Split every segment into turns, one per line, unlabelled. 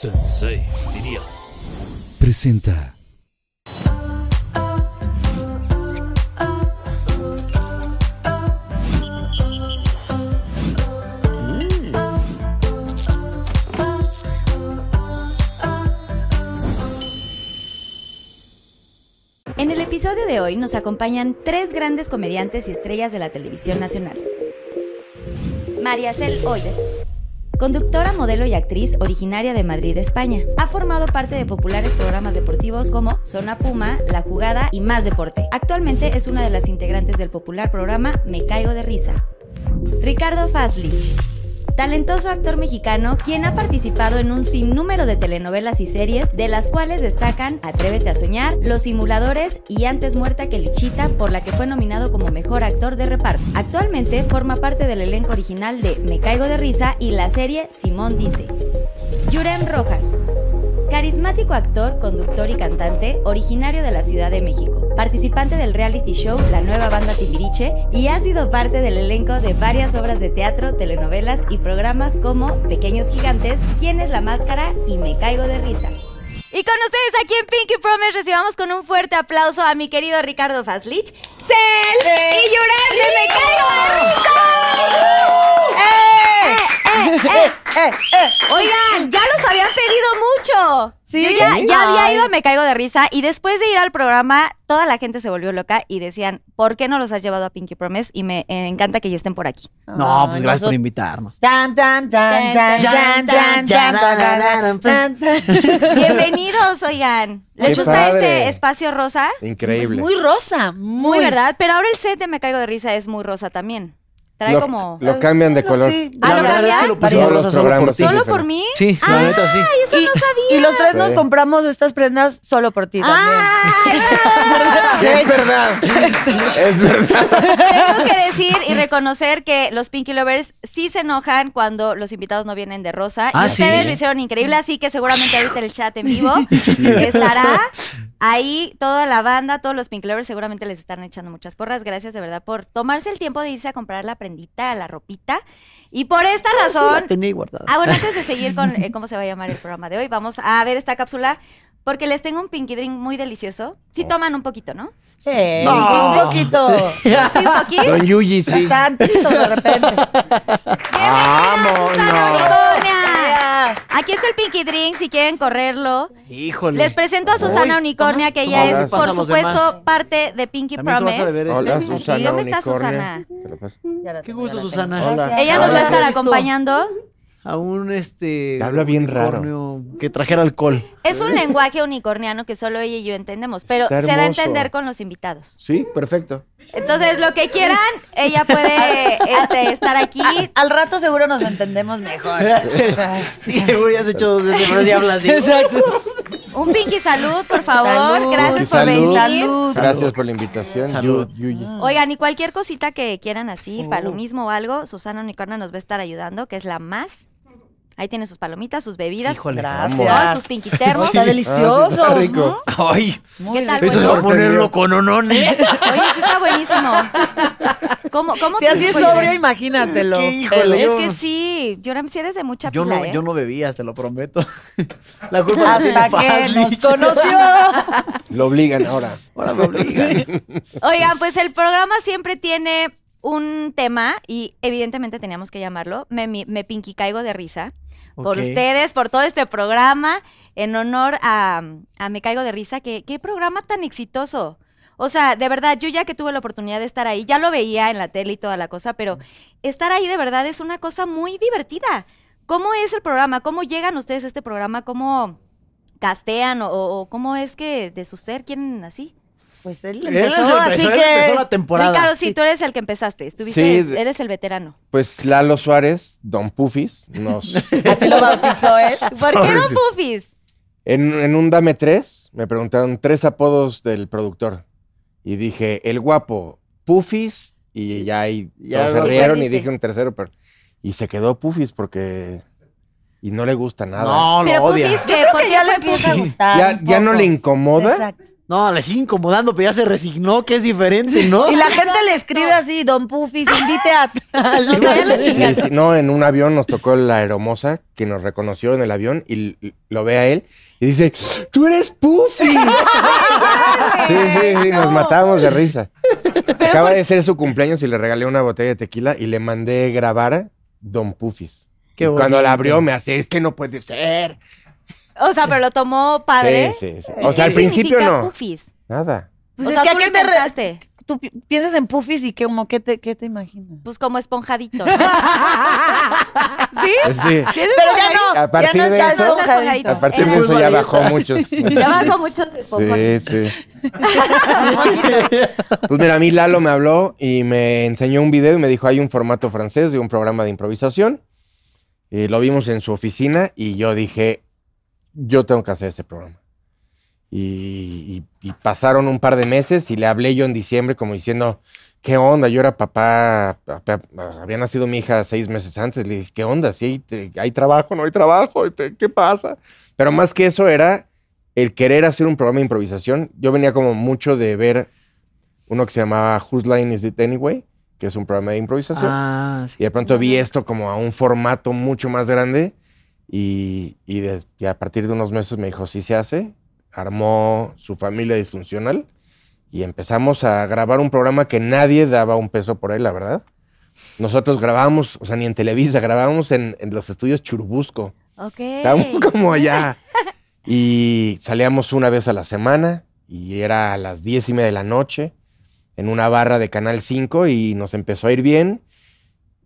Sensei, diría.
presenta
En el episodio de hoy nos acompañan tres grandes comediantes y estrellas de la televisión nacional. María Cel Oyer, conductora, modelo y actriz originaria de Madrid, España. Ha formado parte de populares programas deportivos como Zona Puma, La Jugada y Más Deporte. Actualmente es una de las integrantes del popular programa Me Caigo de Risa. Ricardo Fazlich, talentoso actor mexicano quien ha participado en un sinnúmero de telenovelas y series, de las cuales destacan Atrévete a soñar, Los simuladores y Antes muerta que Lichita, por la que fue nominado como mejor actor de reparto. Actualmente forma parte del elenco original de Me caigo de risa y la serie Simón dice. Yurem Rojas, Carismático actor, conductor y cantante, originario de la Ciudad de México, participante del reality show La Nueva Banda Timbiriche y ha sido parte del elenco de varias obras de teatro, telenovelas y programas como Pequeños Gigantes, ¿Quién es la máscara? y Me caigo de risa. Y con ustedes aquí en Pinky Promise recibamos con un fuerte aplauso a mi querido Ricardo Faslich, Cel y Yurem de Me caigo de risa. Eh, Oigan, ya los habían pedido mucho.
Sí.
Yo ya, ya
Ay.
había ido a Me Caigo de Risa y después de ir al programa, toda la gente se volvió loca y decían, ¿por qué no los has llevado a Pinky Promise? Y me eh, encanta que ya estén por aquí.
No, pues gracias por invitarnos.
Tan, tan, tan, tan, tan, tan, tan, tan, tan, tan, tan.
Bienvenidos, oigan.
Qué
¿Les gusta
padre.
este espacio rosa?
Increíble.
Muy rosa, muy
Muy, ¿verdad? Pero ahora el set de Me Caigo de Risa es muy rosa también. Trae
lo,
como...
lo cambian de color.
Sí.
Ah,
La
¿lo
verdad es que
cambiaron?
lo pusieron
Todos
rosa
los
solo por
programas
ti.
son
¿Solo
diferente.
por mí?
Sí, la neta sí.
Ay, eso
Y,
no sabía. Ah,
y los tres nos
Sí.
compramos estas prendas solo por ti también.
Ay,
Que Es verdad. es verdad.
Tengo que decir y reconocer que los Pinky Lovers sí se enojan cuando los invitados no vienen de rosa.
Ah,
y ustedes
sí.
lo hicieron increíble, así que seguramente ahorita el chat en vivo estará ahí toda la banda, todos los Pinky Lovers seguramente les están echando muchas porras. Gracias de verdad por tomarse el tiempo de irse a comprar la prendita, la ropita. Y por esta
La
razón,
tenía guardada.
Ah, bueno, antes de seguir con eh, cómo se va a llamar el programa de hoy, vamos a ver esta cápsula porque les tengo un pinky drink muy delicioso. Sí
Oh.
toman un poquito, ¿no?
Sí,
No.
un poquito.
Sí, un poquito.
Don Yuji, sí.
Bastantito de repente.
Vámonos.
Susana Unicornia.
Ya.
Aquí está el pinky drink si quieren correrlo.
Híjole.
Les presento a Susana Unicornia que ella
¿cómo
es
les
pasa
por
a los
supuesto
demás?
parte de Pinky
También te vas a
Promise.
beber
Hola,
este.
Susana.
¿Dónde está
Unicornia.
Susana?
Te lo paso.
Ya la
Qué
tengo,
gusto,
ya la tengo.
Susana.
Gracias.
Ella nos va a estar
Hola.
acompañando.
A un este.
Se habla bien raro.
unicornio Que trajera alcohol.
Es un lenguaje unicorniano que solo ella y yo entendemos, pero
Está
se da a
hermoso.
entender con los invitados.
Sí, perfecto.
Entonces, lo que quieran, ella puede este, estar aquí.
Al rato seguro nos entendemos mejor.
Sí, güey, ya has hecho dos veces, pero ya habla así. Exacto.
Un pinky salud, por favor.
Salud.
Gracias por
Salud.
venir.
Salud.
Gracias por la invitación.
Salud.
Yu- Ah, Yuji.
Oigan, y cualquier cosita que quieran así,
Oh.
palomismo o algo, Susana Unicorna nos va a estar ayudando, que es la más. Ahí tiene sus palomitas, sus bebidas.
Híjole.
Gracias.
Todos sus pinky termos.
Está
Ah, sí,
delicioso.
está rico.
Ay,
¿Qué tal,
esto se va a
bueno?
ponerlo con honor.
Oye, sí está buenísimo. ¿Cómo, cómo
Si
te
así es
fue?
sobrio, imagínatelo.
Qué híjole.
Es
yo-
que sí, Yoram, si eres de mucha
Yo
pila,
no,
¿eh?
yo no bebía, te lo prometo. La culpa es
Hasta que nos conoció.
Lo obligan ahora.
Ahora me obligan.
Oigan, pues el programa siempre tiene un tema y evidentemente teníamos que llamarlo Me, mi- me Pinky Caigo de Risa. Por
Ok.
ustedes, por todo este programa, en honor a, a Me Caigo de Risa. Que, ¡Qué programa tan exitoso! O sea, de verdad, yo ya que tuve la oportunidad de estar ahí, ya lo veía en la tele y toda la cosa, pero estar ahí de verdad es una cosa muy divertida. ¿Cómo es el programa? ¿Cómo llegan ustedes a este programa? ¿Cómo castean o, o cómo es que de su ser quieren así?
Pues él
Él es
empezó,
el
así
empezó, él
que...
empezó la temporada.
Ricardo, sí, tú eres el que empezaste. Estuviste,
Sí, de-
eres el veterano.
Pues Lalo Suárez, Don Pufis, nos.
Así lo bautizó él.
¿Por qué no Pufis?
En, en un Dame 3 me preguntaron tres apodos del productor. Y dije, el guapo, Pufis, y ya ahí
Ya
todos se
lo
rieron y
aprendiste.
dije un tercero, pero. Y se quedó Pufis porque. y no le gusta nada.
No, lo
Pero
odia.
Pufis,
Yo
que
creo
por
que
qué
ya le
fue
empieza a
Pufis?
gustar.
ya,
un
ya no
poco.
le incomoda.
Exacto.
No, le sigue incomodando, pero ya se resignó, que es diferente, ¿no?
Y la gente le escribe así, Don Pufis, invite a tal.
O sea, ya la
Sí, sí, no, en un avión nos tocó la aeromoza que nos reconoció en el avión y l- lo ve a él y dice, tú eres Puffy. sí, sí, sí, nos matábamos de risa. Acaba de ser su cumpleaños y le regalé una botella de tequila y le mandé grabar Don Puffis.
Qué
Y cuando
bonito.
la abrió me hace, es que no puede ser.
O sea, pero lo tomó padre.
Sí, sí, sí. O sea,
¿Qué
al principio
significa
no.
Pufis?
Nada.
Pues
o
es
sea,
que a
tú
qué
lo
te re-
inventaste.
Tú pi- piensas en Pufis y qué, como, ¿qué, te, qué te imaginas?
Pues como esponjadito.
¿Sí?
Sí.
Pero ya no,
A partir
ya no
de
estás
eso-
mojadito.
A partir
Era
de eso ya
Pulvarito.
bajó muchos.
Ya bajo muchos
Sí,
esponjones.
sí. Pues mira, a mí Lalo me habló y me enseñó un video y me dijo, hay un formato francés de un programa de improvisación. Y lo vimos en su oficina y yo dije, yo tengo que hacer ese programa. Y, y- y pasaron un par de meses y le hablé yo en diciembre como diciendo, ¿qué onda? Yo era papá, papá- había nacido mi hija seis meses antes. Le dije, ¿qué onda? Si hay, te- hay trabajo, no hay trabajo, ¿Te- ¿qué pasa? Pero más que eso era el querer hacer un programa de improvisación. Yo venía como mucho de ver uno que se llamaba Whose Line Is It Anyway, que es un programa de improvisación.
Ah, sí.
Y de pronto vi esto como a un formato mucho más grande y, y des- y a partir de unos meses me dijo, sí se hace, armó su familia disfuncional y empezamos a grabar un programa que nadie daba un peso por él, la verdad. Nosotros grabamos, o sea, ni en Televisa, grabamos en, en los estudios Churubusco.
Ok.
Estábamos como allá. Y salíamos una vez a la semana y era a las diez y media de la noche en una barra de Canal 5 y nos empezó a ir bien.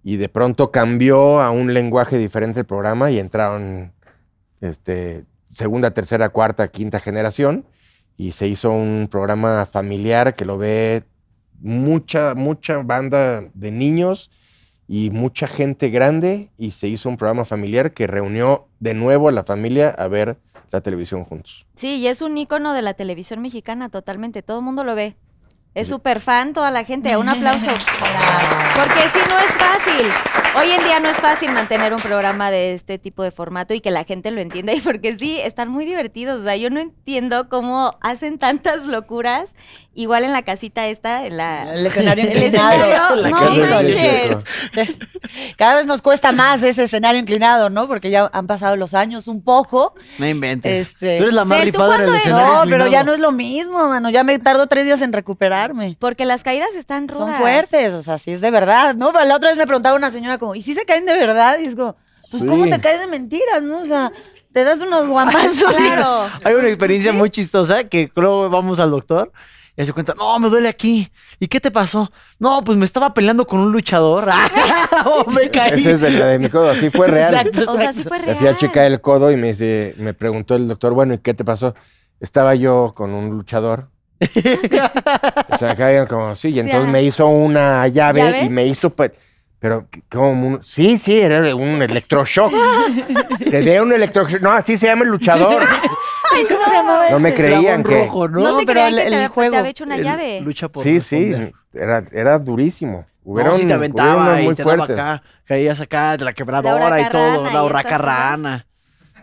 Y de pronto cambió a un lenguaje diferente el programa y entraron este, segunda, tercera, cuarta, quinta generación. Y se hizo un programa familiar que lo ve mucha, mucha banda de niños y mucha gente grande y se hizo un programa familiar que reunió de nuevo a la familia a ver la televisión juntos.
Sí, y es un ícono de la televisión mexicana totalmente. Todo el mundo lo ve. Es súper fan toda la gente. Un aplauso. Porque si no es fácil. Hoy en día no es fácil mantener un programa de este tipo de formato y que la gente lo entienda. Y porque sí, están muy divertidos. O sea, yo no entiendo cómo hacen tantas locuras. Igual en la casita esta, en la...
El
El
escenario inclinado.
escenario,
La
no
casa
Entonces,
del
manches.
yo-
Cada vez nos cuesta más ese escenario inclinado, ¿no? Porque ya han pasado los años un poco.
No inventes.
Este-
Tú eres la más
Sé, ¿tú
ripada en el
cuándo eres?
escenario.
No, pero
inclinado.
ya no es lo mismo, mano. Ya me tardo tres días en recuperarme.
Porque las caídas están rudas.
Son fuertes, o sea, sí es de verdad, ¿no? Pero la otra vez me preguntaba una señora como, ¿y si se caen de verdad? Y es como, pues
Sí.
¿cómo te caes de mentiras, no? O sea, te das unos guamazos.
Claro.
Hay una experiencia muy chistosa que luego vamos al doctor y se cuenta, no, me duele aquí. ¿Y qué te pasó? No, pues me estaba peleando con un luchador. O me caí.
Ese es el de mi codo, así fue real.
Exacto,
O sea, sí
exacto.
fue
Me
real.
fui a checar el codo y me, dice, me preguntó el doctor, bueno, ¿y qué te pasó? Estaba yo con un luchador. o sea, acá como, sí, y
O
entonces
sea,
me hizo una llave,
¿llave?
y me hizo, pues, pero como, un- sí, sí, era un electroshock. Te dio un electroshock, no, así se llama el luchador.
Ay, ¿Cómo se llamaba
No
ese?
me creían
Dragón
que...
rojo, ¿no?
No, te
pero
creían
el-
que
el
te, había-
juego,
te había hecho una
El-
llave.
Lucha por
Sí, sí,
responder.
era, era durísimo. Hubieron,
no, si te
hubieron
aventaba
unos
y
muy
te daba
fuertes.
acá, caías acá de la quebradora
La
y
hurracarrana
todo,
y
la
estas cosas.
hurracarrana.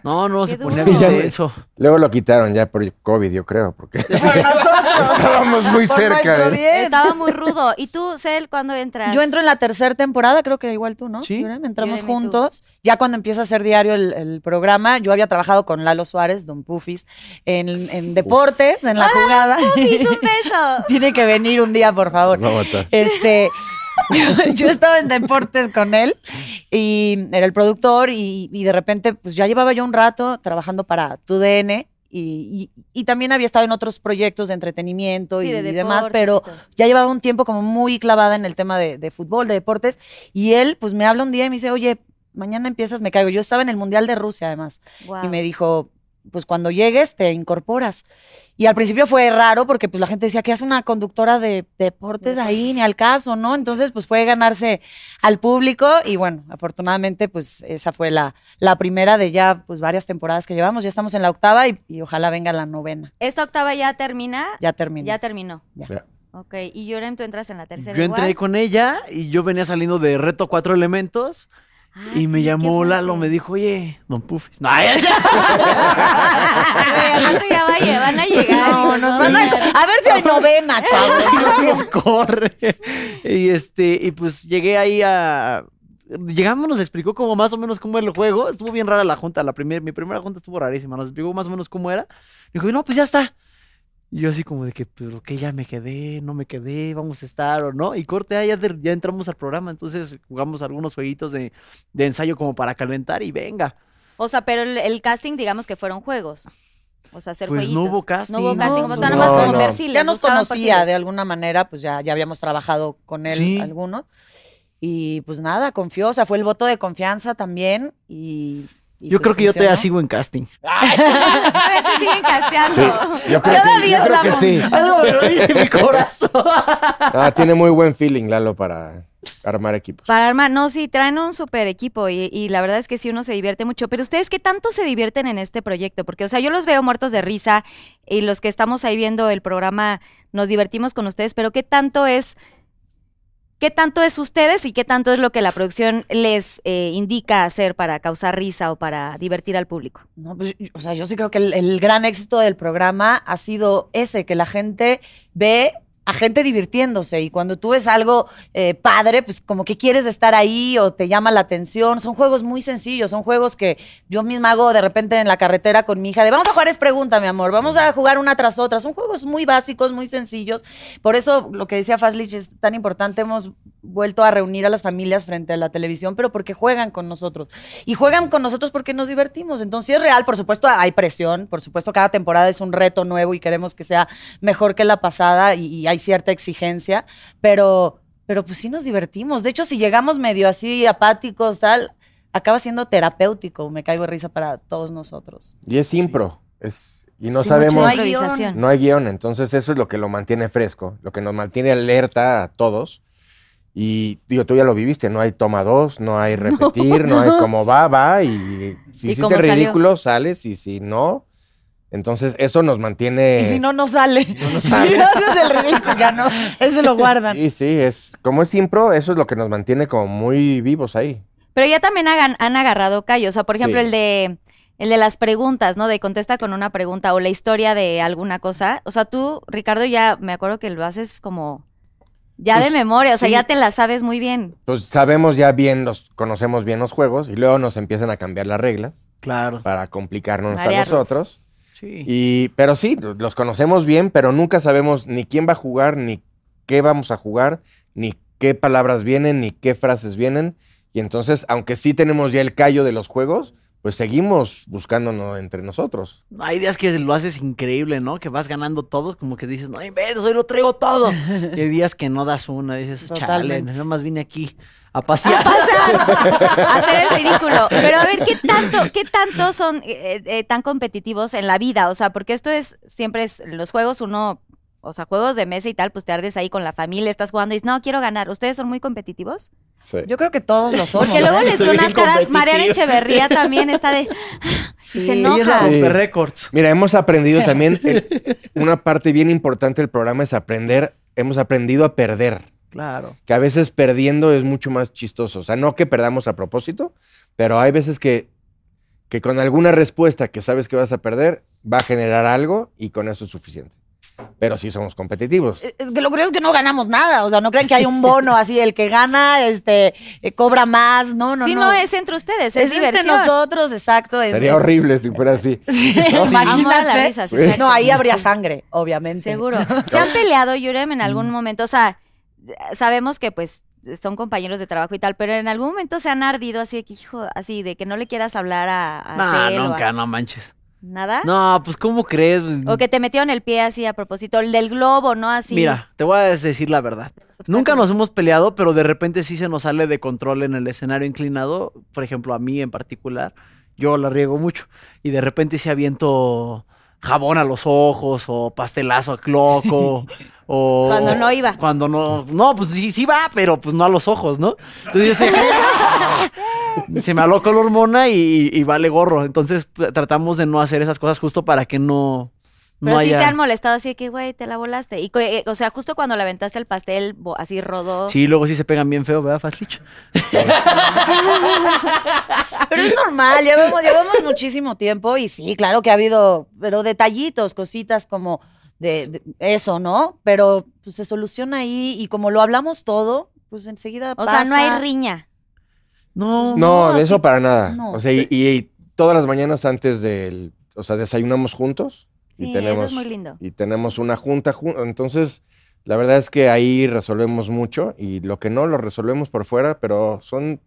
No, no,
Qué
se ponía
duro.
bien denso.
Luego lo quitaron ya por COVID, yo creo, porque
Por nosotros.
estábamos muy
Por
cerca.
nuestro
¿eh?
bien.
Estaba muy rudo. ¿Y tú, Cel, cuándo entras?
Yo entro en la tercera temporada, creo que igual tú, ¿no?
Sí.
Yurem? Entramos
Yurem y tú.
juntos. Ya cuando empieza a ser diario el, el programa, yo había trabajado con Lalo Suárez, Don Pufis, en, en deportes, en la jugada.
Hizo Ah, un beso.
Tiene que venir un día, por favor.
Nos va a matar.
Este, yo, yo estaba en deportes con él y era el productor y, y de repente, pues ya llevaba yo un rato trabajando para TUDN y, y, y también había estado en otros proyectos de entretenimiento
Sí,
y,
de
y demás,
deportes
pero
y todo.
ya llevaba un tiempo como muy clavada en el tema de, de fútbol, de deportes y él pues me habla un día y me dice, oye, mañana empiezas, me caigo. Yo estaba en el Mundial de Rusia además
Guau.
y me dijo, pues cuando llegues te incorporas. Y al principio fue raro porque pues la gente decía que hace una conductora de deportes ahí, ni al caso, ¿no? Entonces pues fue ganarse al público y bueno, afortunadamente pues esa fue la, la primera de ya pues varias temporadas que llevamos, ya estamos en la octava y, y ojalá venga la novena,
¿Esta octava ya termina?
ya terminó.
Ya terminó.
Ya.
Ok, y Yorem, tú entras en la tercera.
Yo entré
igual?
con ella y yo venía saliendo de Reto Cuatro Elementos
Ah,
y me
sí, qué
llamó
fuerte.
Lalo, me dijo, oye, don Pufis. No, ya sé.
Güey, al rato ya va a- van a llegar.
No,
y
nos van a... A ver si hay novena, chavos.
nos corre. Y este, y pues llegué ahí a. Llegamos, nos explicó como más o menos cómo era el juego. Estuvo bien rara la junta. La primer, mi primera junta estuvo rarísima. Nos explicó más o menos cómo era. Dijo, no, pues ya está. Y yo así como de que, pero que ya me quedé, no me quedé, vamos a estar o no. Y corte, ah, ya, de- ya entramos al programa. Entonces jugamos algunos jueguitos de, de ensayo como para calentar y venga.
O sea, pero el, el casting, digamos que fueron juegos. O sea, hacer
Pues no
jueguitos.
hubo casting,
No hubo
no,
casting, como
no,
tal, nada más
no,
como
no.
perfiles.
ya nos
buscaban
conocía
perfiles.
de alguna manera, pues ya, ya habíamos trabajado con él
Sí.
algunos. Y pues nada, confió, o sea, fue el voto de confianza también. Y, y,
Yo
pues,
creo que yo todavía
funcionó.
sigo en casting.
Todavía te siguen
Sí,
casteando.
yo creo, que, yo
Todavía
creo que
estamos.
sí.
Algo me lo dice mi corazón.
Ah, tiene muy buen feeling Lalo para armar equipos.
Para armar, no, sí, traen un super equipo y, y la verdad es que sí, uno se divierte mucho. Pero ustedes, ¿qué tanto se divierten en este proyecto? Porque, o sea, yo los veo muertos de risa y los que estamos ahí viendo el programa nos divertimos con ustedes, pero ¿qué tanto es, qué tanto es ustedes y qué tanto es lo que la producción les eh, indica hacer para causar risa o para divertir al público?
No, pues, yo- o sea, yo sí creo que el, el gran éxito del programa ha sido ese, que la gente ve a gente divirtiéndose y cuando tú ves algo eh, padre, pues como que quieres estar ahí o te llama la atención. Son juegos muy sencillos, son juegos que yo misma hago de repente en la carretera con mi hija de vamos a jugar es pregunta, mi amor, vamos a jugar una tras otra. Son juegos muy básicos, muy sencillos. Por eso lo que decía Fazlich es tan importante. Hemos vuelto a reunir a las familias frente a la televisión, pero porque juegan con nosotros y juegan con nosotros porque nos divertimos. Entonces sí es real, por supuesto hay presión, por supuesto cada temporada es un reto nuevo y queremos que sea mejor que la pasada y, y hay cierta exigencia, pero, pero pues sí nos divertimos. De hecho, si llegamos medio así apáticos, tal, acaba siendo terapéutico, me caigo de risa para todos nosotros.
Y es impro. Es, y no
Sí, mucha
sabemos.
guión.
improvisación.
No hay guión, entonces eso es lo que lo mantiene fresco, lo que nos mantiene alerta a todos. Y digo, tú ya lo viviste, no hay toma dos, no hay repetir, no, hay cómo va, va, y si
¿Y
hiciste
cómo salió?
ridículo, sales, y si no, entonces eso nos mantiene...
Eh.
Y si no, no sale. Si
sale.
haces el ridículo, ya no, eso lo guardan.
Sí, sí, es como es impro, eso es lo que nos mantiene como muy vivos ahí.
Pero ya también hagan- han agarrado callo. O sea, por ejemplo,
Sí.
el de el de las preguntas, ¿no? De contesta con una pregunta o la historia de alguna cosa. O sea, tú, Ricardo, ya me acuerdo que lo haces como ya de
Pues,
memoria, o sea,
sí.
ya te la sabes muy bien.
Entonces sabemos ya bien, los, conocemos bien los juegos, y luego nos empiezan a cambiar las reglas
Claro.
para complicarnos
Marearnos.
a nosotros.
Sí.
Y, pero sí, los conocemos bien, pero nunca sabemos ni quién va a jugar, ni qué vamos a jugar, ni qué palabras vienen, ni qué frases vienen. Y entonces, aunque sí tenemos ya el callo de los juegos, pues seguimos buscándonos entre nosotros.
Hay días que lo haces increíble, ¿no? Que vas ganando todo, como que dices, no inventes, hoy lo traigo todo. Y hay días que no das una, dices, chale,
Totalmente.
nada más vine aquí a pasear.
hacer el ridículo. Pero a ver, ¿qué tanto, qué tanto son eh, eh, tan competitivos en la vida? O sea, porque esto es, siempre es, los juegos uno, o sea, juegos de mesa y tal, pues te ardes ahí con la familia, estás jugando y dices, no, quiero ganar. ¿Ustedes son muy competitivos?
Yo creo que todos lo somos.
Porque luego les
Soy
veo
bien
unas caras,
competitivo.
Mariana Echeverría también está de, si se
Sí.
Ella es la
enoja.
Sí.
rompe récords.
Mira, hemos aprendido también, el- una parte bien importante del programa es aprender, hemos aprendido a perder,
Claro.
que a veces perdiendo es mucho más chistoso. O sea, no que perdamos a propósito, pero hay veces que, que con alguna respuesta que sabes que vas a perder, va a generar algo y con eso es suficiente. Pero sí somos competitivos.
Eh, eh, que lo curioso es que no ganamos nada, o sea, no crean que hay un bono así, el que gana, este, eh, cobra más, no, no,
si
no.
no es entre ustedes, es,
Es entre
diversión.
nosotros, exacto. es-
Sería
es-
horrible si fuera así.
Amor
¿no?
a la
Imagínate.
risa, sí,
No,
exacto.
No, ahí habría sangre, obviamente.
Seguro. ¿Se han peleado, Yurem, en
Mm.
algún momento? O sea, sabemos que pues son compañeros de trabajo y tal, pero en algún momento se han ardido así de que, hijo, así de que no le quieras hablar a, a
No,
Cel o a-
nunca, no manches.
¿Nada?
No, pues, ¿cómo crees?
O que te metieron el pie así a propósito, el del globo, ¿no? Así.
Mira, te voy a decir la verdad. Nunca nos hemos peleado, pero de repente sí se nos sale de control en el escenario inclinado. Por ejemplo, a mí en particular, yo la riego mucho. Y de repente se aviento jabón a los ojos o pastelazo a cloco. o,
Cuando no iba.
Cuando no. No, pues sí, sí va, pero pues no a los ojos, ¿no? Entonces yo estoy acá, se me aloca la hormona y, y vale gorro. Entonces pues, tratamos de no hacer esas cosas justo para que no,
Pero
no
sí
haya-
se han molestado así de que, güey, te la volaste. Y, co- eh, o sea, justo cuando le aventaste el pastel, bo- así rodó.
Sí, luego sí se pegan bien feo, ¿verdad, Faslich?
Pero es normal, llevamos, llevamos muchísimo tiempo y sí, claro que ha habido, pero detallitos, cositas como de, de eso, ¿no? Pero pues, se soluciona ahí y como lo hablamos todo, pues enseguida
O sea, no hay
pasa.
riña.
No.
No,
No,
de
sí.
eso para nada.
No.
O sea, y, y todas las mañanas antes del, o sea, desayunamos juntos
Sí,
y
eso
tenemos
es muy lindo.
y tenemos una junta juntos. Entonces, la verdad es que ahí resolvemos mucho y lo que no lo resolvemos por fuera, pero son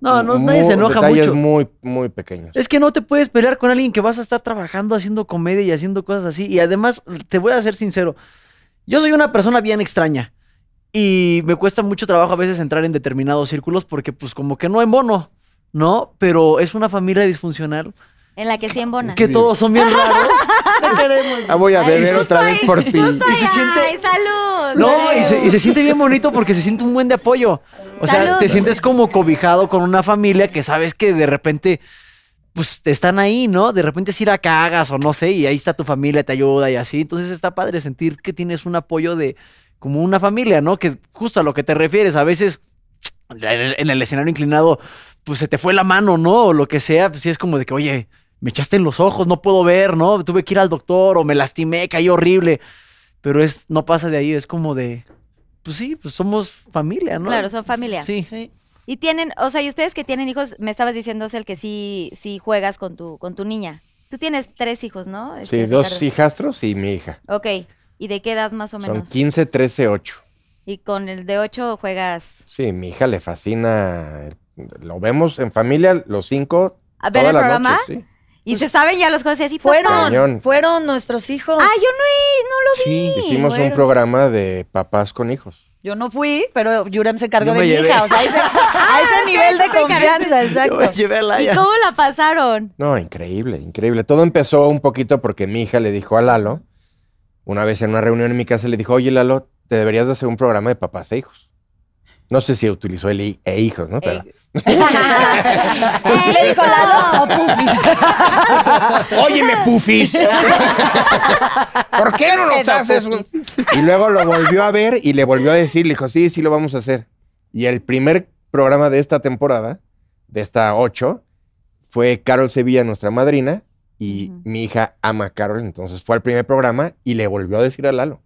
No, no,
mu-
nadie se enoja
detalles
mucho.
muy muy pequeños.
Es que no te puedes pelear con alguien que vas a estar trabajando, haciendo comedia y haciendo cosas así. Y además, te voy a ser sincero, yo soy una persona bien extraña. Y me cuesta mucho trabajo a veces entrar en determinados círculos porque pues como que no hay mono, ¿no? Pero es una familia disfuncional
En la que sí embona.
que todos son bien raros.
Ah, voy a
Ay,
beber
justo
otra vez por ti.
Justo
Y se
ahí,
siente-
ay, salud.
No, y se, y se siente bien bonito porque se siente un buen de apoyo. O sea,
Salud.
te sientes como cobijado con una familia que sabes que de repente, pues te están ahí, ¿no? De repente si la cagas o no sé, y ahí está tu familia, te ayuda y así. Entonces está padre sentir que tienes un apoyo de como una familia, ¿no? Que justo a lo que te refieres, a veces en el, en el escenario inclinado, pues se te fue la mano, ¿no? O lo que sea, pues sí es como de que, oye, me echaste en los ojos, no puedo ver, ¿no? Tuve que ir al doctor o me lastimé, caí horrible. Pero es, no pasa de ahí, es como de, pues sí, pues somos familia, ¿no?
Claro, son familia.
Sí.
Y tienen, o sea, y ustedes que tienen hijos, me estabas diciendo, el que sí, sí juegas con tu, con tu niña. Tú tienes tres hijos, ¿no?
Sí,
Este,
dos
Ricardo.
hijastros y mi hija.
Ok. ¿Y de qué edad más o
Son
menos?
15, 13, 8.
Y con el de ocho juegas.
Sí, mi hija le fascina. Lo vemos en familia, los cinco.
¿A ver
todas
el
las
programa?
noches, sí.
Y se saben ya los juegos y así fueron.
Fueron,
Cañón.
fueron nuestros hijos.
Ah, yo no, he- no lo
Sí.
Hicimos
bueno.
un programa de papás con hijos.
Yo no fui, pero Yurem se encargó
Yo
de
me
mi
llevé.
hija. O sea, a ese, a ese nivel de confianza,
Yo me
exacto.
llevé a
vi. ¿Y
Laia.
cómo la pasaron?
No, increíble, increíble. Todo empezó un poquito porque mi hija le dijo a Lalo, una vez en una reunión en mi casa, le dijo, oye Lalo, te deberías de hacer un programa de papás e hijos. No sé si utilizó el i- e hijos, ¿no? Pero,
Y sí le dijo Lalo o Pufis.
Óyeme, pufis. ¿Por qué no nos haces un- Y luego lo volvió a ver y le volvió a decir, le dijo, sí, sí lo vamos a hacer. Y el primer programa de esta temporada, de esta 8, fue Carol Sevilla, nuestra madrina, y
Ujú.
mi hija ama a Carol, entonces fue al primer programa y le volvió a decir a Lalo.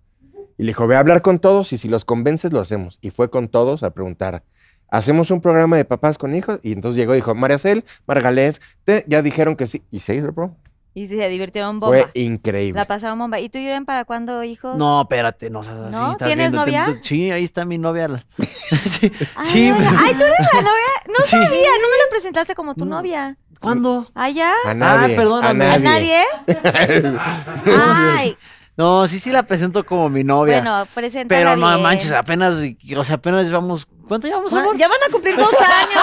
Y le dijo, ve a hablar con todos y si los convences lo hacemos. Y fue con todos a preguntar, ¿hacemos un programa de papás con hijos? Y entonces llegó y dijo, Mariacel, Margalef, te- ya dijeron que sí. Y se hizo el programa.
Y se divirtieron bomba.
Fue increíble.
La pasaron bomba. ¿Y tú, Yuren, para cuándo, hijos?
No, espérate, no seas así.
¿No?
estás
¿Tienes
viendo el
novia? Ah,
temblor. Sí, ahí está mi novia. la- sí,
Ay,
sí, pues,
hola.
pero-
Ay, tú eres la novia. No
Sí.
sabía, no me la presentaste como tu
No.
novia.
¿Cuándo?
¿Ah, ya?
A nadie. a
perdóname.
nadie.
¿A nadie? Ay,
No, sí, sí la presento como mi novia.
bueno, presenta.
pero no manches, ah, apenas, o sea, apenas llevamos. ¿Cuánto llevamos, amor?
Ya van a cumplir dos años.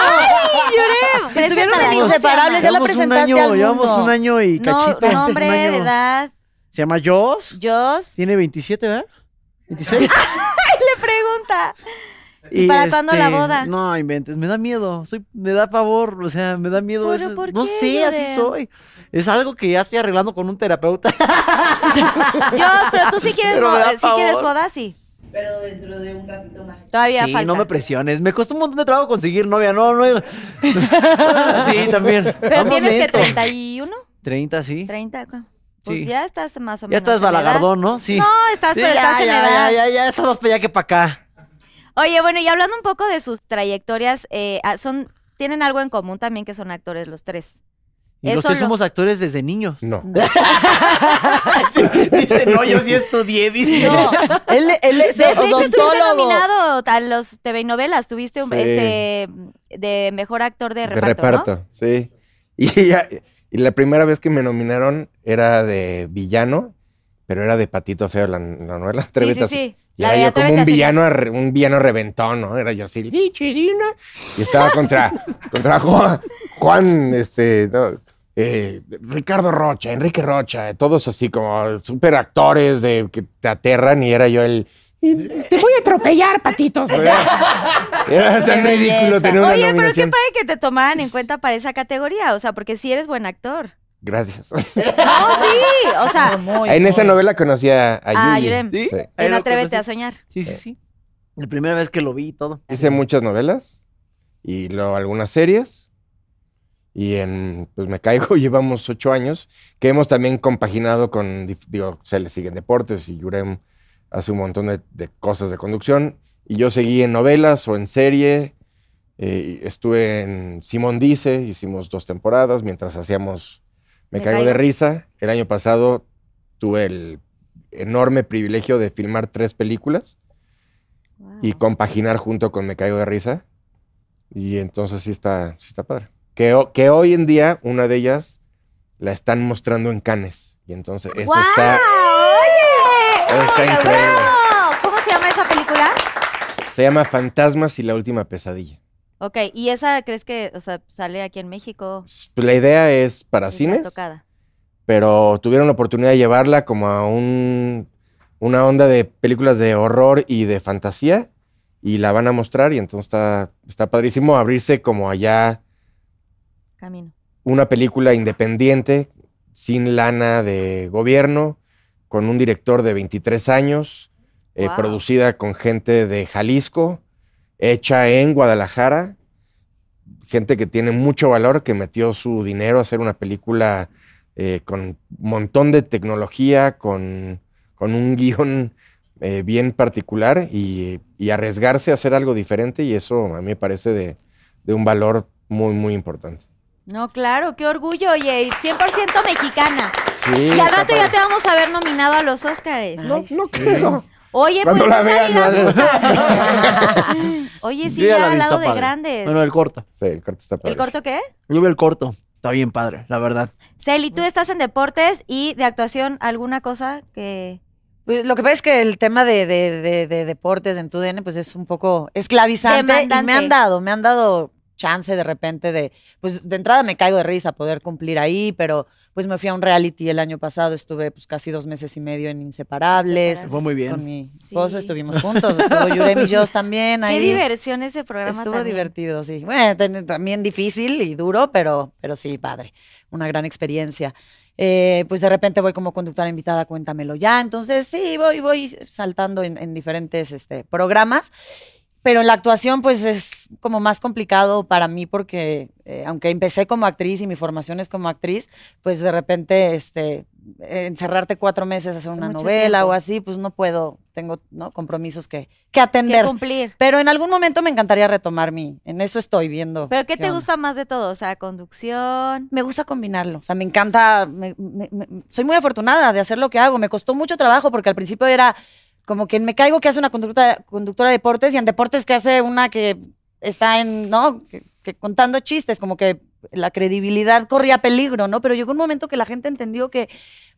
¡Ay, Yuren!
Si estuvieron
preséntala.
en Inseparables, ya la
Llevamos un
presentaste
año,
al
Llevamos
mundo.
un año y
No,
cachito.
nombre,
un año.
edad,
Se llama Jos.
Jos,
Tiene 27, ¿verdad? 26.
te pregunta. ¿Y para cuándo la boda?
Este, No, inventes, me da miedo, soy, me da pavor, o sea, me da miedo
¿Pero
eso.
por
no
qué,
sé, así
Lorea?
soy. Es algo que ya estoy arreglando con un terapeuta.
Jos, pero tú sí quieres,
Pero me da
boda, sí quieres
pavor.
boda, sí. Pero dentro de un ratito más. Todavía
sí,
falta.
no me presiones, me costó un montón de trabajo conseguir novia, no, no. sí, también.
Pero
Vamos
tienes
lento.
que 31,
30, sí.
30. cu- Pues
Sí.
ya estás más o
Ya
menos.
estás
en edad.
balagardón, ¿no? Sí.
No, estás,
Sí,
pero
ya,
estás en
ya,
edad.
ya, ya, ya, estamos para allá que para acá.
Oye, bueno, y hablando un poco de sus trayectorias, eh, ah, son, tienen algo en común también que son actores los tres.
Y los
Eso
tres
lo-
somos actores desde niños.
No.
Dice, no, yo sí estudié, dice.
Él, él es
De, de hecho, estuviste
odontólogo.
nominado a los TV y novelas, tuviste un,
Sí.
este de mejor actor de
De
reparto,
reparto, sí. Y, ya- y la primera vez que me nominaron era de villano, pero era de Patito Feo, la, la novela
¿no? Sí,
Atrévete
sí,
a-
sí.
Y
La
era
de
yo como
Atrévete
un
a soñar.
villano, arre- un villano reventón, ¿no? Era yo así, "Di, chirina", Y estaba contra, contra Juan, Juan, este, no, eh, Ricardo Rocha, Enrique Rocha, todos así como super actores de, que te aterran y era yo el... "Y
Eh,
Te voy a atropellar, patitos. Era, era tan ridículo tener una
Oye, pero qué
nominación.
padre que te tomaran en cuenta para esa categoría, o sea, porque sí eres buen actor.
Gracias.
No, sí. O sea,
en esa novela conocí a, a
Ah,
Yuji.
Yurem.
¿Sí?
Sí.
Ahí
en
lo
Atrévete a
conocí.
soñar.
Sí, sí, sí. La primera vez que lo vi y todo.
Hice muchas novelas y luego algunas series. Y en, pues me caigo, llevamos ocho años, que hemos también compaginado con, dif- digo, se le siguen deportes y Yurem hace un montón de, de cosas de conducción. Y yo seguí en novelas o en serie. eh, y estuve en Simón Dice, hicimos dos temporadas mientras hacíamos Me,
Me
caigo, de
Caigo.
risa. El año pasado tuve el enorme privilegio de filmar tres películas y compaginar junto con Me Caigo de Risa. Y entonces sí está, sí está padre. Que, ho- que hoy en día una de ellas la están mostrando en Cannes. Y entonces eso
¡Guau!
está,
¡Oye!
está
¡Bravo!
increíble.
¿Cómo se llama esa película?
Se llama Fantasmas y la última pesadilla.
Ok, ¿y esa crees que, o sea, sale aquí en México?
S- Pues, La idea es para
Está
cines,
Tocada.
pero tuvieron la oportunidad de llevarla como a un, una onda de películas de horror y de fantasía. Y la van a mostrar y entonces está, está padrísimo abrirse como allá
Camino.
una película independiente, sin lana de gobierno, con un director de 23 años, eh,
Guau.
producida con gente de Jalisco, hecha en Guadalajara, gente que tiene mucho valor, que metió su dinero a hacer una película eh, con un montón de tecnología, con, con un guión eh, bien particular y, y arriesgarse a hacer algo diferente y eso a mí me parece de, de un valor muy, muy importante.
No, claro, qué orgullo, oye, y 100% mexicana.
Sí,
y al
está
rato
padre.
ya te vamos a ver nominado a los Óscares.
No, no creo.
Oye,
Cuando
pues
la
no me
vean,
digas
no.
nunca. Oye, sí,
Yo
ya,
la vi,
al
está
lado de
padre.
grandes.
Bueno, el corto.
Sí, el corto está padre.
¿El corto qué?
Yo vi el corto. Está bien padre, la verdad.
Celi, tú estás en deportes y de actuación, ¿alguna cosa que...?
Pues, lo que pasa es que el tema de, de- de- de deportes en tu DN pues es un poco esclavizante y me
Demandante.
han dado, me han dado chance de repente de, pues de entrada me caigo de risa poder cumplir ahí, pero pues me fui a un reality el año pasado, estuve pues casi dos meses y medio en Inseparables,
Se fue muy
con
bien.
mi esposo,
Sí.
estuvimos juntos, estuvo Yurem y yo también
Qué
ahí.
diversión ese programa
Estuvo
también.
divertido, sí. Bueno, ten- también difícil y duro, pero, pero sí, padre. Una gran experiencia. Eh, pues de repente voy como conductora invitada, cuéntamelo ya. Entonces, sí, voy, voy saltando en, en diferentes este, programas. Pero en la actuación, pues es como más complicado para mí porque, eh, aunque empecé como actriz y mi formación es como actriz, pues de repente, este, eh, encerrarte cuatro meses a hacer una
Mucho
novela
tiempo.
o así, pues no puedo. Tengo ¿no? compromisos que, que
Que
atender.
cumplir.
Pero en algún momento me encantaría retomar mi. En eso estoy viendo.
¿Pero qué te
onda.
gusta más de todo? O sea, conducción...
Me gusta combinarlo. O sea, me encanta. me- me- me- soy muy afortunada de hacer lo que hago. Me costó mucho trabajo porque al principio era como que me caigo que hace una conducta- conductora de deportes y en deportes que hace una que está en, ¿no? Que, que contando chistes, como que la credibilidad corría peligro, ¿no? Pero llegó un momento que la gente entendió que,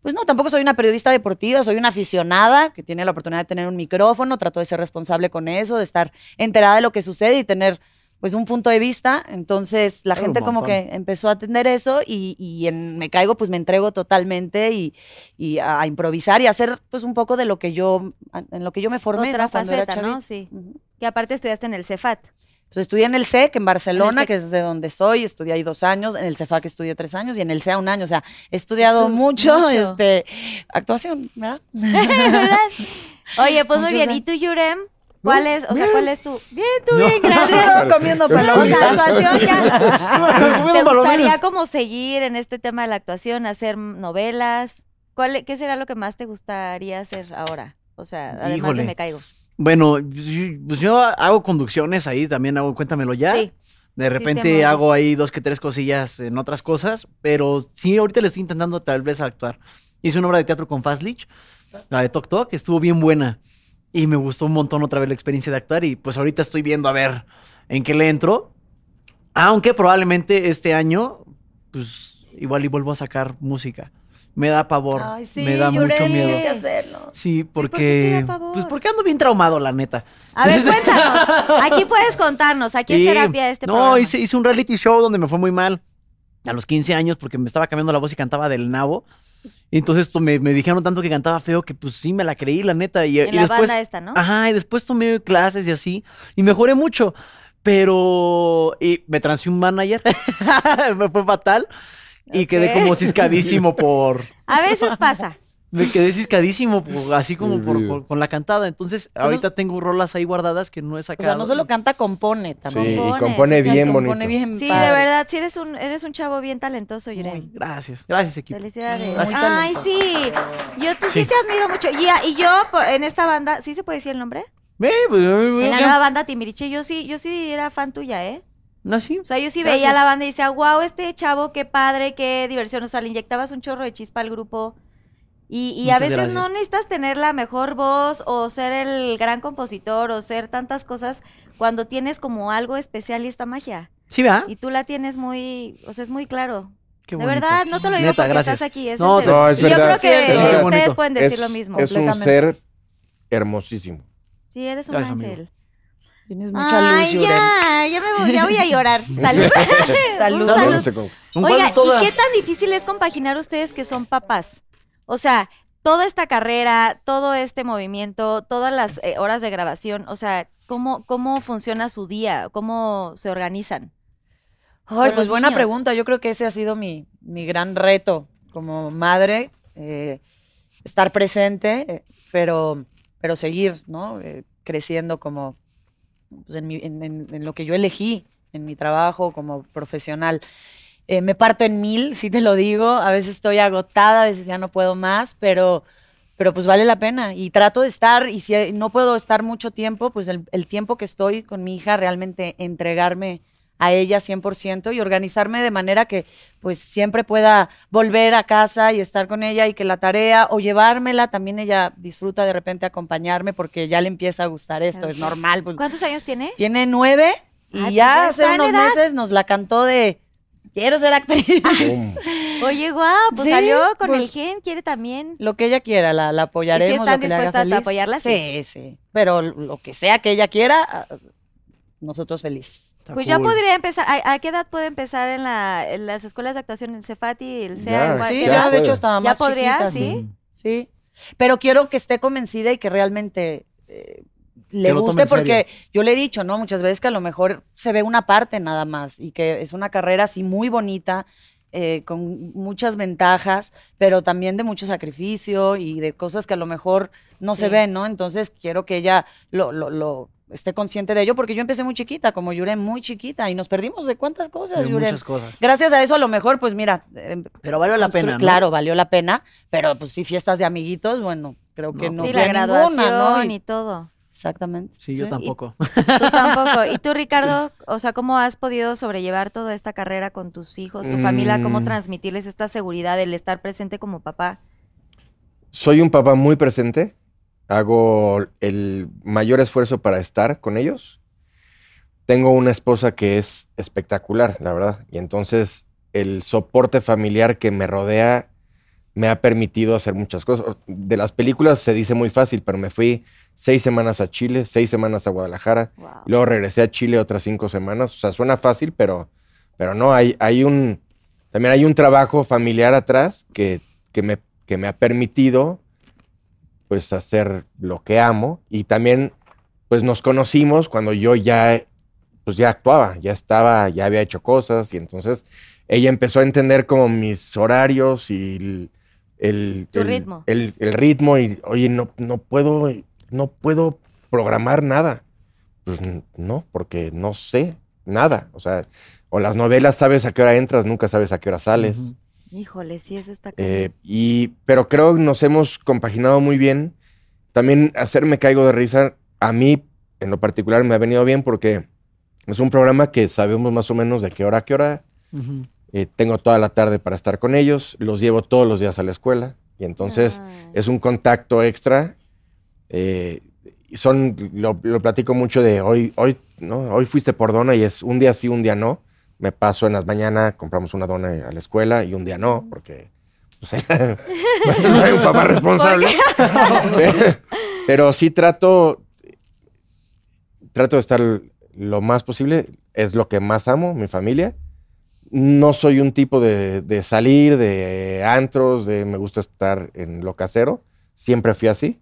pues no, tampoco soy una periodista deportiva, soy una aficionada que tiene la oportunidad de tener un micrófono, trato de ser responsable con eso, de estar enterada de lo que sucede y tener pues un punto de vista. Entonces la
Claro, un
gente como que
montón.
empezó a atender eso y, y en Me Caigo pues me entrego totalmente y, y a, a improvisar y a hacer pues un poco de lo que yo, en lo que yo me formé.
Otra
¿no? Cuando era
faceta, ¿no?
chavita.
Sí.
Ujú.
Que aparte estudiaste en el Cefat.
Pues estudié en el SEC en
En el
Barcelona,
SEC.
que es de donde soy, estudié ahí dos años, en el E CEFAC estudié tres años y en el CEA un año, o sea, he estudiado
Estu-
mucho,
mucho.
este, actuación, ¿verdad?
¿Verdad? Oye, pues muy
Muchos
bien.
años.
¿Y tú, Yurem? ¿Cuál es? O sea, ¿cuál es tu...? Bien, tú,
No.
bien, gracias.
Sigo comiendo
O
palomitas.
sea, actuación ya. ¿Te
Comiendo
gustaría
palomitas.
como seguir en este tema de la actuación, hacer novelas? ¿Cuál, e, ¿Qué será lo que más te gustaría hacer ahora? O sea, además de
Híjole.
Me Caigo.
Bueno, pues yo- pues yo hago conducciones ahí, también hago Cuéntamelo Ya.
Sí.
De
te
repente
hemos
hago ahí dos que tres cosillas en otras cosas, pero sí, ahorita le estoy intentando tal vez actuar. Hice una obra de teatro con Fazlich, la de Tok Tok, estuvo bien buena y me gustó un montón otra vez la experiencia de actuar y pues ahorita estoy viendo a ver en qué le entro. Aunque probablemente este año, pues igual y vuelvo a sacar música. Me da pavor,
Ay, sí,
me da mucho
Yurem,
miedo.
tienes que hacerlo.
Sí,
por qué te
porque
da pavor?
pues porque ando bien traumado, la neta.
A ver, cuéntanos. Aquí puedes contarnos. Aquí
Sí.
es terapia este
No,
programa.
Hice, hice un reality show donde me fue muy mal a los 15 años porque me estaba cambiando la voz y cantaba del nabo. Y entonces tú me, me dijeron tanto que cantaba feo que pues sí, me la creí, la neta. Y,
En
Eh, y
la
después, Ah.
banda esta, ¿no?
Ajá, y después tomé clases y así. Y mejoré mucho. Pero y me transé un manager. me fue fatal. y quedé
Ok.
como ciscadísimo por...
A veces pasa.
Me quedé ciscadísimo, por- así como
Dios
por,
mío.
con- con la cantada. Entonces,
no-
ahorita tengo rolas ahí guardadas que no he
O
sacado.
sea, no solo canta, compone
Sí,
también.
y
Compones,
compone
O sea,
bien
compone
bonito.
bien
Sí,
padre.
de verdad, sí eres un, eres un chavo bien talentoso, Yuren.
Gracias, gracias equipo.
Felicidades.
Muy
Ay,
talentoso.
sí. Yo te, sí.
Sí.
te admiro mucho. Y, a- y yo por- en esta banda, ¿sí se puede decir el nombre?
Eh, pues, eh,
En la
eh,
nueva banda Timbiriche, yo sí, yo sí era fan tuya, ¿eh?
nací.
O sea, yo sí
Gracias.
veía la banda y decía, wow, este chavo, qué padre, qué diversión. O sea, le inyectabas un chorro de chispa al grupo. Y, y a
Muchas
veces
gracias.
no necesitas tener la mejor voz o ser el gran compositor o ser tantas cosas cuando tienes como algo especial y esta magia.
Sí, ¿verdad?
Y tú la tienes muy, o sea, es muy claro.
Qué
de
bonito.
verdad, no te lo digo
Neta,
porque
gracias.
estás aquí. Es
No,
en serio.
no, es
Y yo
verdad.
creo que
Sí, es verdad.
ustedes
bonito.
pueden decir
Es,
lo mismo.
es un
completamente.
ser hermosísimo.
Sí, eres un
Gracias,
ángel.
amigo.
Tienes mucha luz,
Ay,
Yuren.
ya, ya me voy, ya voy a llorar. Salud.
Salud.
Un
Salud.
salud.
Se con-
Un
Oiga,
cuadro toda-
¿y qué tan difícil es compaginar ustedes que son papás? O sea, toda esta carrera, todo este movimiento, todas las eh, horas de grabación, o sea, ¿cómo, ¿cómo funciona su día? ¿Cómo se organizan?
Ay,
con los
pues buena
niños?
pregunta. Yo creo que ese ha sido mi, mi gran reto como madre, eh, estar presente, eh, pero, pero seguir, ¿no? Eh, creciendo como pues, en, mi- en- en- en lo que yo elegí, en mi trabajo como profesional. Eh, me parto en mil, sí te lo digo. A veces estoy agotada, a veces ya no puedo más, pero, pero pues vale la pena. Y trato de estar, y si no puedo estar mucho tiempo, pues el, el tiempo que estoy con mi hija, realmente entregarme a ella 100% y organizarme de manera que pues siempre pueda volver a casa y estar con ella y que la tarea o llevármela, también ella disfruta de repente acompañarme porque ya le empieza a gustar esto, es normal. pues,
¿Cuántos años tiene?
tiene nueve y
Ah, pues ya está
ya hace
en
unos
edad.
meses nos la cantó de quiero ser actriz.
Ah.
Pum.
Oye, guau, pues
Sí,
salió con
pues-
el gen, quiere también.
Lo que ella quiera, la, la apoyaremos.
¿Y si están
lo que le haga
dispuestas a
feliz.
apoyarla?
Sí, sí. Pero lo que sea que ella quiera, ah, nosotros felices.
Está
Pues ya
cool.
podría empezar. ¿A, a qué edad puede empezar en, la- en las escuelas de actuación? El Cefati, el CEA,
Ya,
igual.
sí,
Sí,
¿qué
ya,
edad?
de
puede.
hecho estaba
¿Ya
más
podría?
chiquita,
¿Sí?
Sí. Pero quiero que esté convencida y que realmente eh, le
Que lo tome
guste,
en serio.
porque yo le he dicho, ¿no? Muchas veces que a lo mejor se ve una parte nada más y que es una carrera así muy bonita, eh, con muchas ventajas, pero también de mucho sacrificio y de cosas que a lo mejor no se
Sí.
ven, ¿no? Entonces quiero que ella lo, lo, lo esté consciente de ello, porque yo empecé muy chiquita, como Yuren, muy chiquita, y nos perdimos de cuántas cosas,
De
Yuren.
muchas cosas.
Gracias a eso, a lo mejor, pues mira, em,
Pero valió la
pues,
constru-
pena, ¿no?
Claro, valió la pena, pero pues sí, fiestas de amiguitos, bueno, creo que
No,
no.
Sí,
pues.
la
había
graduación
ninguna, ¿no? Y-
y todo.
Exactamente.
Sí, yo tampoco.
Tú tampoco. ¿Y tú, Ricardo? O sea, ¿cómo has podido sobrellevar toda esta carrera con tus hijos, tu familia? ¿Cómo
Mm.
transmitirles esta seguridad, el estar presente como papá?
Soy un papá muy presente. Hago el mayor esfuerzo para estar con ellos. Tengo una esposa que es espectacular, la verdad. Y entonces el soporte familiar que me rodea me ha permitido hacer muchas cosas. De las películas se dice muy fácil, pero me fui seis semanas a Chile, seis semanas a Guadalajara,
Wow.
Luego regresé a Chile otras cinco semanas. O sea, suena fácil, pero, pero no, hay, hay un. También hay un trabajo familiar atrás que, que, me, que me ha permitido pues hacer lo que amo. Y también, pues nos conocimos cuando yo ya, pues ya actuaba, ya estaba, ya había hecho cosas. Y entonces ella empezó a entender como mis horarios y el, el,
Tu
el-
ritmo.
el- el ritmo. Y oye, no, no puedo, no puedo programar nada. Pues n- no, porque no sé nada. O sea, o las novelas sabes a qué hora entras, nunca sabes a qué hora sales.
Ujú.
Híjole, sí, eso está
Eh,
cañón.
y, pero creo que nos hemos compaginado muy bien. También hacerme caigo de risa, a mí en lo particular me ha venido bien porque es un programa que sabemos más o menos de qué hora a qué hora.
Ujú.
Eh, tengo toda la tarde para estar con ellos, los llevo todos los días a la escuela y entonces
Ah.
es un contacto extra. eh, y son, lo, lo platico mucho de hoy, hoy, ¿no? Hoy fuiste por dona y es un día sí, un día no. Me paso en las mañanas, compramos una dona a la escuela y un día no, porque pues, soy un papá responsable. Pero sí trato, trato de estar lo más posible. Es lo que más amo, mi familia. No soy un tipo de, de salir, de antros, de me gusta estar en lo casero. Siempre fui así.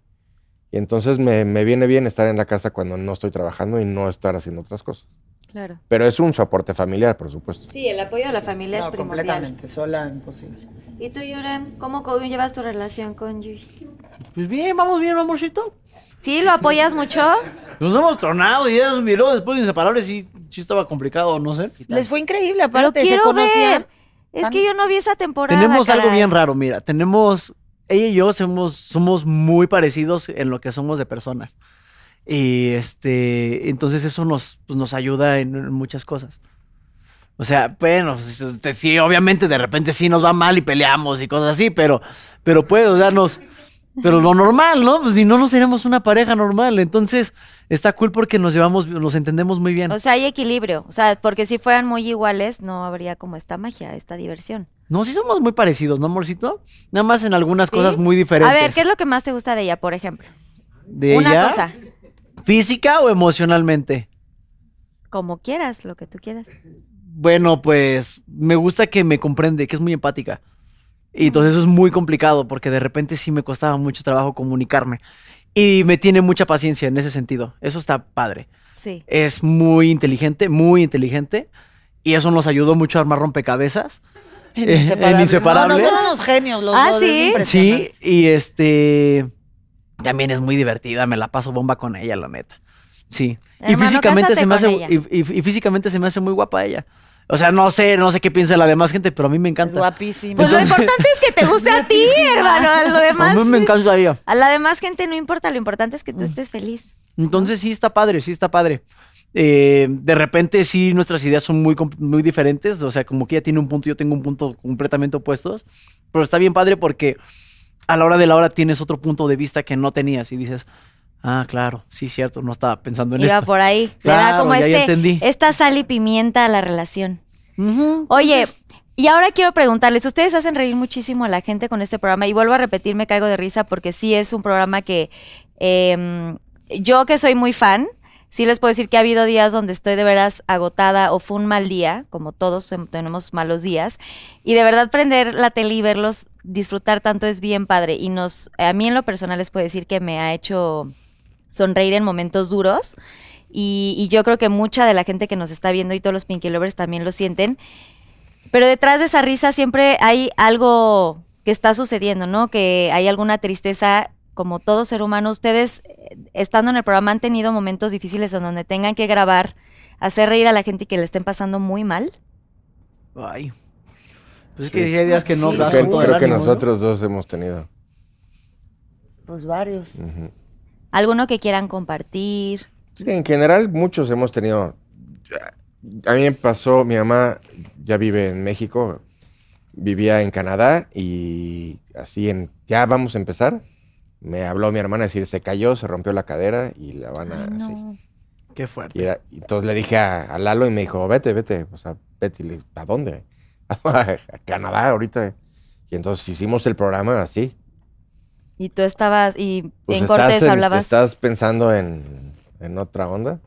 Y entonces me, me viene bien estar en la casa cuando no estoy trabajando y no estar haciendo otras cosas.
Claro.
Pero es un soporte familiar, por supuesto.
Sí, el apoyo de la familia es
No,
primordial.
completamente, sola, imposible.
¿Y tú, Yurem, cómo co- llevas tu relación con Yuri?
Pues bien, vamos bien, amorcito.
¿Sí? ¿Lo apoyas mucho?
Nos hemos tronado y eso, y luego después de inseparables sí, sí estaba complicado, no sé.
Les fue increíble,
Lo
aparte, se
quiero
conocían.
ver. Es que yo no vi esa temporada.
Tenemos algo
caray.
bien raro, mira, tenemos, ella y yo somos, somos muy parecidos en lo que somos de personas. Y este, entonces eso nos, pues, nos ayuda en, en muchas cosas. O sea, bueno, s- s- sí, obviamente de repente sí nos va mal y peleamos y cosas así, pero, pero puede, o sea, nos, pero lo normal, ¿no? Pues si no, no seremos una pareja normal. Entonces está cool porque nos llevamos, nos entendemos muy bien.
O sea, hay equilibrio. O sea, porque si fueran muy iguales, no habría como esta magia, esta diversión.
No, sí somos muy parecidos, ¿no, amorcito? Nada más en algunas
¿Sí?
cosas muy diferentes.
A ver, ¿qué es lo que más te gusta de ella, por ejemplo?
de
Una
ella,
cosa.
¿Física o emocionalmente?
Como quieras, lo que tú quieras.
Bueno, pues me gusta que me comprende, que es muy empática. Y entonces eso es muy complicado porque de repente sí me costaba mucho trabajo comunicarme. Y me tiene mucha paciencia en ese sentido. Eso está padre.
Sí.
Es muy inteligente, muy inteligente. Y eso nos ayudó mucho a armar rompecabezas. Eh, En
No,
Inseparables.
no, son unos genios los
Ah,
dos.
¿sí?
es impresionante.
Sí, y este también es muy divertida, me la paso bomba con ella, la neta. Sí. Y
Hermano,
físicamente se me hace
cásate con
y, y- y físicamente se me hace muy guapa ella. O sea, no sé, no sé qué piensa la demás gente, pero a mí me
Es
encanta.
guapísima.
Pues lo importante es que te guste a ti, hermano. A lo
A
demás.
mí me Mm. encanta ella.
A la demás gente no importa, lo importante es que tú estés feliz.
Entonces sí está padre, sí está padre. Eh, de repente sí nuestras ideas son muy, comp- muy diferentes, o sea, como que ella tiene un punto y yo tengo un punto completamente opuestos, pero está bien padre porque a la hora de la hora tienes otro punto de vista que no tenías y dices, ah, claro, sí, cierto, no estaba pensando en
Iba
esto.
por ahí. Le da
Claro,
como
ya- ya
este,
entendí.
esta sal y pimienta a la relación.
Ujú.
Oye, y ahora quiero preguntarles, ustedes hacen reír muchísimo a la gente con este programa y vuelvo a repetir, me caigo de risa porque sí es un programa que eh, yo que soy muy fan, sí les puedo decir que ha habido días donde estoy de veras agotada o fue un mal día, como todos em- tenemos malos días, y de verdad prender la tele y verlos disfrutar tanto es bien padre y nos, a mí en lo personal les puedo decir que me ha hecho sonreír en momentos duros. Y, y yo creo que mucha de la gente que nos está viendo y todos los Pinky Lovers también lo sienten. Pero detrás de esa risa siempre hay algo que está sucediendo, ¿no? Que hay alguna tristeza, como todo ser humano. Ustedes, eh, estando en el programa, han tenido momentos difíciles en donde tengan que grabar, hacer reír a la gente y que le estén pasando muy mal.
Ay. Pues es que sí hay días que no
Es
das
que
con todo el
creo que
ánimo, ¿no?
nosotros dos hemos tenido.
Pues varios.
Ujú.
Alguno que quieran compartir.
Sí, en general muchos hemos tenido. A mí me pasó, mi mamá ya vive en México, vivía en Canadá y así en, ya vamos a empezar. Me habló mi hermana a decir, se cayó, se rompió la cadera y la van
Ah,
a... así".
Qué fuerte.
Y era- y entonces le dije a, a Lalo y me dijo, vete, vete, o sea, vete. Y le dije, ¿a dónde? a Canadá ahorita. Y entonces hicimos el programa así.
Y tú estabas, y
Pues
en
estás
cortes
en-
hablabas.
Estás pensando en, en otra onda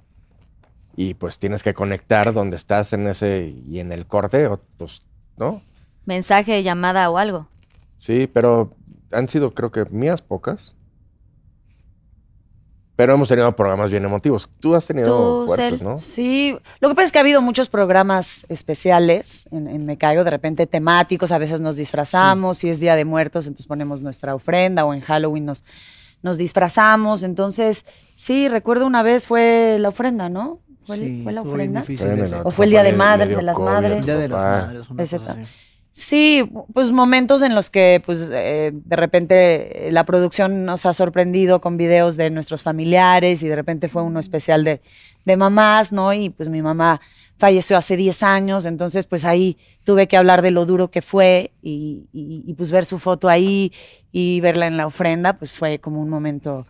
y pues tienes que conectar donde estás en ese y en el corte, o, pues, ¿no?
Mensaje, llamada o algo.
Sí, pero han sido creo que mías pocas. Pero hemos tenido programas bien emotivos. Tú has tenido
Tú,
fuertes,
Cel.
¿no?
Sí, lo que pasa es que ha habido muchos programas especiales en, en Me Caigo, de repente temáticos, a veces nos disfrazamos, si es Día de Muertos, entonces ponemos nuestra ofrenda o en Halloween nos, nos disfrazamos, entonces sí, recuerdo una vez fue la ofrenda, ¿no? ¿Fue,
Sí,
fue la
estuvo bien
ofrenda?
difícil
También
ese.
el
¿O
otro
fue el Día de
le- le
madre,
dio
de las
COVID a
madres?
tu
Día de las
papá.
madres, una
Ese
cosa
tal.
así.
Sí, pues momentos en los que pues eh, de repente eh, la producción nos ha sorprendido con videos de nuestros familiares y de repente fue uno especial de, de mamás, ¿no? Y pues mi mamá falleció hace 10 años, entonces pues ahí tuve que hablar de lo duro que fue y, y- y, pues ver su foto ahí y verla en la ofrenda, pues fue como un momento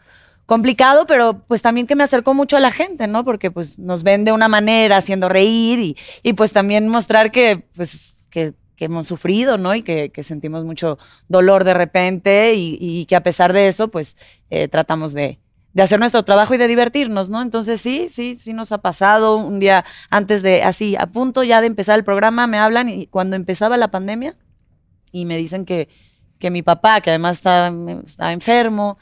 complicado, pero pues también que me acercó mucho a la gente, ¿no? Porque pues nos ven de una manera haciendo reír y, y pues también mostrar que pues que, que hemos sufrido, ¿no? Y que, que sentimos mucho dolor de repente y, y que a pesar de eso pues eh, tratamos de, de hacer nuestro trabajo y de divertirnos, ¿no? Entonces sí, sí, sí nos ha pasado un día antes de, así, a punto ya de empezar el programa, me hablan y cuando empezaba la pandemia y me dicen que, que mi papá, que además estaba, estaba enfermo,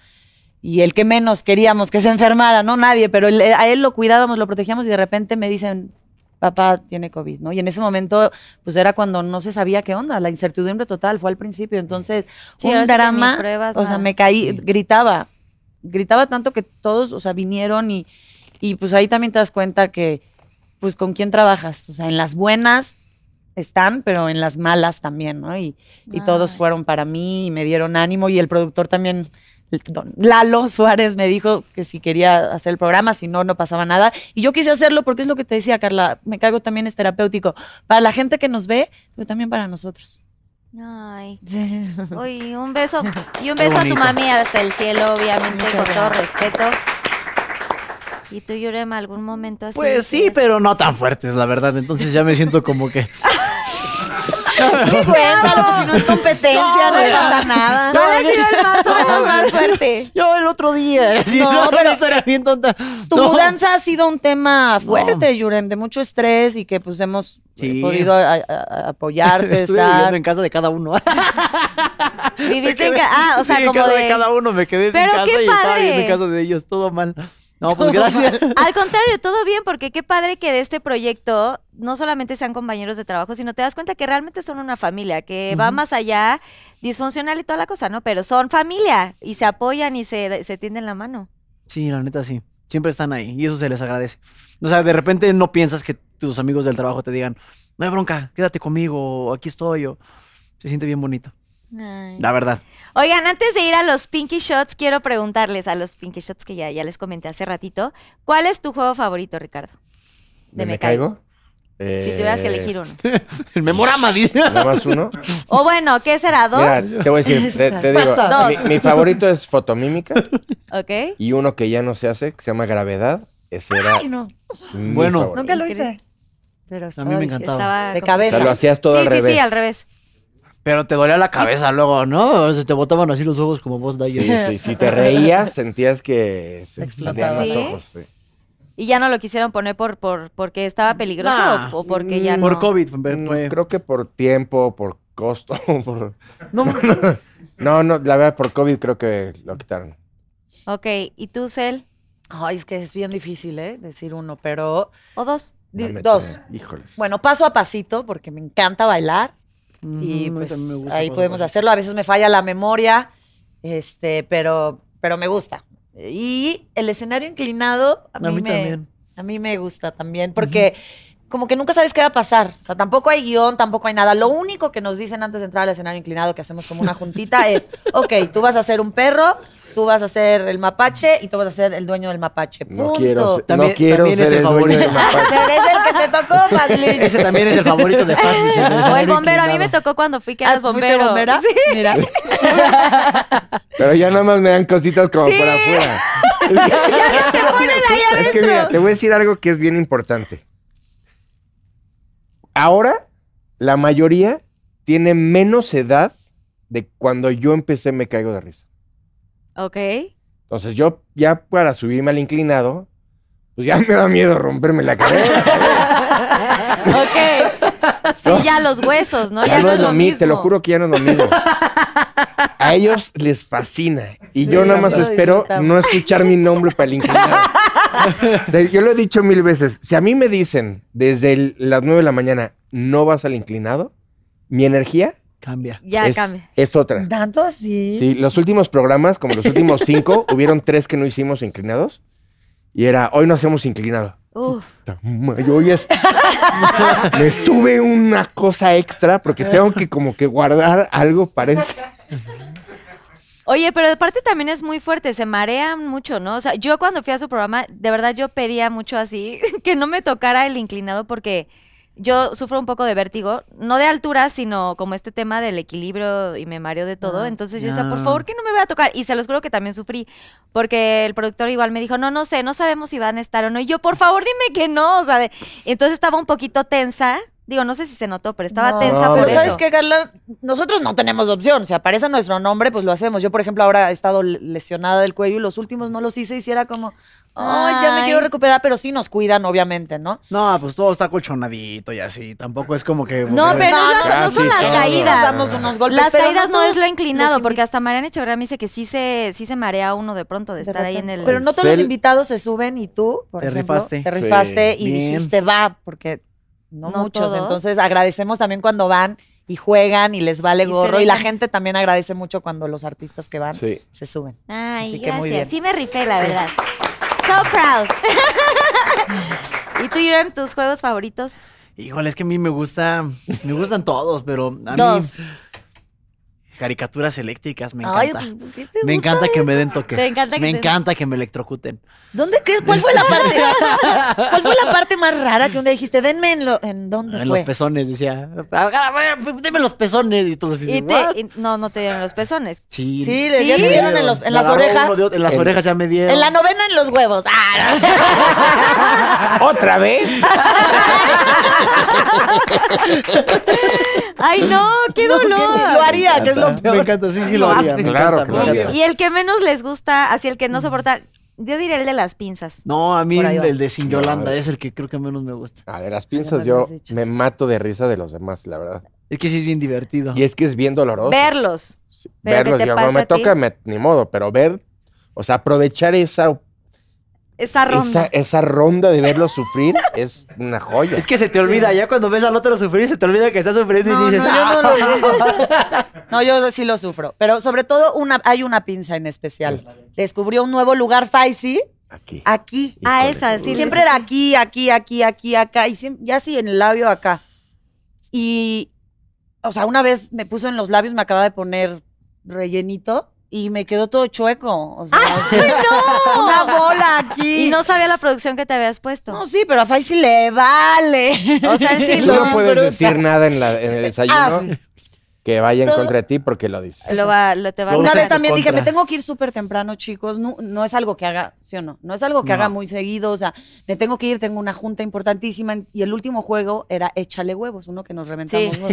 y el que menos queríamos que se enfermara, no nadie, pero él- a él lo cuidábamos, lo protegíamos y de repente me dicen, papá tiene COVID, ¿no? Y en ese momento, pues era cuando no se sabía qué onda, la incertidumbre total fue al principio. Entonces,
Sí, ahora
un
sí que ni
drama,
pruebas,
o sea,
nada.
me caí, gritaba, gritaba tanto que todos, o sea, vinieron y, y pues ahí también te das cuenta que, pues, con quién trabajas, o sea, en las buenas están, pero en las malas también, ¿no? Y, y todos
Ay.
fueron para mí y me dieron ánimo y el productor también, don Lalo Suárez, me dijo que si quería hacer el programa, si no, no pasaba nada. Y yo quise hacerlo porque es lo que te decía, Carla, me caigo también es terapéutico, para la gente que nos ve, pero también para nosotros.
Ay.
Sí.
Uy, un beso. Y un
Qué
beso a tu
bonito.
mami hasta el cielo, obviamente,
Muchas
con todo
gracias.
respeto. ¿Y tú, Yurema, algún momento así?
Pues sí,
tienes?
pero no tan fuertes, la verdad. Entonces ya me siento como que.
Cuéntalo, pues si no es competencia, no, pasa nada.
¿Cuál ha sido el más o menos más fuerte?
Yo el otro día. sí,
No,
no,
pero-
pero estaría bien tonta.
Tu
No.
mudanza ha sido un tema fuerte, Yurem, de mucho estrés y que pues hemos eh,
Sí.
podido a- a- a- apoyarte,
Estuve
estar.
viviendo en casa de cada uno.
Viviste en casa. Ah, o sea,
Sí, en
como
casa
de.
de cada uno me quedé
Pero
sin casa
qué
y estaba
padre.
viviendo en casa de ellos, todo mal. No, pues gracias.
Al contrario, todo bien, porque qué padre que de este proyecto no solamente sean compañeros de trabajo, sino te das cuenta que realmente son una familia, que va más allá, disfuncional y toda la cosa, ¿no? Pero son familia y se apoyan y se, se tienden la mano.
Sí, la neta sí. Siempre están ahí y eso se les agradece. O sea, de repente no piensas que tus amigos del trabajo te digan, no hay bronca, quédate conmigo, o aquí estoy. o- Se siente bien bonito. La verdad.
Oigan, antes de ir a los Pinky Shots, quiero preguntarles a los Pinky Shots que ya, ya les comenté hace ratito, ¿cuál es tu juego favorito, Ricardo?
¿De me caigo?
Si tuvieras que
Eh,
elegir uno.
El memorama dice.
Nada más uno.
O bueno, ¿qué será? ¿Dos?
Mira, te voy a decir, te, te digo,
Basta.
mi, mi favorito es fotomímica
¿Ok?
y uno que ya no se hace, que se llama gravedad. Ese era
Ay, no,
mi
Bueno.
favorito.
nunca lo hice. Pero
A mí me
Estaba
encantaba.
De
como-
O sea,
cabeza.
lo hacías todo
sí,
al
sí,
revés.
sí, al revés.
Pero te dolía la cabeza luego, ¿no? Se te botaban así los ojos como vos,
Sí,
Dayer.
sí, si te reías, sentías que se expandían
¿Sí?
los ojos. sí.
Y ya no lo quisieron poner por, por porque estaba peligroso
Nah.
o, o porque ya no.
Por COVID.
Mm,
fue-
Creo que por tiempo, por costo, por...
No,
No, no, la verdad, por COVID creo que lo quitaron.
Ok, ¿y tú, Cel?
Ay, es que es bien difícil, ¿eh? Decir uno, pero.
¿O dos?
di-
Dame
dos.
tres. Híjoles.
Bueno, paso a pasito, porque me encanta bailar. y
Ujú, a mí
pues
también me gusta
ahí
por
podemos
supuesto.
hacerlo. A veces me falla la memoria, este, pero, pero me gusta. Y el escenario inclinado a mí,
mí
me,
también.
A mí me gusta también, porque como que nunca sabes qué va a pasar. O sea, tampoco hay guión, tampoco hay nada. Lo único que nos dicen antes de entrar al escenario inclinado, que hacemos como una juntita, es, ok, tú vas a ser un perro, tú vas a ser el mapache y tú vas a ser el dueño del mapache. Punto.
No quiero, ser-
También-
no quiero
también es el
ser el dueño
favorito.
del mapache.
Eres el que te tocó, Pazlich.
Ese también es el favorito de Paz. Michelle,
O el
escenario
bombero, a mí me
inclinado.
tocó cuando fui que
Ah,
eras
¿fuiste
bombero.
bombera?
Sí.
Mira.
Pero ya nada más me dan cositas como por afuera. Es que mira, te voy a decir algo que es bien importante. Ahora, la mayoría tiene menos edad de cuando yo empecé Me Caigo de Risa.
Ok.
Entonces yo ya para subirme al inclinado, pues ya me da miedo romperme la cabeza.
Ok. Sí, ya los huesos, ¿no? Ya,
Ya
no es lo
mi-
mismo.
te lo juro que ya no es lo mismo. A ellos les fascina. Y
Sí,
yo nada más
lo
espero
disfrutamos.
no escuchar mi nombre para el inclinado. O sea, yo lo he dicho mil veces. Si a mí me dicen desde el- las 9 de la mañana no vas al inclinado, mi energía
Cambia.
Ya
es,
cambia.
es otra.
Tanto así.
Sí, los últimos programas, como los últimos cinco, hubieron tres que no hicimos inclinados. Y era, hoy no hacemos inclinado.
Uf.
Puta madre, Hoy es... Me estuve una cosa extra porque tengo que como que guardar algo para eso.
Oye, pero de parte también es muy fuerte, se marean mucho, ¿no? O sea, yo cuando fui a su programa, de verdad yo pedía mucho así, que no me tocara el inclinado porque yo sufro un poco de vértigo, no de altura, sino como este tema del equilibrio y me mareo de todo.
Ah,
Entonces yo decía, por
ah.
favor, que no me vaya a tocar. Y se los juro que también sufrí, porque el productor igual me dijo, no, no sé, no sabemos si van a estar o no. Y yo, por favor, dime que no, o sea, de- entonces estaba un poquito tensa. Digo, no Ah, sé si se notó, pero estaba
No,
tensa
No,
por
Pero
eso.
Pues, ¿sabes qué, Carla? Nosotros no tenemos opción. Si aparece nuestro nombre, pues lo hacemos. Yo, por ejemplo, ahora he estado le- lesionada del cuello y los últimos no los hice. Hiciera como, ay, ya me
Ay.
quiero recuperar, pero sí nos cuidan, obviamente, ¿no?
No, pues todo está colchonadito y así. Tampoco es como que.
No, pero no, no
Casi
son las
todo.
caídas.
Nos damos unos golpes.
Las
pero
caídas no, es
todos
lo inclinado,
los invi-
porque hasta Mariana Echeverría me dice que sí se, sí se marea uno de pronto de,
de
estar ahí en
repente.
el...
Pero no todos los
Cel-
invitados se suben y tú, por
Te
ejemplo,
rifaste.
Te
Sí.
rifaste y
Bien.
dijiste, va, porque no,
No
muchos.
todos.
Entonces agradecemos también cuando van y juegan y les vale
Y se
gorro. Y la
dejan.
gente también agradece mucho cuando los artistas que van
Sí.
se suben.
Ay,
Así que
gracias.
muy bien.
Sí me rifé, la verdad. So proud. ¿Y tú, Yurem, tus juegos favoritos?
Híjole, es que a mí me gusta, me gustan todos, pero a
Dos.
mí caricaturas eléctricas me
Ay,
encanta.
pues, ¿por qué te
me
gusta?
encanta que me den toques.
Te encanta que
me
te-
encanta que me electrocuten.
¿Dónde qué- ¿Cuál fue la parte? ¿Cuál fue la parte más rara que un día dijiste? Denme en, lo- en dónde
En los
fue.
pezones, decía. "Ah, "Agárrame, Deme pues, los pezones. Y todos así,
Y te-
¿what?
y- no, no te dieron los pezones.
Sí.
Sí, le ya te dieron en, los- en
Me
las
agarró
orejas.
uno de otro- en las
En-
orejas ya me dieron.
En la novena en los huevos. Ah, no.
¿Otra vez?
Ay, no, qué
No, que
dolor.
ni lo haría, que es lo peor.
Me encanta, sí, sí
Lo
lo haría.
hace.
me
Claro
encanta,
que
me
lo
encanta.
haría.
Y el que menos les gusta, así el que no soporta, yo diré el de las pinzas.
No, a mí
Por ahí va.
el de Sin Yolanda
No.
es el que creo que menos me gusta.
A ver, las
Ya
pinzas
me
yo
habías dicho
me
eso.
mato de risa de los demás, la verdad.
Es que sí es bien divertido.
Y es que es bien
Oh.
doloroso.
Verlos.
Sí,
¿Pero qué
Verlos,
te
yo
pasa a
cuando me
ti?
toca, me- ni modo, pero ver, o sea, aprovechar esa,
Esa ronda.
esa, esa ronda de verlos sufrir es una joya.
Es que se te olvida, ya cuando ves al otro sufrir, se te olvida que está sufriendo
No,
y dices,
no,
"Ah".
yo no lo No, yo sí lo sufro. Pero sobre todo una, hay una pinza en especial. Descubrió un nuevo lugar, Faisy,
Aquí.
aquí.
Ah,
Híjole.
esa, sí.
Siempre era aquí, aquí, aquí, aquí, acá. Y siem- ya sí, en el labio acá. Y, o sea, una vez me puso en los labios, me acaba de poner rellenito y me quedó todo chueco. O sea, Una bola aquí.
Y no sabía la producción que te habías puesto.
No, sí, pero a Faisy le vale.
O sea, él sí
Tú
lo
no puedes
disfruta.
decir nada en, la- en el desayuno
Ah, sí.
que vaya en
Todo-
contra de ti porque lo dices.
lo va, lo te va a
Una
Una
Todo
vez
en tu
también dije,
contra.
me tengo que ir súper temprano, chicos. No, no es algo que haga, ¿sí o no? No es algo que
No.
haga muy seguido. O sea, me tengo que ir, tengo una junta importantísima. Y el último juego era échale huevos, uno que nos reventamos.
Sí.
dos.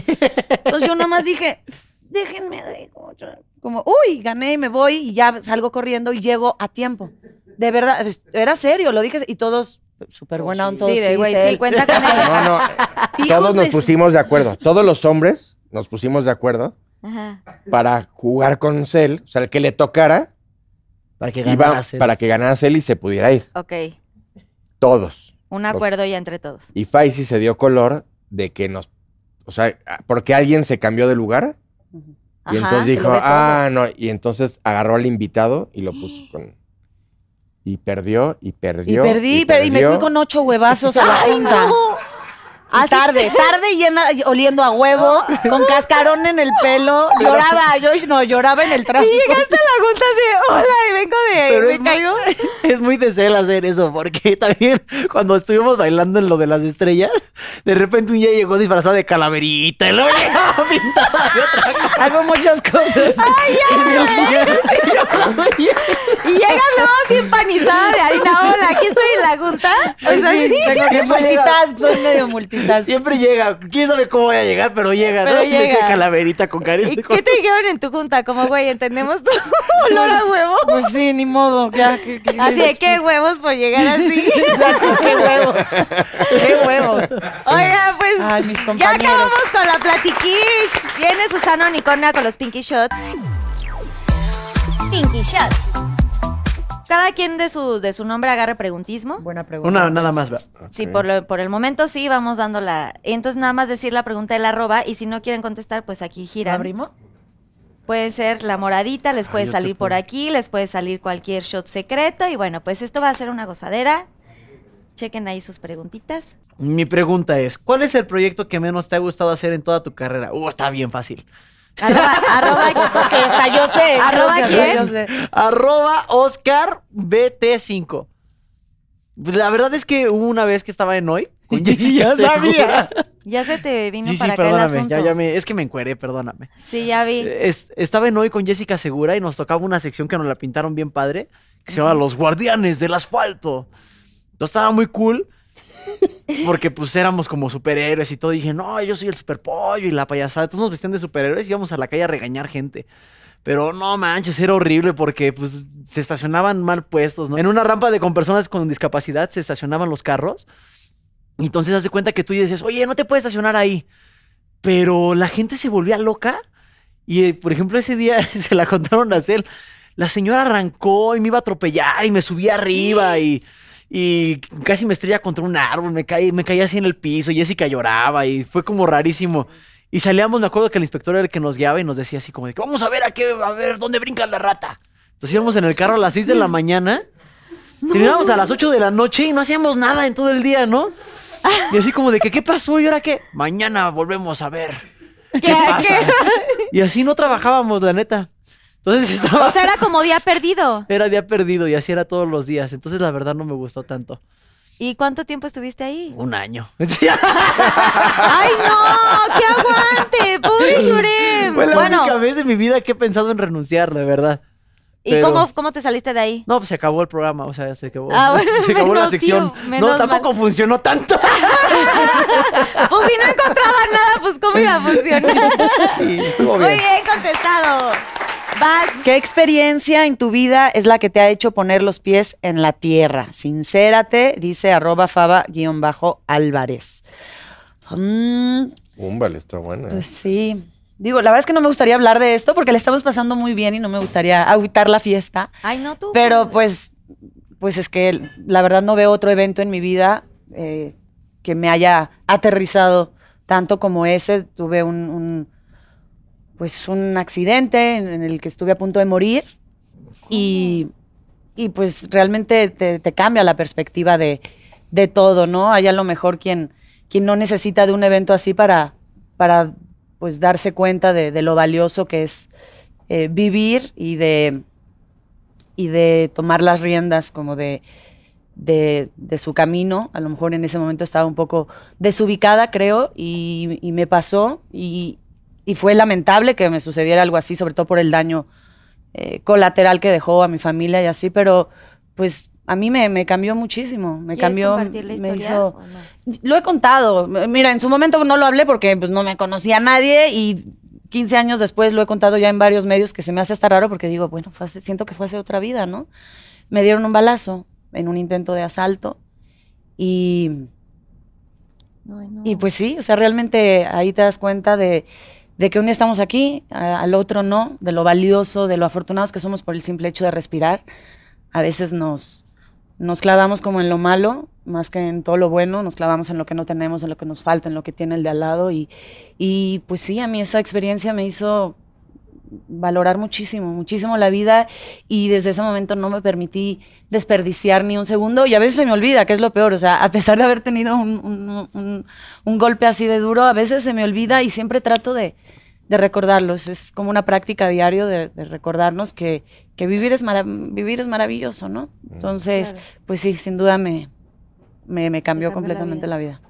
Entonces yo nada más dije, déjenme de como, uy, gané y me voy y ya salgo corriendo y llego a tiempo. De verdad, es- era serio, lo dije. Y todos, pues, súper buena onda. todos,
Sí, de güey,
sé
sí,
él".
cuenta con él.
No, no,
Hijos
todos
de
nos
su-
pusimos de acuerdo, todos los hombres nos pusimos de acuerdo
Ajá.
para jugar con Cell, o sea, el que le tocara,
Para que
iba
ganara
para que ganara Cell y se pudiera ir.
Ok.
Todos.
Un acuerdo ya entre todos.
Y Faisy se dio color de que nos. O sea, porque alguien se cambió de lugar. Y entonces
Ajá.
que lo
dijo,
ve todo.
ah, no. Y entonces agarró al invitado y lo puso con. Y perdió, y
Y
perdió.
perdí, pero y me
perdió.
fui con ocho huevazos a la junta. Y
Así-
tarde, tarde llena, y oliendo a huevo, con cascarón en el pelo. Lloraba, yo no, lloraba en el tráfico.
Llegaste a la junta así, hola, y vengo de...
Pero
¿Me
es muy-
caigo?
Es muy de cel hacer eso, porque también cuando estuvimos bailando en lo de las estrellas, de repente un día llegó disfrazada de calaverita, y luego llegaba pintada de otra cosa.
Hago muchas cosas.
Y yo la veía.
Y llegas luego sin panizada de harina, hola, aquí estoy en la junta. O sea, sí.
Tengo que
Siempre
multitask, soy medio multitask.
Siempre llega, quién sabe cómo voy a llegar, pero llega,
Pero
¿no? Y me
llega.
queda calaverita con carita.
¿Y qué te dijeron en tu junta? Como, güey, entendemos tu olor a huevo.
Pues sí, ni modo. ya, ¿qué- qué-
Así de qué huevos por llegar así.
Exacto, qué huevos. Qué huevos.
Oiga, pues
Ay, mis
ya
compañeros.
acabamos con la platiquish. Viene Susana Unicornia con los Pinky Shot. Pinky Shot. Cada quien de su, de su nombre agarre preguntismo.
Buena pregunta.
Una nada más, va.
Sí,
Ok.
por, lo- por el momento sí, vamos dando la... Entonces nada más decir la pregunta del arroba y si no quieren contestar, pues aquí
¿La
giran.
abrimos?
Puede ser la moradita, les puede
Ah, yo te
salir por
puedo.
aquí, les puede salir cualquier shot secreto. Y bueno, pues esto va a ser una gozadera. Chequen ahí sus preguntitas.
Mi pregunta es, ¿cuál es el proyecto que menos te ha gustado hacer en toda tu carrera? Uh, está bien fácil.
Arroba, arroba,
Porque hasta yo sé.
¿Arroba
creo que
quién?
yo sé.
Arroba Oscar BT5. Pues La verdad es que hubo una vez que estaba en hoy. con Jessica Segura.
Ya se te vino
Sí, sí,
para acá el
perdóname.
asunto.
Ya, ya me- es que me encueré, perdóname.
Sí, ya vi.
Eh, es- estaba en hoy con Jessica Segura y nos tocaba una sección que nos la pintaron bien padre, que se llama Los Guardianes del Asfalto. Entonces estaba muy cool. Porque pues éramos como superhéroes y todo. Y dije, no, yo soy el superpollo y la payasada. Todos nos vestían de superhéroes y íbamos a la calle a regañar gente. Pero no manches, era horrible porque pues se estacionaban mal puestos, ¿no? En una rampa de con personas con discapacidad se estacionaban los carros. Y entonces hace cuenta que tú ya dices, oye, no te puedes estacionar ahí. Pero la gente se volvía loca. Y eh, por ejemplo, ese día se la contaron a Cel. La señora arrancó y me iba a atropellar y me subí arriba y. y casi me estrella contra un árbol, me caí, me caí así en el piso, Jessica lloraba y fue como rarísimo. Y salíamos, me acuerdo que el inspector era el que nos guiaba y nos decía así como de que vamos a ver a qué, a ver dónde brinca la rata. Entonces íbamos en el carro a las 6 de la mañana, terminábamos a las 8 de la noche y no hacíamos nada en todo el día, ¿no? Y así como de que qué pasó y ahora qué, mañana volvemos a ver. ¿Qué, pasa? Y así no trabajábamos, la neta. Entonces estaba...
O sea, era como día perdido.
Era día perdido y así era todos los días. Entonces, la verdad, no me gustó tanto.
¿Y cuánto tiempo estuviste ahí?
Un año.
¡Ay, no! ¡Qué aguante! ¡Pobre Yurem!
Fue la
bueno,
única vez de mi vida que he pensado en renunciar, la verdad.
¿y
Pero-
cómo, cómo te saliste de ahí?
No, pues se acabó el programa, o sea, se acabó.
Ah, bueno,
se acabó la
menos,
sección.
tío,
no,
menos
tampoco funcionó tanto.
Pues si no encontraba nada, pues cómo iba a funcionar.
Sí, estuvo
Muy
bien.
bien contestado. Vas.
¿Qué experiencia en tu vida es la que te ha hecho poner los pies en la tierra? Sincérate, dice arroba faba-álvarez. Mm,
Úmbale, está buena.
pues sí. Digo, la verdad es que no me gustaría hablar de esto porque le estamos pasando muy bien y no me gustaría agüitar la fiesta.
Ay, no tú.
Pero pues, pues es que la verdad no veo otro evento en mi vida eh, que me haya aterrizado tanto como ese. Tuve un, un, pues un accidente en, en el que estuve a punto de morir y, y, pues realmente te, te cambia la perspectiva de, de todo, ¿no? Hay a lo mejor quien, quien no necesita de un evento así para, para pues darse cuenta de, de lo valioso que es eh, vivir y de y de tomar las riendas como de, de, de su camino. A lo mejor en ese momento estaba un poco desubicada, creo, y, y me pasó y, y fue lamentable que me sucediera algo así, sobre todo por el daño eh, colateral que dejó a mi familia y así, pero pues a mí me, me cambió muchísimo, me
¿Quieres
cambió,
compartir la
me
historia
hizo...
o no?
Lo he contado. M- Mira, en su momento no lo hablé porque pues, no me conocía a nadie y 15 años después lo he contado ya en varios medios que se me hace hasta raro porque digo, bueno, fue hace- siento que fue hace otra vida, ¿no? Me dieron un balazo en un intento de asalto y, y pues sí, o sea, realmente ahí te das cuenta de, de que un día estamos aquí, a- al otro no, de lo valioso, de lo afortunados que somos por el simple hecho de respirar. A veces nos, nos clavamos como en lo malo, más que en todo lo bueno, nos clavamos en lo que no tenemos, en lo que nos falta, en lo que tiene el de al lado. Y, y pues sí, a mí esa experiencia me hizo valorar muchísimo, muchísimo la vida y desde ese momento no me permití desperdiciar ni un segundo y a veces se me olvida, que es lo peor, o sea, a pesar de haber tenido un, un- un- un golpe así de duro, a veces se me olvida y siempre trato de, de recordarlos, es como una práctica diario de, de recordarnos que, que vivir, es mara- vivir es maravilloso, ¿no?
Mm.
Entonces, pues sí, sin duda me, me, me
cambió
cambió
la
completamente la vida.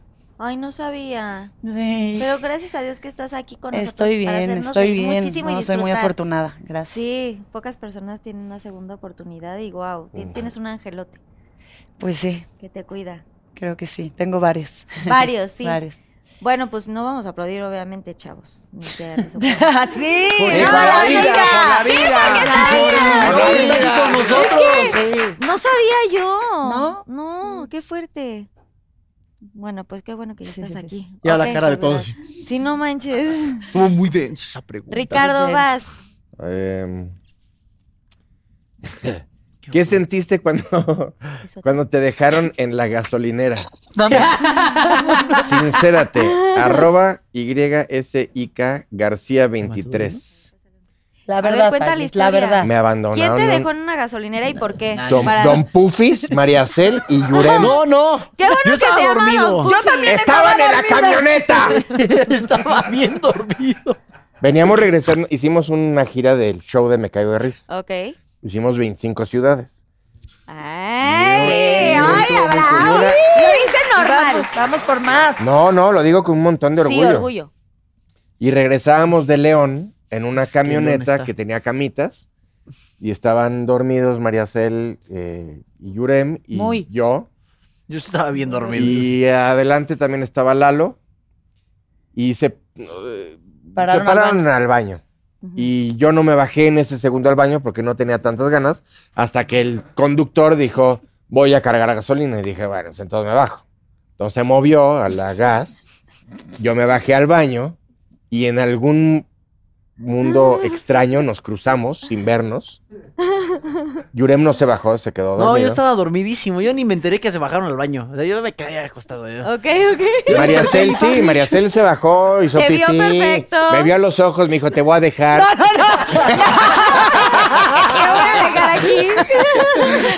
Ay, no sabía.
Sí.
Pero gracias a Dios que estás aquí con nosotros.
Estoy
para
bien,
hacernos
estoy
reír
bien,
Muchísimo y
no, soy muy
disfrutar.
afortunada, gracias.
Sí, pocas personas tienen una segunda oportunidad y wow,
Ujú.
tienes un angelote
Pues sí,
que te cuida.
creo que sí, tengo varios.
Varios, sí.
Varios.
Bueno, pues no vamos a aplaudir, obviamente, chavos. Ni se
sí, no,
Porque por la
amiga.
vida, por la vida.
Por
Está
la
aquí
vida.
con nosotros.
No sabía yo.
¿No?
No, qué fuerte. Bueno, pues qué bueno que ya
Sí,
estás
sí, sí.
aquí.
Ya la
Ok,
cara de todos.
gracias. Sí, no manches.
Estuvo muy denso esa pregunta.
Ricardo,
Entonces-
vas.
Em, ¿Qué sentiste cuando, cuando te dejaron en la gasolinera? Sincérate. arroba YSIK García 23.
La
A ver,
verdad,
cuenta la
Pais, la
historia.
verdad.
Me
¿Quién
abandonaron.
te dejó en una gasolinera y por qué?
Don,
Para-
Don Pufis, Mariacel y Yurem.
No, no.
Qué bueno
Yo
que se
estaba
llama
dormido.
Don Pufis.
¡Estaban en la camioneta!
estaba bien dormido.
Veníamos regresando, hicimos una gira del show de Me Caigo de Risa.
Ok.
Hicimos 25 ciudades.
¡Ay!
No,
¡Ay,
no, no,
bravo!
no, no.
Lo hice normal.
Vamos, vamos por más.
No, no, lo digo con un montón de
Sí, orgullo.
Y regresábamos de León en una
Es que León está.
camioneta que tenía camitas y estaban dormidos Mariacel eh, y Yurem y
Muy.
yo.
Yo estaba bien dormido.
Y adelante también estaba Lalo y se eh,
Pararon
se pararon al baño.
Ujú.
Y yo no me bajé en ese segundo al baño porque no tenía tantas ganas hasta que el conductor dijo, voy a cargar gasolina. Y dije, bueno, pues entonces me bajo. Entonces se movió a la gas, yo me bajé al baño y en algún mundo extraño, nos cruzamos sin vernos. Yurem no se bajó, se quedó dormido.
No, yo estaba dormidísimo. Yo ni me enteré que se bajaron al baño. O sea, yo me quedé acostado. yo.
Ok, ok.
María Cel, sí, María Cel se bajó, hizo
Te
pipí.
vio perfecto.
Me vio a los ojos, me dijo, te voy a dejar.
No, no, no.
¿Qué voy a dejar aquí?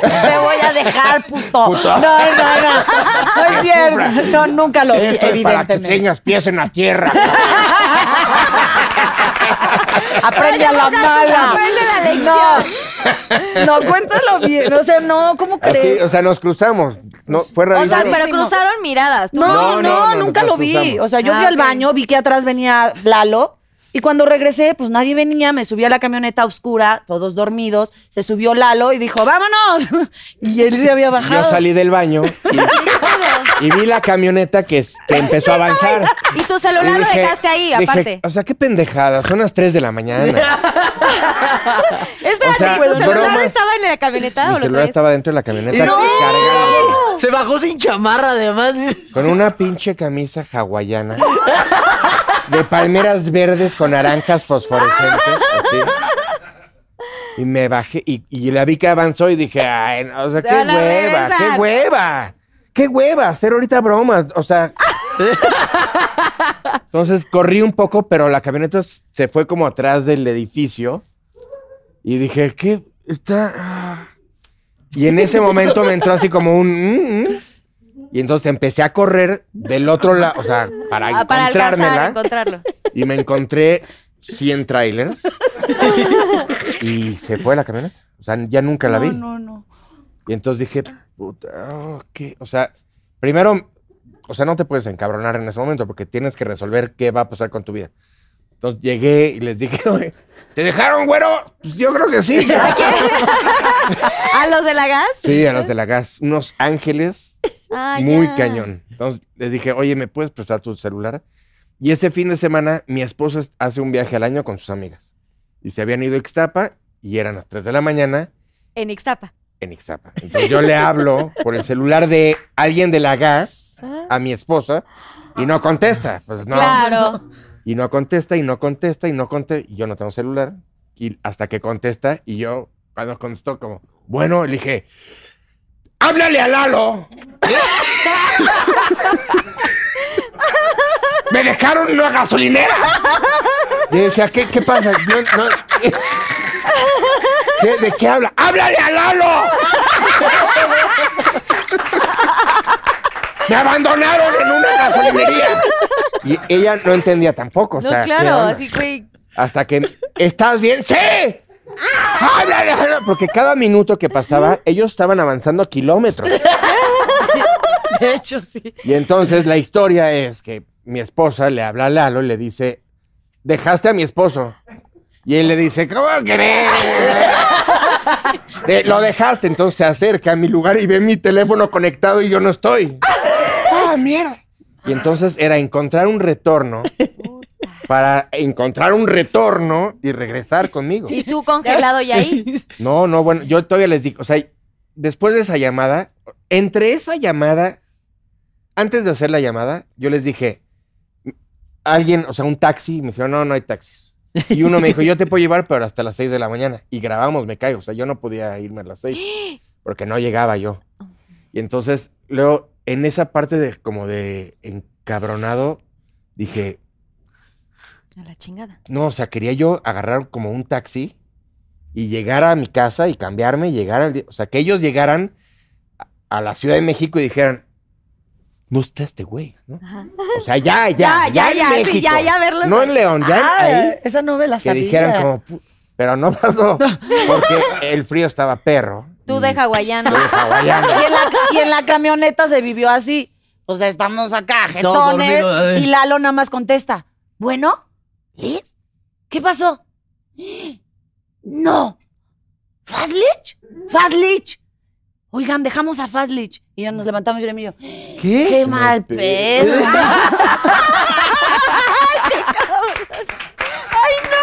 Te voy a dejar, puto. No, no, no. No es cierto. No, nunca lo vi,
Esto es para que
evidentemente.
tengas pies en la tierra.
Aprende a la mala.
Aprende la
No, no, cuéntalo bien. O sea, no, ¿cómo
Así,
crees?
o sea, nos cruzamos. No, fue
O sea,
rarísimo.
pero cruzaron miradas. ¿tú?
No, no,
No, no, no,
nunca
nos
lo vi.
cruzamos.
O sea, yo
Ah,
fui al
ok.
baño, vi que atrás venía Lalo. Y cuando regresé, pues nadie venía, me subí a la camioneta oscura, todos dormidos, se subió Lalo y dijo, vámonos. Y él se había bajado.
Yo salí del baño y, y vi la camioneta que, es- que empezó a avanzar.
Y tu celular
Y
lo
dije-
dejaste ahí,
dije,
aparte. Ah,
o sea, qué pendejada, son las 3 de la mañana.
Espérate,
o sea,
¿tu celular
bromas.
estaba en la camioneta o
Mi
lo
celular
traías?
estaba dentro de la camioneta
¡No!
cargado
Se bajó sin chamarra, además.
con una pinche camisa hawaiana de palmeras verdes con naranjas fosforescentes. así. Y me bajé y, y la vi que avanzó y dije, ay, no, o sea,
Se
qué
van a
hueva,
regresar.
qué hueva, qué hueva hacer ahorita bromas, o sea. Entonces corrí un poco, pero la camioneta s- se fue como atrás del edificio y dije, ¿qué está? ah". Y en ese momento me entró así como un... "Mm, mm". Y entonces empecé a correr del otro lado, o sea, para
Ah, para alcanzar,
encontrármela.
encontrarlo.
Y me encontré 100 trailers. y se fue la camioneta. O sea, ya nunca la vi.
No, no, no.
Y entonces dije, puta, oh, ¿qué? O sea, primero, o sea, no te puedes encabronar en ese momento porque tienes que resolver qué va a pasar con tu vida. Entonces llegué y les dije, "Oye, ¿te dejaron, güero? Pues yo creo que sí.
¿A los de la gas?
Sí, a los de la gas, unos ángeles
Ah,
muy
ya.
cañón. Entonces les dije, oye, ¿me puedes prestar tu celular? Y ese fin de semana mi esposa es- hace un viaje al año con sus amigas. Y se habían ido a Ixtapa y eran las 3 de la mañana
En Ixtapa.
en Ixtapa. Entonces yo le hablo por el celular de alguien de la gas a mi esposa y no contesta. Pues no.
Claro.
Y no contesta y no contesta y no contesta. Y yo no tengo celular. Y hasta que contesta y yo, cuando contestó como, bueno, le dije, háblale a Lalo. Me dejaron en una gasolinera. Y yo decía, ¿qué, qué pasa? Yo no- ¿Qué- ¿De qué habla? ¡Háblale a Lalo! Me abandonaron en una gasolinería. Y ella no entendía tampoco. o
No,
sea, ¿qué
claro,
onda?
así que.
Hasta que, ¿estás bien? ¡Sí! ¡Háblale! háblale! Porque cada minuto que pasaba, ellos estaban avanzando kilómetros.
De hecho, sí.
Y entonces la historia es que mi esposa le habla a Lalo y le dice, dejaste a mi esposo. Y él le dice, ¿cómo crees? De- lo dejaste, entonces se acerca a mi lugar y ve mi teléfono conectado y yo no estoy. ¡Ah, mierda! Y entonces era encontrar un retorno para encontrar un retorno y regresar conmigo.
Y tú congelado ya ahí.
No, no, bueno, yo todavía les digo, o sea, después de esa llamada, entre esa llamada, antes de hacer la llamada, yo les dije, alguien, o sea, un taxi, me dijeron, no, no hay taxis. Y uno me dijo, yo te puedo llevar, pero hasta las 6 de la mañana. Y grabamos, me caigo, o sea, yo no podía irme a las 6, porque no llegaba yo. Y entonces, luego, en esa parte de como de encabronado, dije,
A la chingada.
no, o sea, quería yo agarrar como un taxi y llegar a mi casa y cambiarme y llegar al... di- O sea, que ellos llegaran a- a la Ciudad de México y dijeran, no está este güey, ¿no?
Ajá.
O sea, ya, ya, ya,
ya, ya,
en
sí,
México.
ya, ya verlos.
No en León, ya
Ah,
ahí,
esa novela
que
sabía.
dijeran como... "Pu-", Pero no pasó, porque el frío estaba perro.
Tú
y
de hawaiano.
yo de hawaiano.
Y en, la, y en la camioneta se vivió así. O sea, estamos acá,
Todos
jetones.
dormidos, ay.
Y Lalo nada más contesta. ¿Bueno? ¿Liz? ¿Qué pasó? No. ¿Fazlich? ¿Fazlich? Oigan, dejamos a Fazlich. Y ya nos levantamos Jeremy y yo.
¿Qué?
¡Qué mal
pedo.
pedo!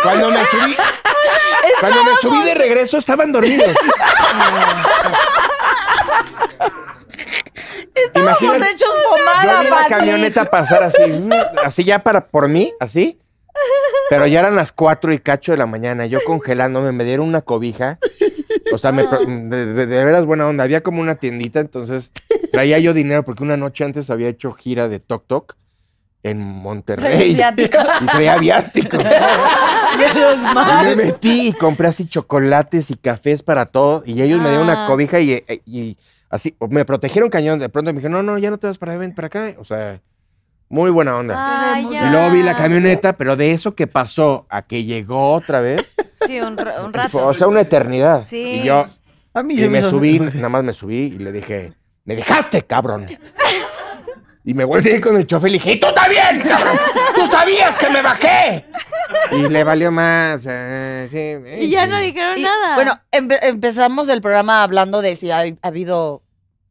Cuando me subí, cuando me subí de regreso estaban dormidos.
Estábamos
Imagínate-
hechos
Yo
pomada,
vi la
Patrick.
camioneta pasar así, así ya para por mí, así. Pero ya eran las 4 y cacho de la mañana, yo congelándome, me dieron una cobija. O sea, me pro- de, de- de veras buena onda. Había como una tiendita, entonces traía yo dinero porque una noche antes había hecho gira de Tok Tok en Monterrey. Y traía viático.
Menos
Y me
mal.
metí y compré así chocolates y cafés para todo. Y ellos me dieron
Ah.
una cobija y, eh, y así, me protegieron cañón. De pronto me dijeron, no, no, ya no te vas para allá, ven para acá. O sea, muy buena onda.
Ah,
Y
ya.
Y luego vi la camioneta, pero de eso que pasó a que llegó otra vez,
Sí, un, ra- un
fue,
rato.
o sea, una eternidad.
Sí.
Y yo,
A mí
y
se
me
hizo-
subí, nada más me subí y le dije, me dejaste, cabrón. Y me volteé con el chofer y le dije, "¿Y tú también, cabrón! ¡Tú sabías que me bajé! Y le valió más. eh, sí, eh,
Y ya
sí.
no dijeron
Y,
nada.
Bueno, empe- empezamos el programa hablando de si ha, ha habido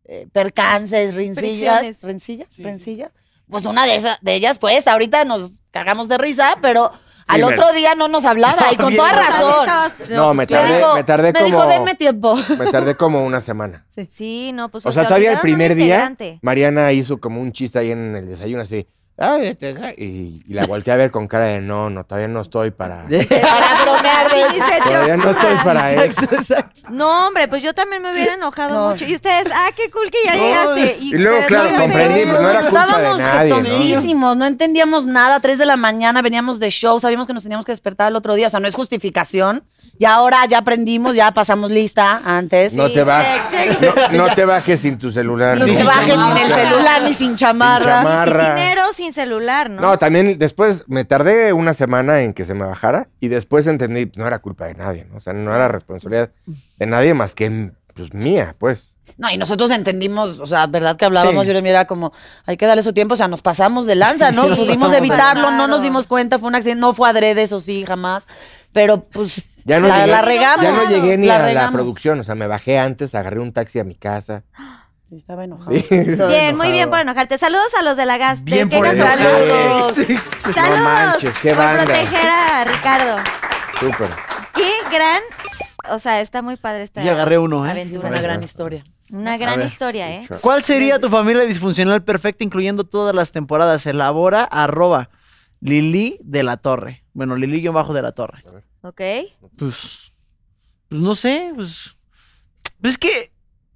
eh, percances, rincillas.
Fricciones.
¿Rencillas?
Sí.
¿Rencillas? Pues una de, esas, de ellas, pues, ahorita nos cagamos de risa, pero al
me-
otro día no nos hablaba y con
bien.
toda
O sea, sí
razón.
estabas- pues,
No, me
Me
tardé,
dijo-
me tardé
me
como.
dijo, denme tiempo.
Me tardé como una semana.
Sí, no, pues
O sea, todavía el
olvidaron
primer
un
día,
integrante.
Mariana hizo como un chiste ahí en el desayuno, así. "Ay, este, ay", Y, y la volteé a ver con cara de no, no, todavía no estoy para.
Para bromear de
Sí,
eso.
se te
Todavía no estoy para eso.
Exacto, exacto.
No, hombre, pues yo también me hubiera enojado
No.
mucho. Y ustedes, ah, qué cool que ya llegaste.
Y luego,
pero
claro,
no,
comprendí,
pero-
pues no era culpa de
Estábamos
nadie, ¿no?
jetoncísimos, ¿no? entendíamos nada. Tres de la mañana veníamos de show, sabíamos que nos teníamos que despertar el otro día. O sea, no es justificación. Y ahora ya aprendimos, ya pasamos lista antes.
No
Sí,
te bajes.
check, check.
No, no te bajes sin tu celular.
No te
sin
bajes
chamarra.
sin el celular ni sin chamarra.
Sin chamarra.
Sin dinero, sin celular, ¿no?
No, también después me tardé una semana en que se me bajara y después entendí, pues, no era culpa de nadie, ¿no? O sea, no era responsabilidad de nadie más que pues, mía, pues.
No, y nosotros entendimos, o sea, verdad que hablábamos,
Sí.
yo era como, hay que darle su tiempo, o sea, nos pasamos de lanza, ¿no?
Sí, nos
Pudimos
pasamos.
evitarlo, no
Claro.
nos dimos cuenta, fue un accidente, no fue adrede, eso sí, jamás. Pero pues
Ya no
la,
llegué-
la regamos.
Ya no llegué ni a la
regamos. Ah.
producción, o sea, me bajé antes, agarré un taxi a mi casa.
Sí, Estaba enojado.
Sí.
Estaba
Bien,
enojado.
muy bien por enojarte. Saludos a los de la gas.
Bien
de
por
Quejas
el
Oaxaca.
Saludos.
Sí.
Saludos
No manches, qué
por
banda.
proteger a Ricardo.
Súper.
Qué gran, o sea, está muy padre esta
Y agarré uno, ¿eh?
aventura.
Una gran historia.
Una gran historia, ¿eh?
¿Cuál sería tu familia disfuncional perfecta, incluyendo todas las temporadas? Elabora arroba Lili de la Torre. Bueno, Lili yo bajo de la Torre.
¿Ok?
Pues, pues no sé, pues, pues es que,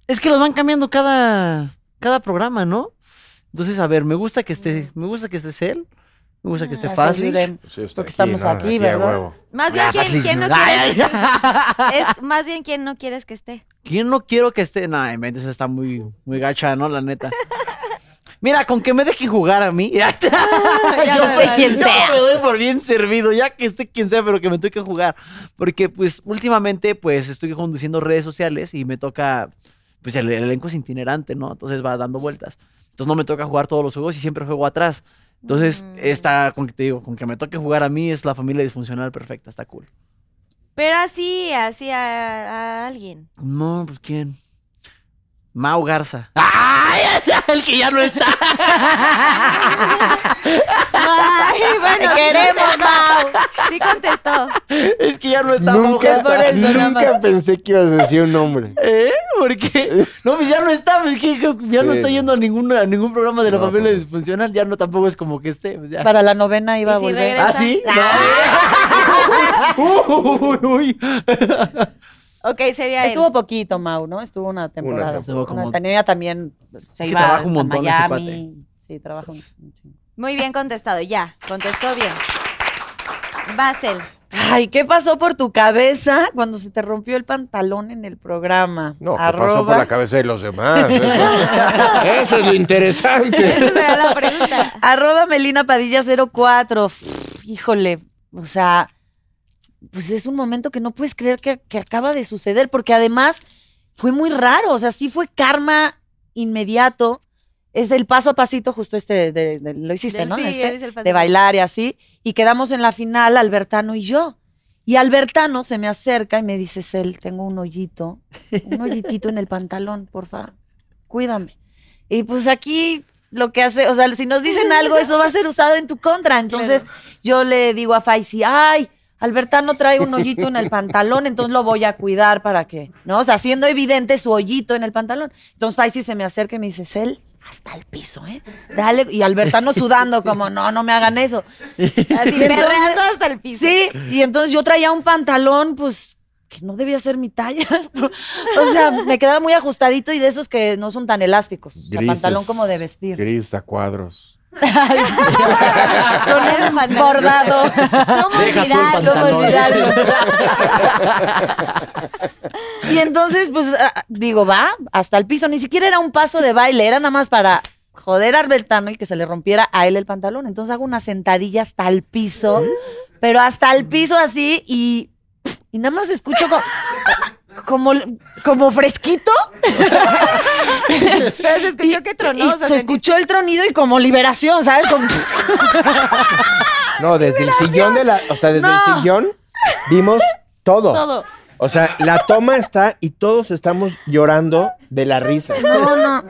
es que los van cambiando cada, cada programa, ¿no? Entonces, a ver, me gusta que esté, me gusta que estés él, me gusta que esté
Así
fácil.
diré.
Pues
Porque estamos aquí, ¿verdad?
Más bien,
Ah,
¿quién,
fácil.
quién no
Ay,
quieres? Es más bien, ¿quién no quieres que esté?
¿Quién no quiero que esté? No, en vez de eso está muy, muy gacha, ¿no? La neta. Mira, con que me dejen jugar a mí. ya está.
Ya
Yo
me
estoy-
vale.
yo me doy por bien servido, ya que esté quien sea, pero que me toque jugar. Porque, pues, últimamente, pues, estoy conduciendo redes sociales y me toca, pues, el, el elenco es itinerante, ¿no? Entonces va dando vueltas. Entonces no me toca jugar todos los juegos y siempre juego atrás. Entonces, está, con que te digo, con que me toque jugar a mí es la familia disfuncional perfecta, está cool.
Pero así, así a, a alguien.
No, pues quién. Mau Garza. ¡Ah! Ese es el que ya no está.
Ay,
Te
bueno. sí
queremos,
contestó.
Mau.
Sí contestó.
Es que ya no está Mau
Nunca,
Garza.
nunca pensé que ibas a decir un nombre.
¿Eh? ¿Por qué? No, pues ya no está, pues que ya no está yendo a ningún, a ningún programa de la
No,
familia
pues.
disfuncional, ya no tampoco es como que esté. pues, ya.
Para la novena iba
¿Y
a
si
volver.
regresa?
¿Ah, sí? No. uy, uy, uy.
Ok, sería él.
Ah, Estuvo poquito, Mau, ¿no? Estuvo una temporada.
Estuvo como-
Una tenía también se
que
iba
trabaja un
a
montón ese
Miami. Sí, trabaja un un chingo.
Muy bien contestado, ya. Contestó bien. Basel.
Ay, ¿qué pasó por tu cabeza cuando se te rompió el pantalón en el programa?
No, que pasó por
Arroba-
la cabeza de los demás. Eso, eso es lo interesante.
Esa era la pregunta.
Arroba Melina Padilla 04. Pff, Híjole, o sea, pues es un momento que no puedes creer que, que acaba de suceder, porque además fue muy raro, o sea, sí fue karma inmediato. Es el paso a pasito, justo este, de- de- lo hiciste,
Del-
¿no?
sí,
Este,
él hizo el
de
pasito.
bailar y así. Y quedamos en la final, Albertano y yo. Y Albertano se me acerca y me dice, Cel, tengo un hoyito, un hoyitito en el pantalón, por favor, cuídame. Y pues aquí lo que hace, o sea, si nos dicen algo, eso va a ser usado en tu contra. Entonces yo le digo a Faisy, ay, Albertano trae un hoyito en el pantalón, entonces lo voy a cuidar para que, ¿no? O sea, haciendo evidente su hoyito en el pantalón. Entonces Faisy se me acerca y me dice, Cel, hasta el piso, ¿eh? Dale. Y Albertano sudando, como, no, no me hagan eso.
Así
Entonces-
perreando hasta el piso.
Sí, y entonces yo traía un pantalón, pues que no debía ser mi talla. o sea, me quedaba muy ajustadito y de esos que no son tan elásticos. O sea,
Grises.
pantalón como de vestir.
Gris a cuadros.
Con el pantalón.
Bordado.
¿Cómo
Deja tú el
olvidarlo?
Luego
pantalón.
olvidarlo. y entonces, pues, ah, digo, va hasta el piso. Ni siquiera era un paso de baile, era nada más para joder a Albertano y que se le rompiera a él el pantalón. Entonces hago una sentadilla hasta el piso, pero hasta el piso así y, y nada más escucho co- como, como fresquito.
Pero se escuchó que
y
tronó. o sea,
se
sentí-
escuchó el tronido y como liberación, ¿sabes? Como-
No, desde el sillón de la. O sea, desde el
No.
sillón vimos todo.
Todo.
O sea, la toma está y todos estamos llorando de la risa.
No, no.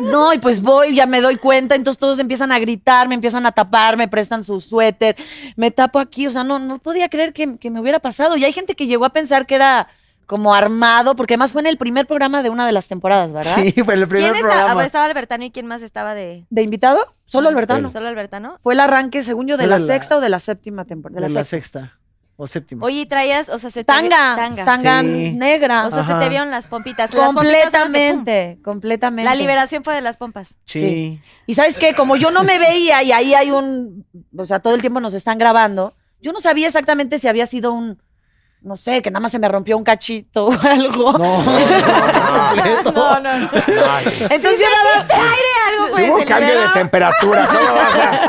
No, y pues voy, ya me doy cuenta, entonces todos empiezan a gritar, me empiezan a tapar, me prestan su suéter, me tapo aquí, o sea, no, no podía creer que, que me hubiera pasado. Y hay gente que llegó a pensar que era como armado, porque además fue en el primer programa de una de las temporadas, ¿verdad?
Sí, fue el primer
¿Quién está? A ver,
programa.
estaba Albertano y quién más estaba de.
¿De invitado? Solo Albertano.
Solo Albertano.
Fue el arranque, según yo, de
Fue
la,
la-
sexta o de la séptima temporada.
De
De la sexta.
sexta o séptima.
Oye, y traías, o sea, se te
Tanga,
tanga.
tanga,
Sí.
negra.
O sea,
Ajá.
se te vieron las pompitas. Las pompitas son las de pum.
completamente, completamente.
La liberación fue de las pompas.
sí.
Y sabes qué, como yo no me veía y ahí hay un, o sea, todo el tiempo nos están grabando, yo no sabía exactamente si había sido un, no sé, que nada más se me rompió un cachito o algo.
No,
No, no, no.
Entonces, yo daba-
algo fue
Hubo
del-
cambio de temperatura. ¿cómo vas a-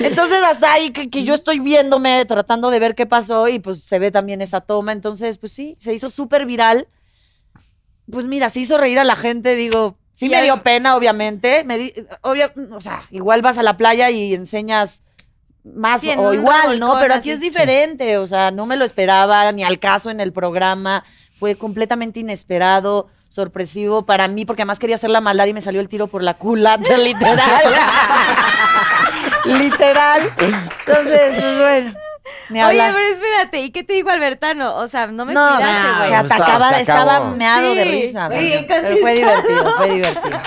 entonces hasta ahí que, que yo estoy viéndome, tratando de ver qué pasó y pues se ve también esa toma. Entonces, pues sí, se hizo súper viral. Pues mira, se hizo reír a la gente, digo, sí
Y
me
al-
dio pena, obviamente. Me di- obvia- o sea, igual vas a la playa y enseñas más
Sí, en
o
un
igual, ¿no?
revolcón
Pero
así.
aquí es diferente, o sea, no me lo esperaba ni al caso en el programa, fue completamente inesperado, sorpresivo para mí, porque además quería hacer la maldad y me salió el tiro por la culata, literal. literal. Entonces, pues bueno, ni
Oye,
hablar.
pero espérate, ¿y qué te dijo Albertano? O sea, no me
no,
cuidaste,
se
güey.
nah, pues,
atacaba,
se acabó.
estaba meado de
Sí,
risa.
güey,
güey. Pero
contestado.
fue divertido, fue divertido.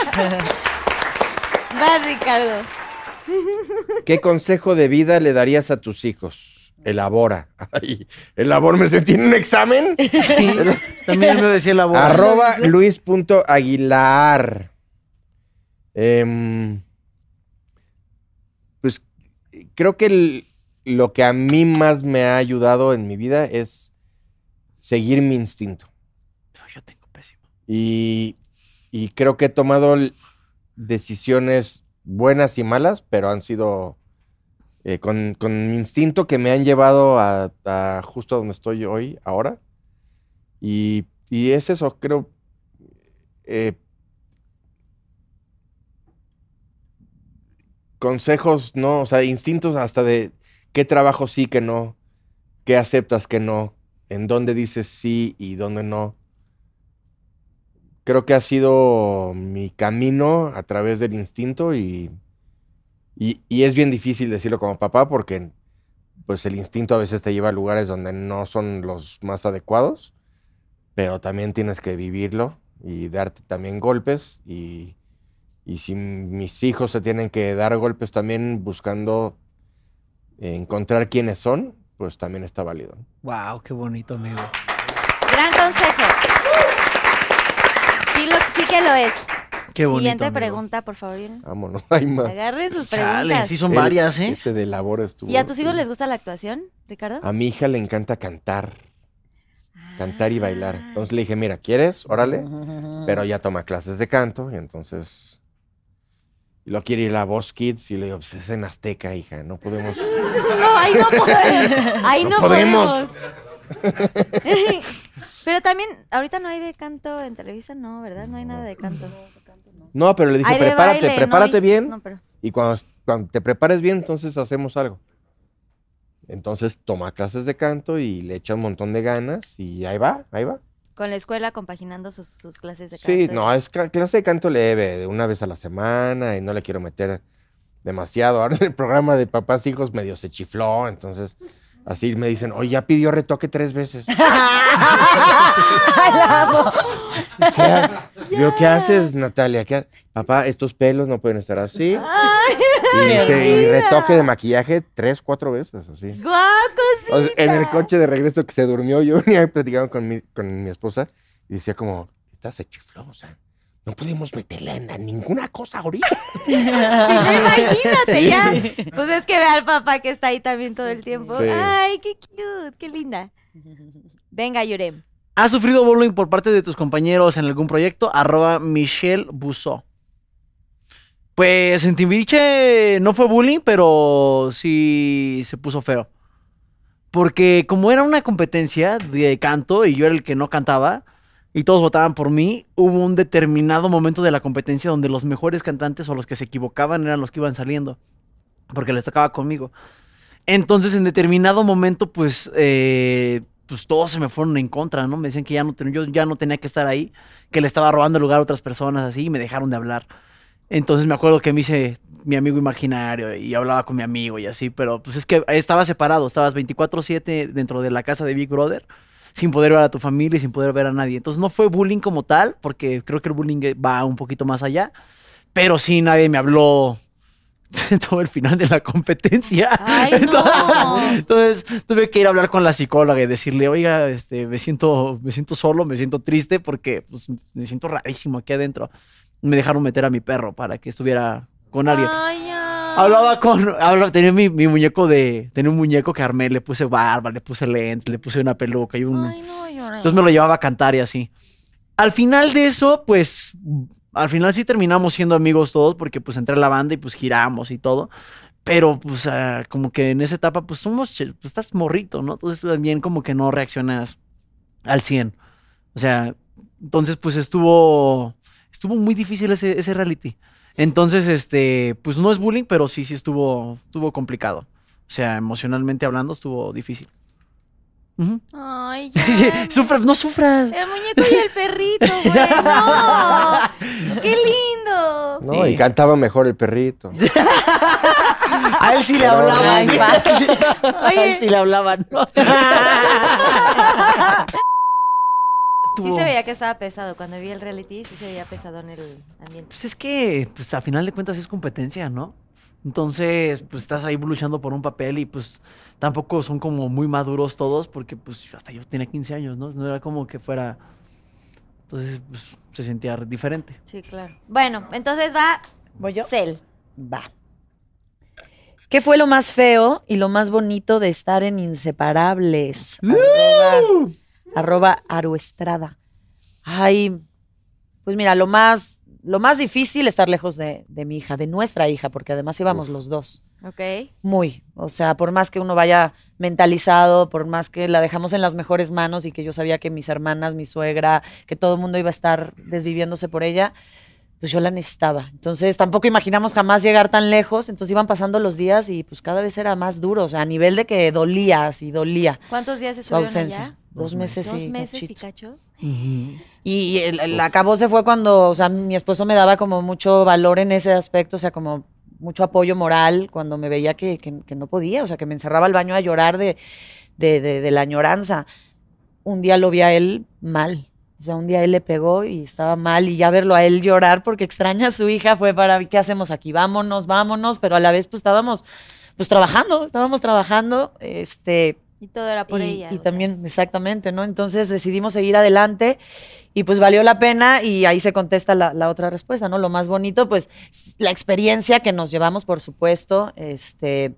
Va, Ricardo.
¿Qué consejo de vida le darías a tus hijos? Elabora. Ay, elabora, me sentí en un examen.
sí. También me decía la voz.
Arroba luis.aguilar. Em, pues creo que el- lo que a mí más me ha ayudado en mi vida es seguir mi instinto.
No, yo tengo pésimo.
Y, y creo que he tomado l- decisiones buenas y malas, pero han sido eh, con, con mi instinto que me han llevado a, a justo donde estoy hoy, ahora. Y, y es eso, creo. eh, consejos, ¿no? O sea, instintos hasta de qué trabajo sí, que no, qué aceptas, que no, en dónde dices sí y dónde no creo que ha sido mi camino a través del instinto y, y, y es bien difícil decirlo como papá porque pues el instinto a veces te lleva a lugares donde no son los más adecuados, pero también tienes que vivirlo y darte también golpes y, y si mis hijos se tienen que dar golpes también buscando eh, encontrar quiénes son, pues también está válido.
Wow, qué bonito, amigo.
Gran consejo. Sí, lo- sí que lo es.
Qué bonito.
Siguiente
amigo.
pregunta, por favor. Irene.
Vámonos, hay más. E,
Agarren sus
Chale,
preguntas.
sí son varias, ¿eh?
Ese de labor estuvo-
¿Y a tus hijos les gusta la actuación, Ricardo?
A mi hija le encanta cantar. Cantar y bailar.
Ah.
Entonces le dije, mira, ¿quieres? Órale. Pero ya toma clases de canto y entonces... y Lo quiere ir a Voz Kids y le digo, pues es en Azteca, hija, no podemos...
No, ahí no podemos. Ahí no,
No podemos.
podemos. Pero también, ahorita no hay de canto en Televisa, no, ¿verdad? No hay nada de canto.
No, pero le dije,
Hay de
prepárate,
baile, ¿no?
prepárate
Y-
bien
No, pero-
y cuando, cuando te prepares bien, entonces hacemos algo. Entonces toma clases de canto y le echa un montón de ganas y ahí va, ahí va.
Con la escuela compaginando sus, sus clases de canto.
Sí,
y-
no, es ca- clase de canto leve, de una vez a la semana, y no le quiero meter demasiado. Ahora en el programa de papás e hijos medio se chifló, entonces así me dicen, oye, ya pidió retoque tres veces. ¿Qué? digo, ¿qué haces, Natalia? ¿Qué ha- Papá, estos pelos no pueden estar así. Y, se- y retoque de maquillaje tres, cuatro veces, así.
¡Guau, cosita!
O sea, en el coche de regreso que se durmió, yo venía platicando con mi, con mi esposa y decía como, estás se chifló, o sea, no podemos meterla en a ninguna cosa ahorita.
Sí, no, imagínate ya. Pues es que ve al papá que está ahí también todo el tiempo.
Sí.
Ay, qué cute, qué linda. Venga, Yurem.
¿Has sufrido bullying por parte de tus compañeros en algún proyecto? Arroba Michelle Busó. Pues en Timbiriche no fue bullying, pero sí se puso feo. Porque como era una competencia de canto y yo era el que no cantaba y todos votaban por mí, hubo un determinado momento de la competencia donde los mejores cantantes o los que se equivocaban eran los que iban saliendo. Porque les tocaba conmigo. Entonces, en determinado momento, pues, eh, pues todos se me fueron en contra, ¿no? Me decían que ya no, ten- yo ya no tenía que estar ahí, que le estaba robando el lugar a otras personas, así, y me dejaron de hablar. Entonces me acuerdo que me hice mi amigo imaginario y hablaba con mi amigo y así, pero pues es que estaba separado, estabas 24/7 dentro de la casa de Big Brother, sin poder ver a tu familia y sin poder ver a nadie. Entonces no fue bullying como tal, porque creo que el bullying eh, va un poquito más allá, pero sí nadie me habló todo el final de la competencia.
Ay, no.
Entonces tuve que ir a hablar con la psicóloga y decirle, oiga, este, me siento, me siento solo, me siento triste porque pues, me siento rarísimo aquí adentro. Me dejaron meter a mi perro para que estuviera con alguien.
Ay, ay.
Hablaba con, hablaba, tenía mi, mi muñeco de, tenía un muñeco que armé, le puse barba, le puse lentes, le puse una peluca y un,
Ay, no, Yurem.
entonces me lo llevaba a cantar y así. Al final de eso, pues, al final sí terminamos siendo amigos todos porque pues entré a la banda y pues giramos y todo. Pero pues ah, como que en esa etapa pues somos, ch- pues estás morrito, ¿no? Entonces también como que no reaccionas al 100. O sea, entonces pues estuvo, estuvo muy difícil ese, ese reality. Entonces, este, pues no es bullying, pero sí, sí estuvo, estuvo complicado. O sea, emocionalmente hablando estuvo difícil. Ujú.
Ay,
Sí,
Yurem.
sufre- no sufras.
El muñeco y el perrito, güey. No. Qué lindo.
No,
Sí.
y cantaba mejor el perrito.
A él sí le
Pero-
hablaban.
Ay, fácil.
A él sí le hablaban. ¿no?
Sí
Estuvo-
se veía que estaba pesado. Cuando vi el reality, sí se veía pesado en el ambiente.
Pues es que, pues a final de cuentas es competencia, ¿no? Entonces, pues estás ahí luchando por un papel y pues tampoco son como muy maduros todos porque pues hasta yo tenía 15 años, ¿no? No era como que fuera... Entonces, pues se sentía diferente.
Sí, claro. Bueno, entonces va
¿Voy yo?
Cel.
Va. ¿Qué fue lo más feo y lo más bonito de estar en Inseparables?
¡Uh!
Arroba, arroba Aroestrada. Ay, pues mira, lo más, lo más difícil estar lejos de, de mi hija, de nuestra hija, porque además íbamos los dos.
Ok.
Muy. O sea, por más que uno vaya mentalizado, por más que la dejamos en las mejores manos y que yo sabía que mis hermanas, mi suegra, que todo el mundo iba a estar desviviéndose por ella, pues yo la necesitaba. Entonces tampoco imaginamos jamás llegar tan lejos. Entonces iban pasando los días y pues cada vez era más duro. O sea, a nivel de que dolía, así dolía
¿Cuántos días
su
estuvieron
ausencia.
allá?
Dos
Dos
meses,
Dos
y
meses y
cachito.
cacho.
Y el, el acabó se fue cuando, o sea, mi esposo me daba como mucho valor en ese aspecto, o sea, como mucho apoyo moral cuando me veía que, que- que no podía, o sea, que me encerraba al baño a llorar de, de, de- de la añoranza. Un día lo vi a él mal, o sea, un día él le pegó y estaba mal y ya verlo a él llorar porque extraña a su hija fue para, ¿qué hacemos aquí? Vámonos, vámonos, pero a la vez pues estábamos, pues trabajando, estábamos trabajando, este,
Y todo era por
y,
ella.
y
o sea.
también, exactamente, ¿no? Entonces decidimos seguir adelante y pues valió la pena y ahí se contesta la, la otra respuesta, ¿no? Lo más bonito, pues s- la experiencia que nos llevamos, por supuesto, este,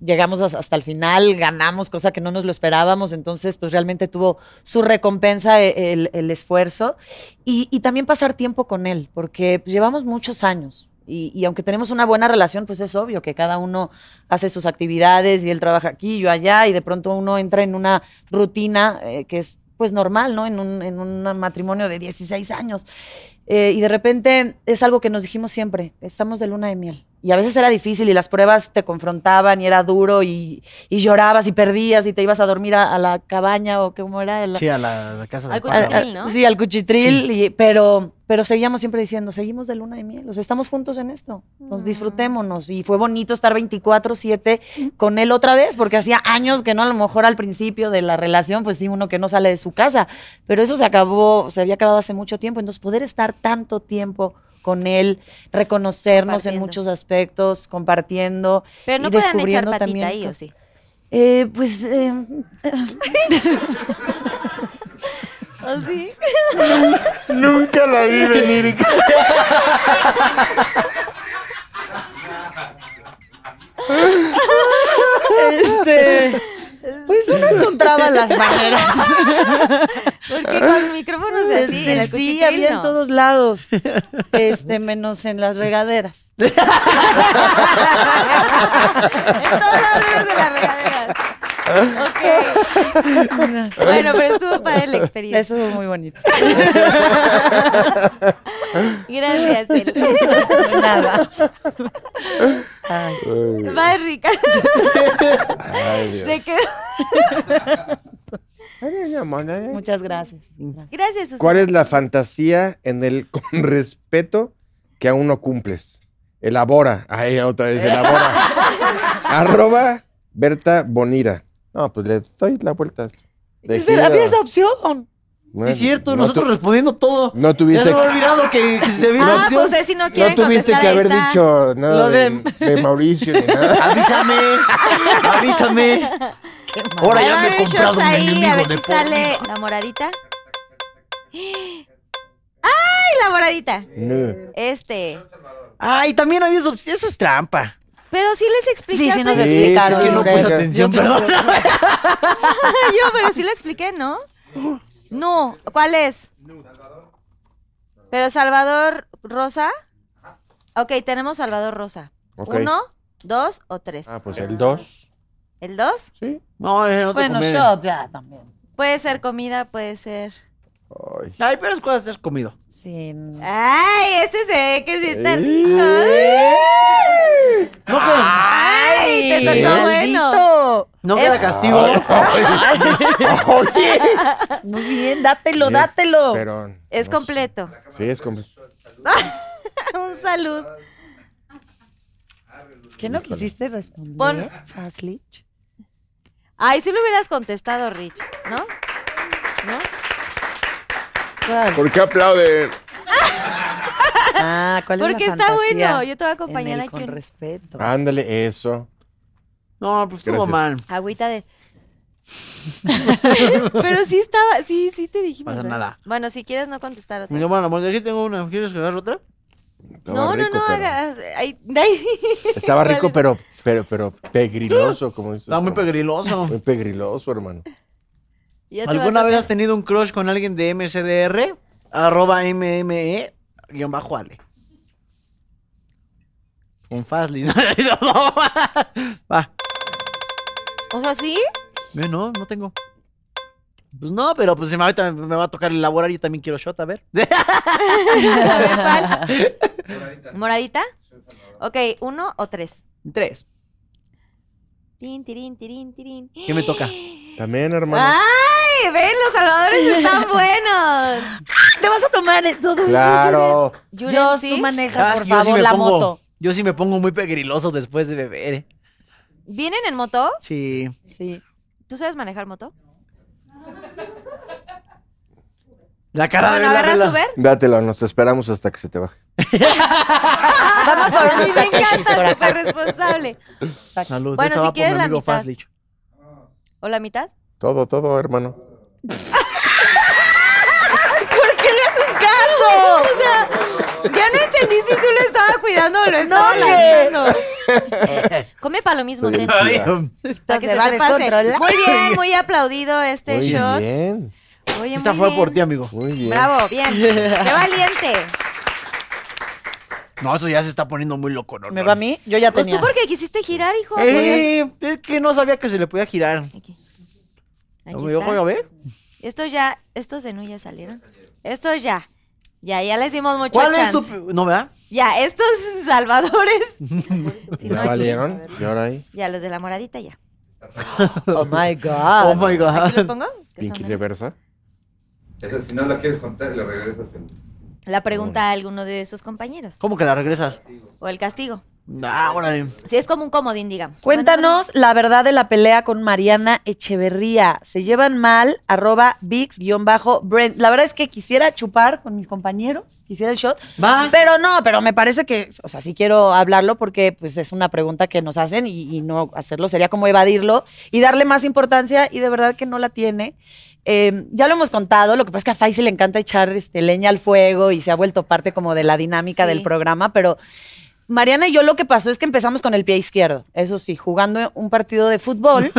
llegamos as- hasta el final, ganamos, cosa que no nos lo esperábamos, entonces pues realmente tuvo su recompensa e- el, el esfuerzo y, y también pasar tiempo con él, porque pues, llevamos muchos años. Y, y aunque tenemos una buena relación, pues es obvio que cada uno hace sus actividades y él trabaja aquí, yo allá, y de pronto uno entra en una rutina eh, que es pues normal, ¿no? En un, en un matrimonio de 16 años. Eh, y de repente es algo que nos dijimos siempre, estamos de luna de miel. Y a veces era difícil y las pruebas te confrontaban y era duro y, y llorabas y perdías y te ibas a dormir a, a la cabaña o cómo era. el-
Sí, a la, la casa de
Al
Paco.
a- a-
cuchitril, ¿no?
Sí, al cuchitril, y- pero, pero Pero seguíamos siempre diciendo, seguimos de luna de miel, o sea, estamos juntos en esto,
Mm.
nos disfrutémonos. Y fue bonito estar 24-7 con él otra vez, porque hacía años que no, a lo mejor al principio de la relación, pues sí, uno que no sale de su casa, pero eso se acabó, se había acabado hace mucho tiempo. Entonces, poder estar tanto tiempo con él, reconocernos en
Compartiendo.
muchos aspectos, compartiendo.
Pero no
y
pueden echar
descubriendo
patita
también
ahí,
co-
¿o sí?
Eh, pues eh,
¿O sí?
Nunca la vi venir.
Este. Pues uno encontraba las maneras.
Porque con micrófonos así,
Este,
el
sí,
cuchitril
había en
no.
todos lados. Este, menos en las regaderas.
En todos lados de las regaderas. Ok. Bueno, pero estuvo para la experiencia.
Eso fue muy bonito.
Gracias, Eli.
No, nada. Ay.
Más rica.
Ay, Dios.
Se quedó.
Ay, mi amor, ay, ay.
Muchas gracias.
Gracias, Susana.
¿Cuál es la fantasía en el con respeto que aún no cumples? Elabora. Ahí otra vez, elabora. Arroba Berta Bonira. No, pues le doy la vuelta a esto. De
Espera,
gira.
había esa opción.
Bueno,
es cierto,
no
nosotros
tu-
respondiendo todo.
no
ya
tuviste,
se me ha olvidado que, que se vio la
Ah,
opción.
pues es si no
no
quieren
tuviste
contestar,
que
ahí
haber
está.
dicho nada
Lo
de,
de-
de Mauricio ni nada.
Avísame, avísame. Ahora
Ahí
ya
van
me he
los
comprado
shots
un
ahí, a
enemigo
ver
de
si
por vida.
sale la moradita. ¡Ay, la moradita!
No.
Este.
Ay, también había esa opción. Eso es trampa.
Pero sí les expliqué.
Sí,
al
sí nos
Sí,
principio.
explicaron.
Es que no
Hombre,
puse
yo-
atención,
yo
perdón.
Yo, pero sí lo expliqué, ¿no? No, ¿cuál es? Pero Salvador Rosa. Ok, tenemos Salvador Rosa.
Ok.
Uno, dos o tres.
Ah, pues el 2.
¿El dos?
No, eh, no te
Bueno,
conviene.
shot ya también.
Puede ser comida, puede ser.
Ay, pero es cosas de has comido.
Sí.
¡Ay, este se ve que sí está rico! ¡Ay!
No queda,
¡Ay, te tocó bueno!
maldito.
no queda
Es-
castigo.
Muy bien, dátelo, dátelo.
Pero,
Es
no
completo.
sé. Sí, es completo.
Un salud.
¿Qué no quisiste responder?
Pon-
Faslich.
Ay, si lo hubieras contestado, Rich, ¿no?
¿Por qué aplaude?
Ah, ¿cuál
Porque
es la
está
fantasía
bueno, yo te voy a
en
acompañar
el
aquí
Con
un-
respeto.
Ah. Ándale, eso.
No, pues estuvo
Gracias.
mal.
Agüita de. Pero sí estaba, sí, sí te dijimos.
Pasa
¿no?
nada.
Bueno, si quieres no contestar otra.
Mi hermano, amor, aquí tengo una. ¿Quieres que agarre otra?
Estaba
No, no,
rico,
no
pero-
hagas. ay, ay.
Estaba rico, pero, pero, pero pegriloso, como dices.
Está muy
hermano.
pegriloso.
Muy pegriloso, hermano.
Ya te
¿Alguna
vas a-
vez has tenido un crush con alguien de MCDR? Arroba MME, guión bajo Ale. Un Fazli. Va.
O sea, sí.
Ve, No, no tengo. Pues no, pero pues si me- ahorita me va a tocar elaborar, yo también quiero shot, a ver.
A ver, ¿cuál? Moradita. Ok, uno o tres.
Tres.
Tin, tirín, tirín, tirín.
¿Qué me toca?
También, hermano.
Ah, ¡Ay! ¡Ven, los salvadores están buenos!
Te vas a tomar eh, todo eso,
Claro.
Julen?
Julen,
Jos,
¿sí?
tú
Ah,
manejas,
es
por
que yo sí
favor,
me
la
pongo-
moto.
Yo sí me pongo muy pegriloso después de beber. eh.
¿Vienen en moto?
Sí.
Sí.
¿Tú sabes manejar moto?
La cara
Bueno,
de
agarras Uber.
Dátelo, nos esperamos hasta que se te baje.
Vamos por A mí me
taquis por
encanta,
acá.
súper responsable.
Salud,
Bueno,
esa
si
va por mi
quieres la
amigo
mitad.
Fazlich.
¿O la mitad?
Todo, todo, hermano.
¡Caso! O sea, ya no entendí si Zul estaba cuidando o lo estaba lanzando. Come palomismo,
Sí.
ten.
Ay,
Ya.
um,
Para que se,
va
te pase.
descontrolar.
Muy bien, muy aplaudido este
muy
shot.
bien,
Oye,
Esta
muy
fue
bien.
por ti, amigo.
muy bien.
Bravo, bien. Qué valiente.
No, eso ya se está poniendo muy loco, ¿no?
¿Me va a mí? Yo ya
Pues
tenía.
tú porque quisiste girar, hijo.
Eh, es que no sabía que se le podía girar.
Aquí. Aquí
Yo
está.
voy a ver.
Estos ya, estos de no ya salieron. Estos ya. Ya, ya les dimos mucho
¿Cuál es
chance.
tu.? pe- No, ¿verdad?
Ya, estos salvadores. Si no,
¿Ya
aquí.
valieron? ¿Y ahora ahí?
Ya, los de la moradita ya.
Oh my
Oh
God.
my
¿Aquí los
god.
pongo? Que son
Ah, ¿Pinky
de-
reversa?
Esa, si no la quieres contar, le regresas el.
la pregunta a alguno de sus compañeros.
¿Cómo que la regresas?
O el castigo.
Ah, órale.
Si es como un comodín, digamos.
Cuéntanos la verdad de la pelea con Mariana Echeverría. Se llevan mal, arroba VIX-Brent. La verdad es que quisiera chupar con mis compañeros, quisiera el shot.
Va.
Pero no, pero me parece que, o sea, sí quiero hablarlo porque pues es una pregunta que nos hacen y, y no hacerlo sería como evadirlo y darle más importancia y de verdad que no la tiene. Eh, ya lo hemos contado, lo que pasa es que a Faisy le encanta echar este, leña al fuego y se ha vuelto parte como de la dinámica
Sí.
del programa, pero Mariana y yo lo que pasó es que empezamos con el pie izquierdo, eso sí, jugando un partido de fútbol.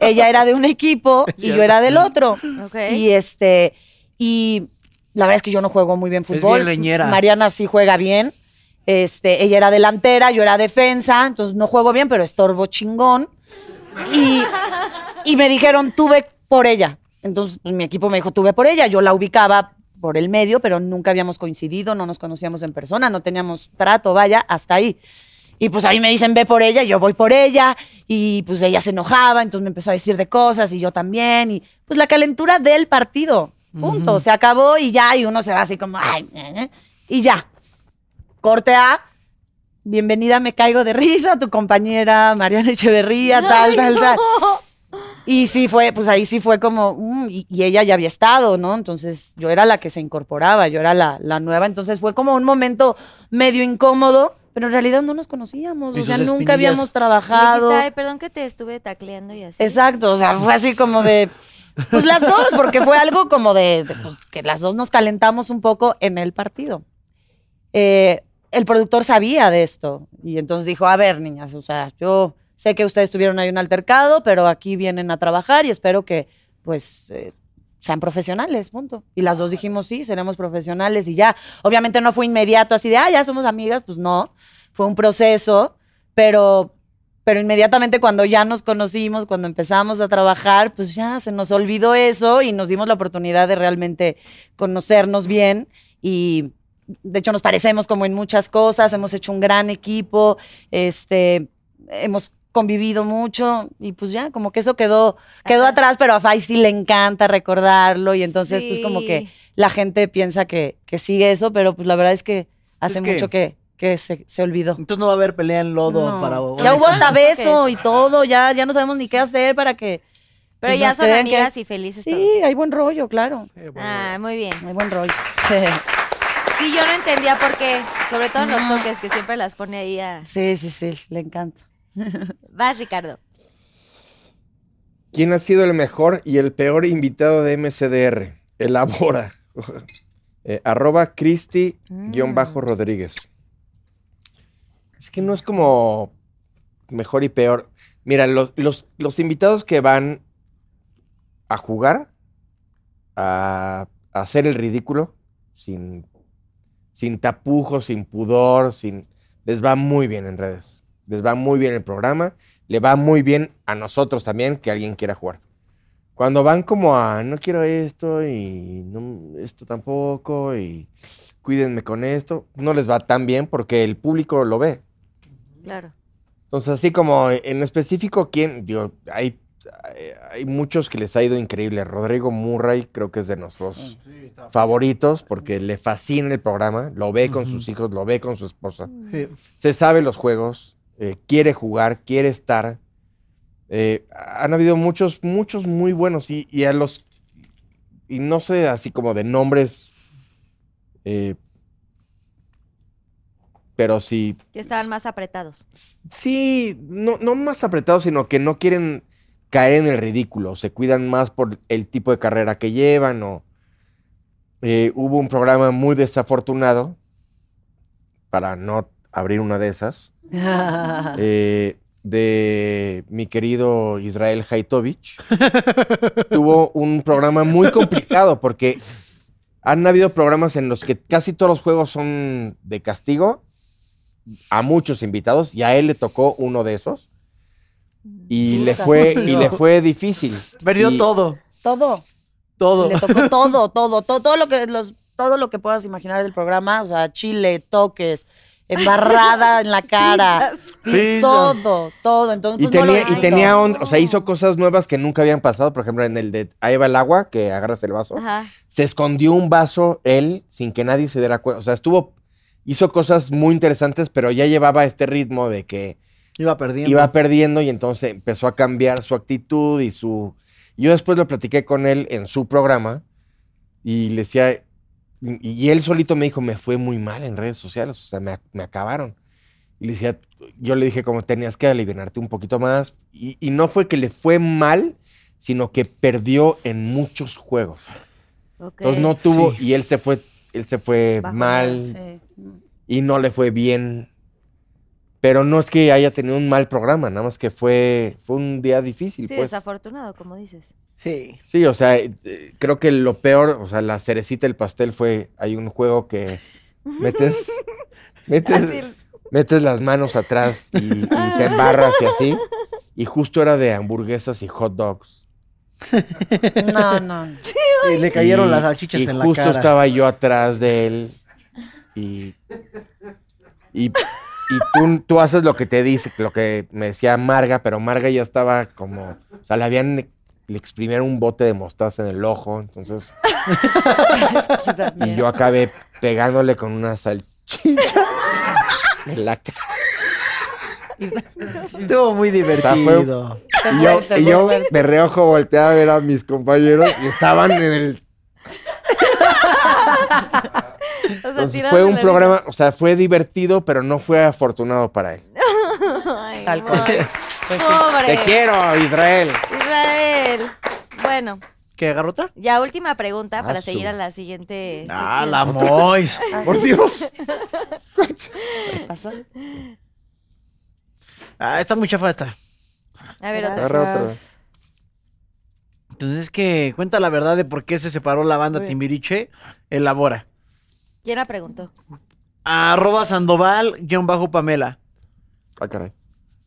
Ella era de un equipo y yo era del otro.
Ok.
Y este, y la verdad es que yo no juego muy bien fútbol.
bien leñera.
Mariana sí juega bien. Este, ella era delantera, yo era defensa, entonces no juego bien, pero estorbo chingón. Y, y me dijeron, tuve por ella. Entonces pues, mi equipo me dijo, tuve por ella. Yo la ubicaba por el medio, pero nunca habíamos coincidido, no nos conocíamos en persona, no teníamos trato, vaya, hasta ahí. Y pues a mí me dicen, ve por ella, y yo voy por ella. Y pues ella se enojaba, entonces me empezó a decir de cosas y yo también. Y pues la calentura del partido. Punto. Se acabó y ya, y uno se va así como, ay, eh, eh", y ya. Corte A. Bienvenida, me caigo de risa, tu compañera Mariana Echeverría, tal, tal, tal. Y sí fue, pues ahí sí fue como, mm, y, y ella ya había estado, ¿no? Entonces yo era la que se incorporaba, yo era la, la nueva, entonces fue como un momento medio incómodo, pero en realidad no nos conocíamos,
Y
o sea,
sus
nunca
espinillas.
habíamos
Le dijiste,
trabajado.
"Ay, eh, perdón que te estuve tacleando y así.
Exacto, o sea, fue así como de, pues las dos, porque fue algo como de, de, pues, que las dos nos calentamos un poco en el partido. Eh, el productor sabía de esto y entonces dijo, a ver, niñas, o sea, yo sé que ustedes tuvieron ahí un altercado, pero aquí vienen a trabajar y espero que, pues... eh, sean profesionales, punto. Y las dos dijimos, sí, seremos profesionales y ya. Obviamente no fue inmediato así de, ah, ya somos amigas, pues no. Fue un proceso, pero, pero inmediatamente cuando ya nos conocimos, cuando empezamos a trabajar, pues ya se nos olvidó eso y nos dimos la oportunidad de realmente conocernos bien y de hecho nos parecemos como en muchas cosas, hemos hecho un gran equipo, este, hemos convivido mucho y pues ya, como que eso quedó, quedó
Ajá.
atrás, pero a Fai sí le encanta recordarlo y entonces pues como que
Sí.
la gente piensa que, que sigue eso, pero pues la verdad es que hace
Es que-
mucho que, que se, se olvidó.
Entonces no va a haber pelea en lodo
No.
para
Ya hubo hasta
¿Qué es?
beso y todo, ya, ya no sabemos ni qué hacer para que...
Pero
pues,
ya
nos
son
crean que-
amigas y felices
Sí,
todos.
hay buen rollo, claro.
Ah, muy bien.
Hay buen rollo.
Sí, yo no entendía por qué, sobre todo en los toques que siempre las pone ahí a...
Sí, sí, sí, le encanta.
Vas, Ricardo.
¿Quién ha sido el mejor y el peor invitado de MCDR? Elabora. Eh, arroba Cristi-Rodríguez. Es que no es como mejor y peor. Mira, los, los- los invitados que van a jugar, a, a hacer el ridículo, sin, sin tapujos, sin pudor, sin, les va muy bien en redes. Les va muy bien el programa le va muy bien a nosotros también que alguien quiera jugar. Cuando van como a no quiero esto y no, esto tampoco y cuídenme con esto, no les va tan bien porque el público lo ve.
Claro.
Entonces, así como en específico, ¿quién? Digo, hay, hay- hay muchos que les ha ido increíble. Rodrigo Murray creo que es de nuestros favoritos porque le fascina el programa, lo ve con sus hijos, lo ve con su esposa se sabe los juegos, eh, quiere jugar, quiere estar. Eh, han habido muchos, muchos muy buenos y, y a los, y no sé, así como de nombres, eh, pero sí,
Que estaban más apretados.
sí, no, no más apretados, sino que no quieren caer en el ridículo, se cuidan más por el tipo de carrera que llevan o eh, hubo un programa muy desafortunado para no abrir una de esas eh, de mi querido Israel Haitovich. Tuvo un programa muy complicado porque han habido programas en los que casi todos los juegos son de castigo a muchos invitados y a él le tocó uno de esos. Y le fue, y le fue difícil.
Perdió
Y-
todo.
Todo.
Todo.
Le tocó todo, todo, todo, todo lo que los, todo lo que puedas imaginar del programa, o sea, chile, toques,
embarrada en la cara.
Pizza.
Todo, todo. Entonces,
Y
pues, no lo
tenía, y
disfruto.
tenía onda, o sea, hizo cosas nuevas que nunca habían pasado. Por ejemplo, en el de Ahí va el agua, que agarras el vaso.
Ajá.
Se escondió un vaso él sin que nadie se diera cuenta. O sea, estuvo. Hizo cosas muy interesantes, pero ya llevaba este ritmo de que
Iba perdiendo.
iba perdiendo y entonces empezó a cambiar su actitud y su... Yo después lo platiqué con él en su programa y le decía, y y él solito me dijo, me fue muy mal en redes sociales, o sea, me, ac- me acabaron. Y le decía, yo le dije como tenías que aliviarte un poquito más y, y no fue que le fue mal, sino que perdió en muchos juegos. Entonces no tuvo, y él se fue, él se fue
Bajoneado,
mal
Sí.
y no le fue bien. Pero no es que haya tenido un mal programa, nada más que fue, fue un día difícil.
Sí,
pues.
desafortunado, como dices.
Sí.
Sí, o sea, eh, creo que lo peor, o sea, la cerecita del pastel fue, hay un juego que metes, metes, metes las manos atrás y, y te embarras y así. Y justo era de hamburguesas y hot dogs.
No, no. no.
Y le cayeron
Y-
las salchichas
y
en la
justo
cara.
estaba yo atrás de él y y, y tú, tú haces lo que te dice, lo que me decía Marga, pero Marga ya estaba como, o sea, le habían le exprimieron un bote de mostaza en el ojo, entonces y yo acabé pegándole con una salchicha en la cara.
Estuvo muy divertido.
Y yo, y yo de reojo volteé a ver a mis compañeros y estaban en el Entonces, fue un programa, o sea, fue divertido, pero no fue afortunado para él.
Tal cual.
Pues
Te quiero, Israel.
Israel. Bueno,
¿Qué agarró otra?
ya última pregunta para
su-
seguir a la siguiente.
Ah,
sección.
la Mois.
Por Dios.
Ah, está muy chafa esta.
A ver, otra.
Agarra otro.
Entonces, que cuenta la verdad de por qué se separó la banda Timbiriche. Elabora.
¿Quién la preguntó?
Arroba Sandoval, guión bajo Pamela.
Ah, caray.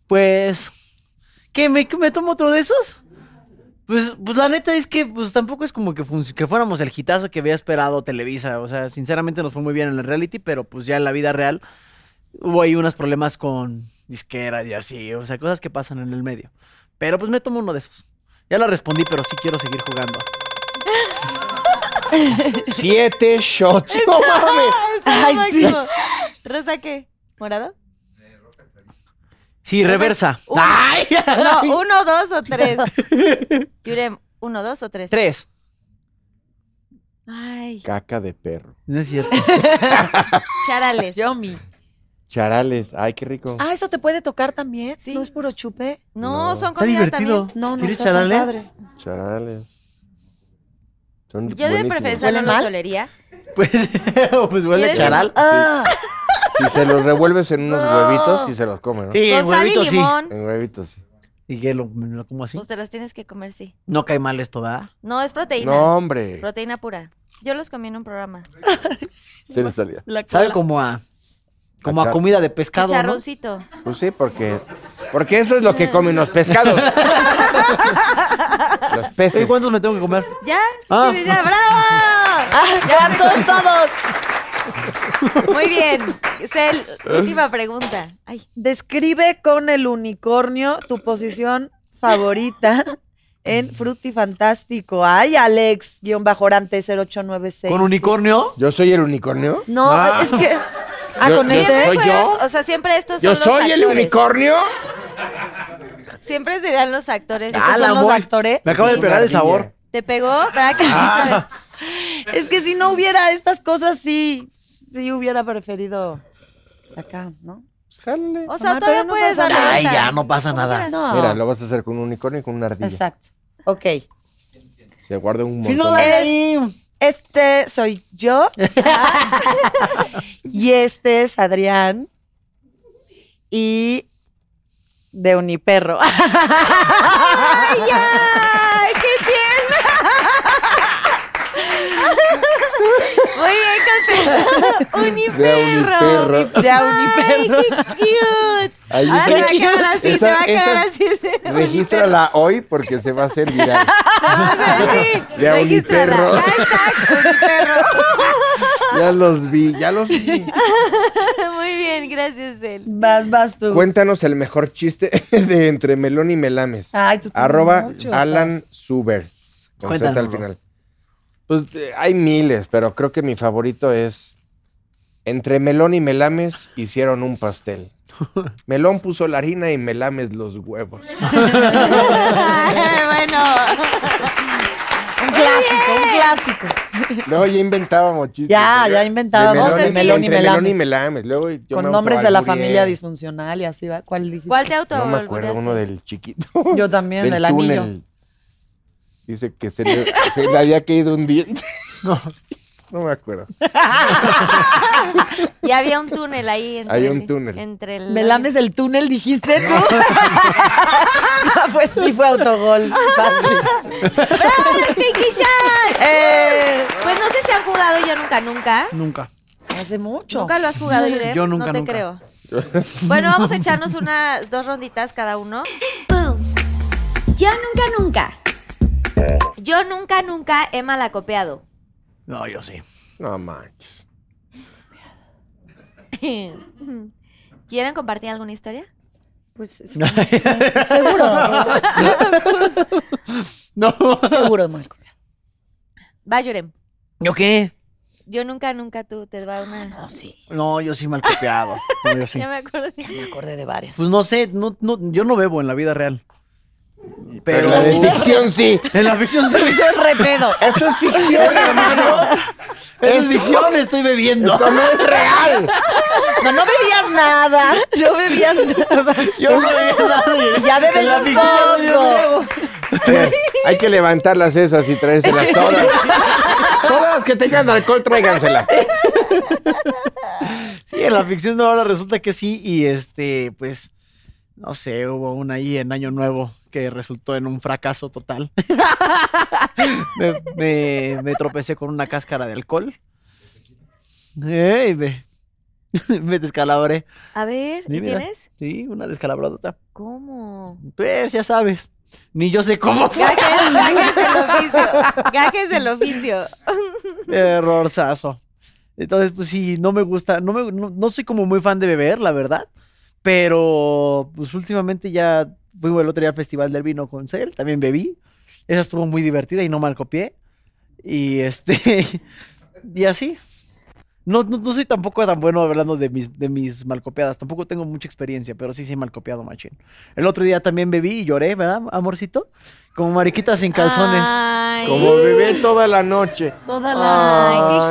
Pues, ¿qué? ¿Me, que me tomo otro de esos? Pues, pues la neta es que pues tampoco es como que, func- que fuéramos el hitazo que había esperado Televisa. O sea, sinceramente nos fue muy bien en el reality, pero pues ya en la vida real hubo ahí unos problemas con disqueras y así. O sea, cosas que pasan en el medio. Pero pues me tomo uno de esos. Ya la respondí, pero sí quiero seguir jugando.
Siete shots. No mames.
Ay, sí. ¿Rosa qué? ¿Morado?
Sí, reversa.
uno.
¡Ay!
No, uno, dos o tres. Yurem, uno, dos o tres.
Tres.
Ay,
Caca de perro.
No es cierto.
charales.
Yomi.
Charales. Ay, qué rico.
Ah, eso te puede tocar también.
Sí.
No es puro chupe.
no,
No.
son
Está
comida
divertido.
también.
No, no
¿Quieres
está tan
charale?
padre.
Charales. Son
Yo de
buenísimos.
preferencia no
¿Huelen
lo
mal?
solería.
Pues, pues huele a
¿Quieres?
charal.
Ah.
Si se los revuelves en unos huevitos, sí se los come, ¿no?
Sí,
Con
en
sal y
huevito sí.
limón.
En huevitos, sí.
Y que lo, me lo como así.
Pues te los tienes que comer, sí.
No cae mal esto, ¿verdad?
No, es proteína.
No, hombre.
Proteína pura. Yo los comí en un programa.
Se les salía.
pues,
Sabe como a como a
Achá.
comida de pescado, ¿no?
Chicharroncito.
Pues sí, porque, porque eso es lo que comen los pescados. Los
Oye,
peces.
¿Cuántos me tengo que comer?
¿Ya?
Ah.
Sí, ya, ¡Bravo!
Ah, Ya, todos, todos.
Muy bien. Cel,
¿Eh?
última pregunta. Ay,
Describe con el unicornio tu posición favorita en Frutti Fantástico. Ay, Alex, guión bajo orante 0896.
¿Con unicornio?
Yo soy el unicornio.
No,
Ah.
es que. Ah,
Yo-
con
yo-
este.
¿Soy yo?
¿eh? O sea, siempre estos son
Yo
los
soy el
actores.
unicornio.
Siempre serán los actores.
Ah,
Estos
la
son los
voz.
actores.
Me acaba de
Sí,
pegar el
maravilla.
sabor.
¿Te pegó? ¿Verdad que sí?
Ah.
Es que si no hubiera estas cosas, sí, sí hubiera preferido acá, ¿no?
Pues Jálale.
O sea,
Mamá,
todavía
pero no
puedes
pasa
darle
nada.
Ay,
vuelta.
ya, no pasa nada.
No.
Mira,
Ah.
lo vas a hacer con un unicornio y con una ardilla.
Exacto. Ok.
Se guarda un montón.
Si no, dale ahí.
Este soy yo. y este es Adrián. Y de Uniperro.
¡Ay, qué tierna! Muy bien, contestado.
Vea un
Uniperro.
perro.
De
¡Ay,
Uniperro.
qué cute! Ahora se
Ahí
va a
está.
quedar así, se
Esa-
va a quedar
esa-
así. ese
Regístrala hoy porque se va a hacer viral.
uniperro.
De a
Regístrala.
uniperro.
Hashtag uniperro.
Ya los vi, ya los vi.
Muy bien, gracias, él.
Vas, vas tú.
Cuéntanos el mejor chiste de entre Melón y Melames.
Ah,
Ay, tú tienes
Arroba
muchos,
Alan
vas.
Subers. Con Z al
Cuéntanos.
final. Pues eh, hay miles, pero creo que mi favorito es. Entre Melón y Melames hicieron un pastel. Melón puso la harina y Melames los huevos.
bueno.
Un clásico, un clásico.
No, ya inventábamos chistes.
Ya, ya inventábamos
De
de
Melón,
Melón
y
y entre Melón y
Melames.
Melames. Luego yo me
Con nombres de la familia
autoalbureé.
disfuncional y así va. ¿Cuál dijiste?
¿Cuál te auto?
No me acuerdo, uno
este.
del chiquito.
Yo también, del, anillo.
Dice que se le, se le había caído un diente. No. me acuerdo.
Y había un túnel ahí. entre
Hay un
el-
túnel.
Entre el... ¡Ah,
¿Me lames del túnel, dijiste tú? Ah, pues sí, fue autogol. Fácil.
¡Bravo, Squeaky Shark!
Eh,
Pues no sé si han jugado yo nunca, nunca.
Nunca.
hace mucho.
Nunca lo has jugado, Yurem.
Yo nunca,
No te
nunca.
creo. Bueno, vamos a echarnos unas dos ronditas cada uno.
Yo nunca, nunca.
Yo nunca, nunca he malacopeado.
No, yo sí.
No manches.
¿Quieren compartir alguna historia?
Pues sí, sí, seguro.
No.
seguro, Marco.
Va, Yurem.
¿Yo qué?
Yo nunca, nunca tú te va una.
No, sí,
No, yo sí mal copiado. No, yo sí.
Ya me acuerdo.
me acordé de varias.
Pues no sé, no, no, yo no bebo en la vida real. Pero
La de ficción sí.
en la ficción sí.
Eso es repedo.
Esto es ficción, hermano.
En ficción estoy bebiendo.
Esto no es real.
No, no bebías nada. No bebías nada.
Yo no bebo nada.
Y ya bebes
En la
un
ficción yo
poco.
bebo.
Eh, hay que levantarlas esas y traérselas todas. Todas las que tengan alcohol, tráigansela.
Sí, en la ficción ahora resulta que sí. Y este, pues, no sé, hubo una ahí en Año Nuevo que resultó en un fracaso total. me, me- me tropecé con una cáscara de alcohol. Eh, y me, me descalabré.
A ver, ¿y
Sí, mira.
¿tienes?
Sí, una descalabradota.
¿Cómo?
Pues ya sabes. Ni yo sé cómo fue.
Gajes, gajes del oficio. Gajes del oficio.
Errorzazo. Entonces, pues sí, no me gusta, no, me- no, no soy como muy fan de beber, la verdad, pero pues últimamente ya fuimos el otro día al Festival del Vino con Cel, también bebí, esa estuvo muy divertida y no mal copié, y este, y así. No, no, no soy tampoco tan bueno hablando de mis, de mis malcopiadas, tampoco tengo mucha experiencia, pero sí, sí, malcopiado, machín. El otro día también bebí y lloré, ¿verdad, amorcito? Como mariquita sin calzones.
Ay,
Como bebé toda la noche.
Toda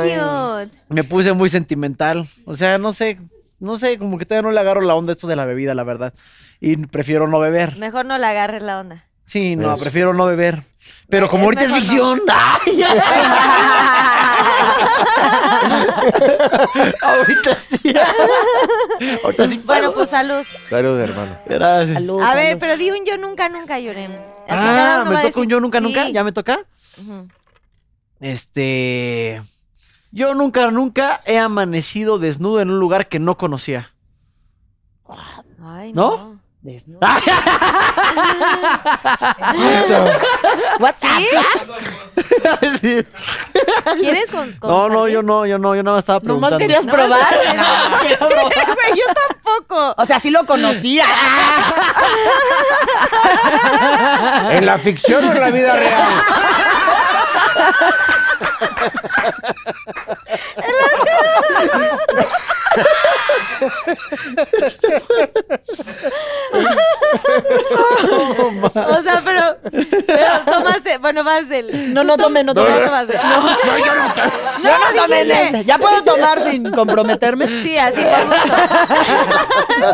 ay, qué
Ay.
cute.
me puse muy sentimental. O sea, no sé, no sé, como que todavía no le agarro la onda a esto de la bebida, la verdad. Y prefiero no beber.
Mejor no la agarres la onda.
Sí, no,
Eso.
prefiero no beber. Pero como
Es
ahorita es
mejor
ficción, ¡ay, ya sé! ahorita sí. ahorita sí.
Bueno,
puedo.
pues salud.
Saludos, hermano.
Gracias.
Salud.
A ver,
salud.
pero di un yo nunca, nunca, Yurem. Así cada
Ah,
uno
me
va a
toca un
decir-
yo nunca, nunca.
Sí.
Ya me toca.
Ujú.
Este. Yo nunca, nunca he amanecido desnudo en un lugar que no conocía.
Ay,
¿No?
no.
Desnudo.
What's ¿Sí?
Sí.
¿Quieres con, con
No, no,
compartir?
yo no, yo no, yo nada más estaba
Nomás
preguntando.
querías
Nada más
probar.
quería- Güey, yo tampoco.
O sea, sí lo conocía. Ah,
¿En la ficción o en la vida real?
O sea, pero, pero tomaste, bueno, vas del.
No, no tomé, no
No,
tomé.
no tomaste.
Yo no tomé
dijiste.
leche. Ya puedo tomar sin comprometerme.
Sí, así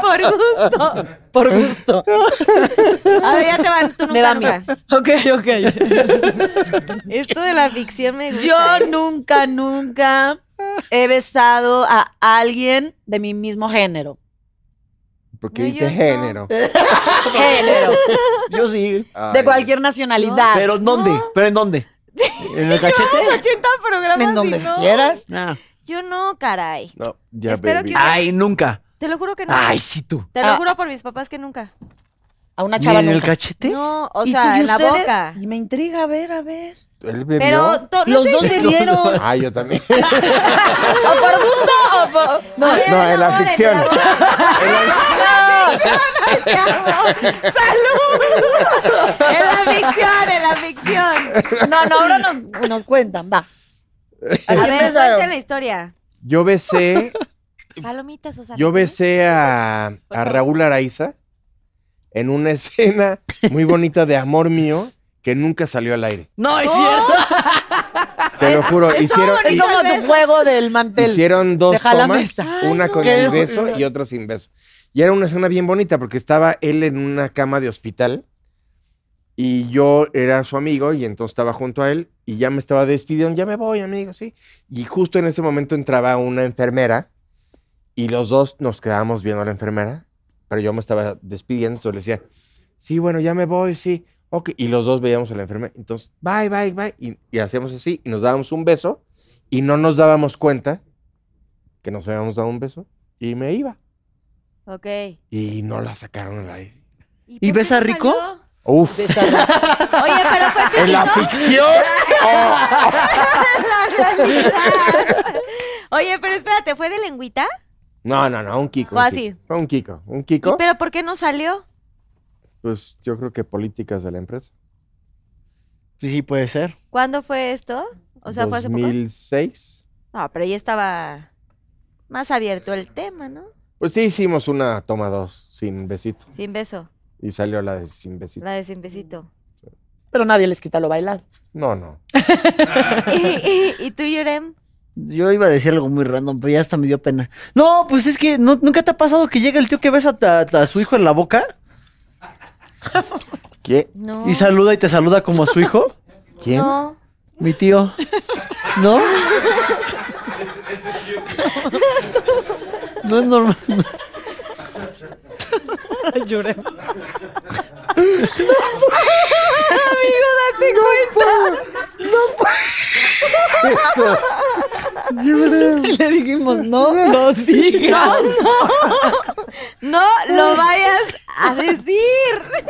por gusto. por gusto.
Por gusto.
A ver, ya te van, tú nunca,
Me da miedo.
nunca.
Ok, ok.
Esto de la ficción me gusta.
Yo
¿eh?
nunca, nunca he besado a alguien de mi mismo género.
Porque
No, yo
dijiste
no.
género.
Género.
Yo sí.
Ay,
De cualquier nacionalidad.
¿Pero en dónde? ¿Pero en dónde? ¿En el cachete?
80 programas.
en donde
y no.
quieras.
Ah.
Yo no, caray.
No, ya Ah,
Espero
bebí.
que-
Ay, nunca.
Te lo juro que no.
Ay, sí tú.
Te lo
Ah.
juro por mis papás que nunca.
A una
¿Ni
chava
en el
nunca.
cachete?
No, o
¿Y tú
sea,
y
en la
ustedes?
boca.
Y me intriga, a ver, a ver.
él bebió.
Pero to- no
Los
estoy
dos
diciendo-
bebieron.
Ah, yo también.
¿O por gusto o por-
A
No,
eh,
ver,
No, en la
elaboren,
ficción.
elaboren.
¡Salud! En la ficción, en la ficción.
no, no, ahora nos, nos cuentan, va.
A
Aquí
ver,
empezaron.
cuenten la historia.
Yo besé,
Palomitas o
yo besé a, a Raúl Araiza en una escena muy bonita de amor mío que nunca salió al aire.
No, es cierto.
Te lo juro, hicieron,
Es como tu juego del mantel.
hicieron dos
Deja la
tomas,
mesa.
una con
Qué
el
horror.
beso y otra sin beso. Y era una escena bien bonita porque estaba él en una cama de hospital y yo era su amigo y entonces estaba junto a él y ya me estaba despidiendo, ya me voy, amigo, sí. Y justo en ese momento entraba una enfermera y los dos nos quedábamos viendo a la enfermera, pero yo me estaba despidiendo, entonces le decía, sí, bueno, ya me voy, sí. ok. Y los dos veíamos a la enfermera. Entonces, bye, bye, bye. Y, y hacíamos así y nos dábamos un beso y no nos dábamos cuenta que nos habíamos dado un beso y me iba.
Ok.
Y no la sacaron al aire.
¿Y
por
besa
qué no
rico?
salió?
Uf,
Oye, pero fue tu
en la ficción. Oh,
La realidad. Oye, pero espérate, ¿fue de lengüita?
No, no, no, un Kiko.
O
un
así.
Kiko. Fue un Kiko. Un Kiko.
¿Pero por qué no salió?
Pues yo creo que políticas de la empresa.
Sí, puede ser.
¿Cuándo fue esto? O sea, fue hace poco.
2006.
No, pero ya estaba más abierto el tema, ¿no?
Pues sí, hicimos una toma dos sin besito.
Sin beso,
Y salió la de sin besito.
la de sin besito.
Pero nadie les quita lo bailar.
No, no.
¿Y, y- y tú, Yurem?
Yo iba a decir algo muy random, pero ya hasta me dio pena. No, pues es que no- nunca te ha pasado que llega el tío que besa a, a su hijo en la boca
¿Qué?
No.
y saluda y te saluda como a su hijo.
¿Quién?
No.
Mi tío. ¿No? No es normal. Lloré.
Y le dijimos, no lo digas.
No lo vayas a decir.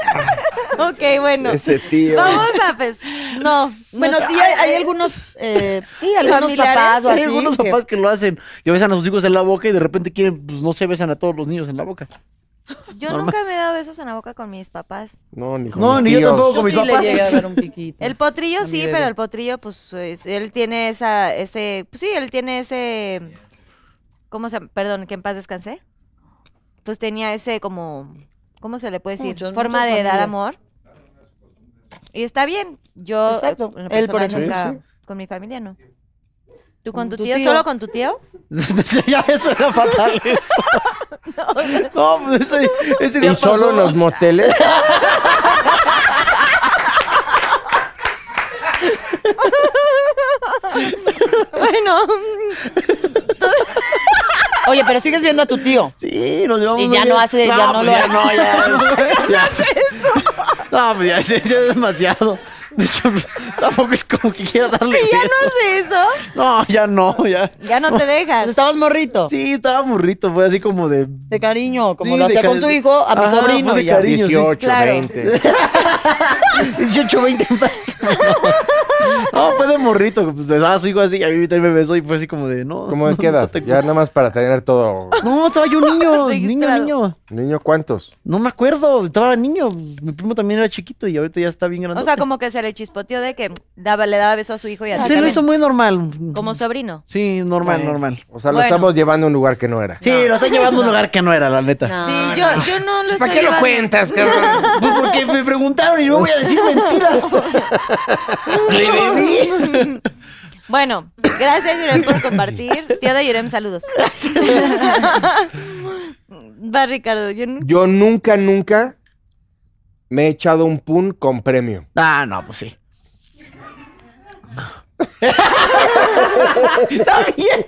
ok, bueno.
Ese tío.
Vamos a pues. No.
Bueno, sí, hay, hay algunos, eh, sí, algunos
Familiares,
papás o
Hay
así.
algunos
que-
papás que lo hacen. Que besan a sus hijos en la boca y de repente quieren, pues no se besan a todos los niños en la boca.
Yo nunca me he dado besos en la boca con mis papás.
No, ni con
No,
mis
ni yo
tíos.
tampoco
Yo
con mis
sí le
papás.
llegué a dar un piquito.
El potrillo sí,
idea.
pero el potrillo, pues, es- él tiene esa, ese, pues sí, él tiene ese, ¿cómo se, perdón, que en paz descansé? Pues tenía ese como, ¿cómo se le puede decir?
Muchos,
Forma
muchas
de dar
familias.
amor. Y está bien, yo,
Exacto.
en lo
Él, por
personal,
ejemplo.
nunca-
Sí,
con mi familia no. ¿Tú
Con
con tu,
tu
tío?
tío.
¿Solo con tu tío?
ya eso era fatal eso. no, pues ese, ese día
Y solo
pasó.
en los moteles.
Bueno,
Oye, pero sigues viendo a tu tío.
Sí, nos llevamos
Y
muy
ya
bien.
no hace- ya no
pues
lo
ya
hace.
no, ya. ya. No, pues ya, ese- ese es demasiado. De hecho, pues, tampoco es como que quiera darle.
¿y ya
beso.
no hace eso?
No, ya no, ya.
Ya no te
Pues
dejas.
estabas morrito.
Sí, estaba burrito, fue así como de.
De cariño, como
Sí,
lo
de
hacía con
cari-
su hijo, a mi
Ajá,
sobrino.
fue de
y ya.
cariño. Niño, sí.
18,
Claro.
20.
18, 20 más. No, fue de morrito. Pues besaba a su hijo así, y a mí también me besó y fue así como de, no.
¿Cómo
no,
es que edad?
está tan-
Ya nada más para tener todo.
No, estaba yo niño, niño,
Registrado.
niño.
Niño, ¿cuántos?
No me acuerdo, estaba niño. Mi primo también era chiquito y ahorita ya está bien grande.
O sea, como que se le chispoteó de que daba, le daba beso a su hijo y a ti
Se lo
también.
hizo muy normal.
Como sobrino.
Sí, normal, normal.
O sea, lo
Bueno.
estamos llevando a un lugar que no era.
Sí, lo está llevando a un lugar que no era, la neta.
Sí, yo, yo no lo
¿Para
estoy
qué lo
llevando.
cuentas, cabrón?
Pues porque me preguntaron y no voy a decir mentiras. Reverí.
Bueno, gracias Yurem por compartir. Tío de Yurem, saludos. Va Ricardo, yo no-
Yo nunca, nunca me he echado un pun con premio.
Ah, no, pues sí. Está bien.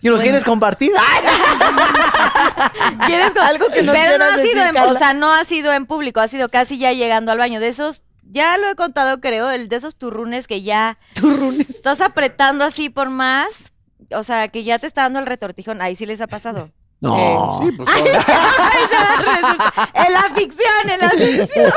¿Y nos quieres compartir? Ay,
¿Quieres con-
Algo que nos
Pero no
quieras
ha sido
decir,
en,
Carla.
o sea, no ha sido en público, ha sido casi ya llegando al baño de esos ya lo he contado, creo, el de esos turrunes que ya turrunes estás apretando así por más, o sea, que ya te está dando el retortijón, ahí sí les ha pasado.
no.
Sí, pues todo.
Ay, se da resulta- en la ficción, en la ficción.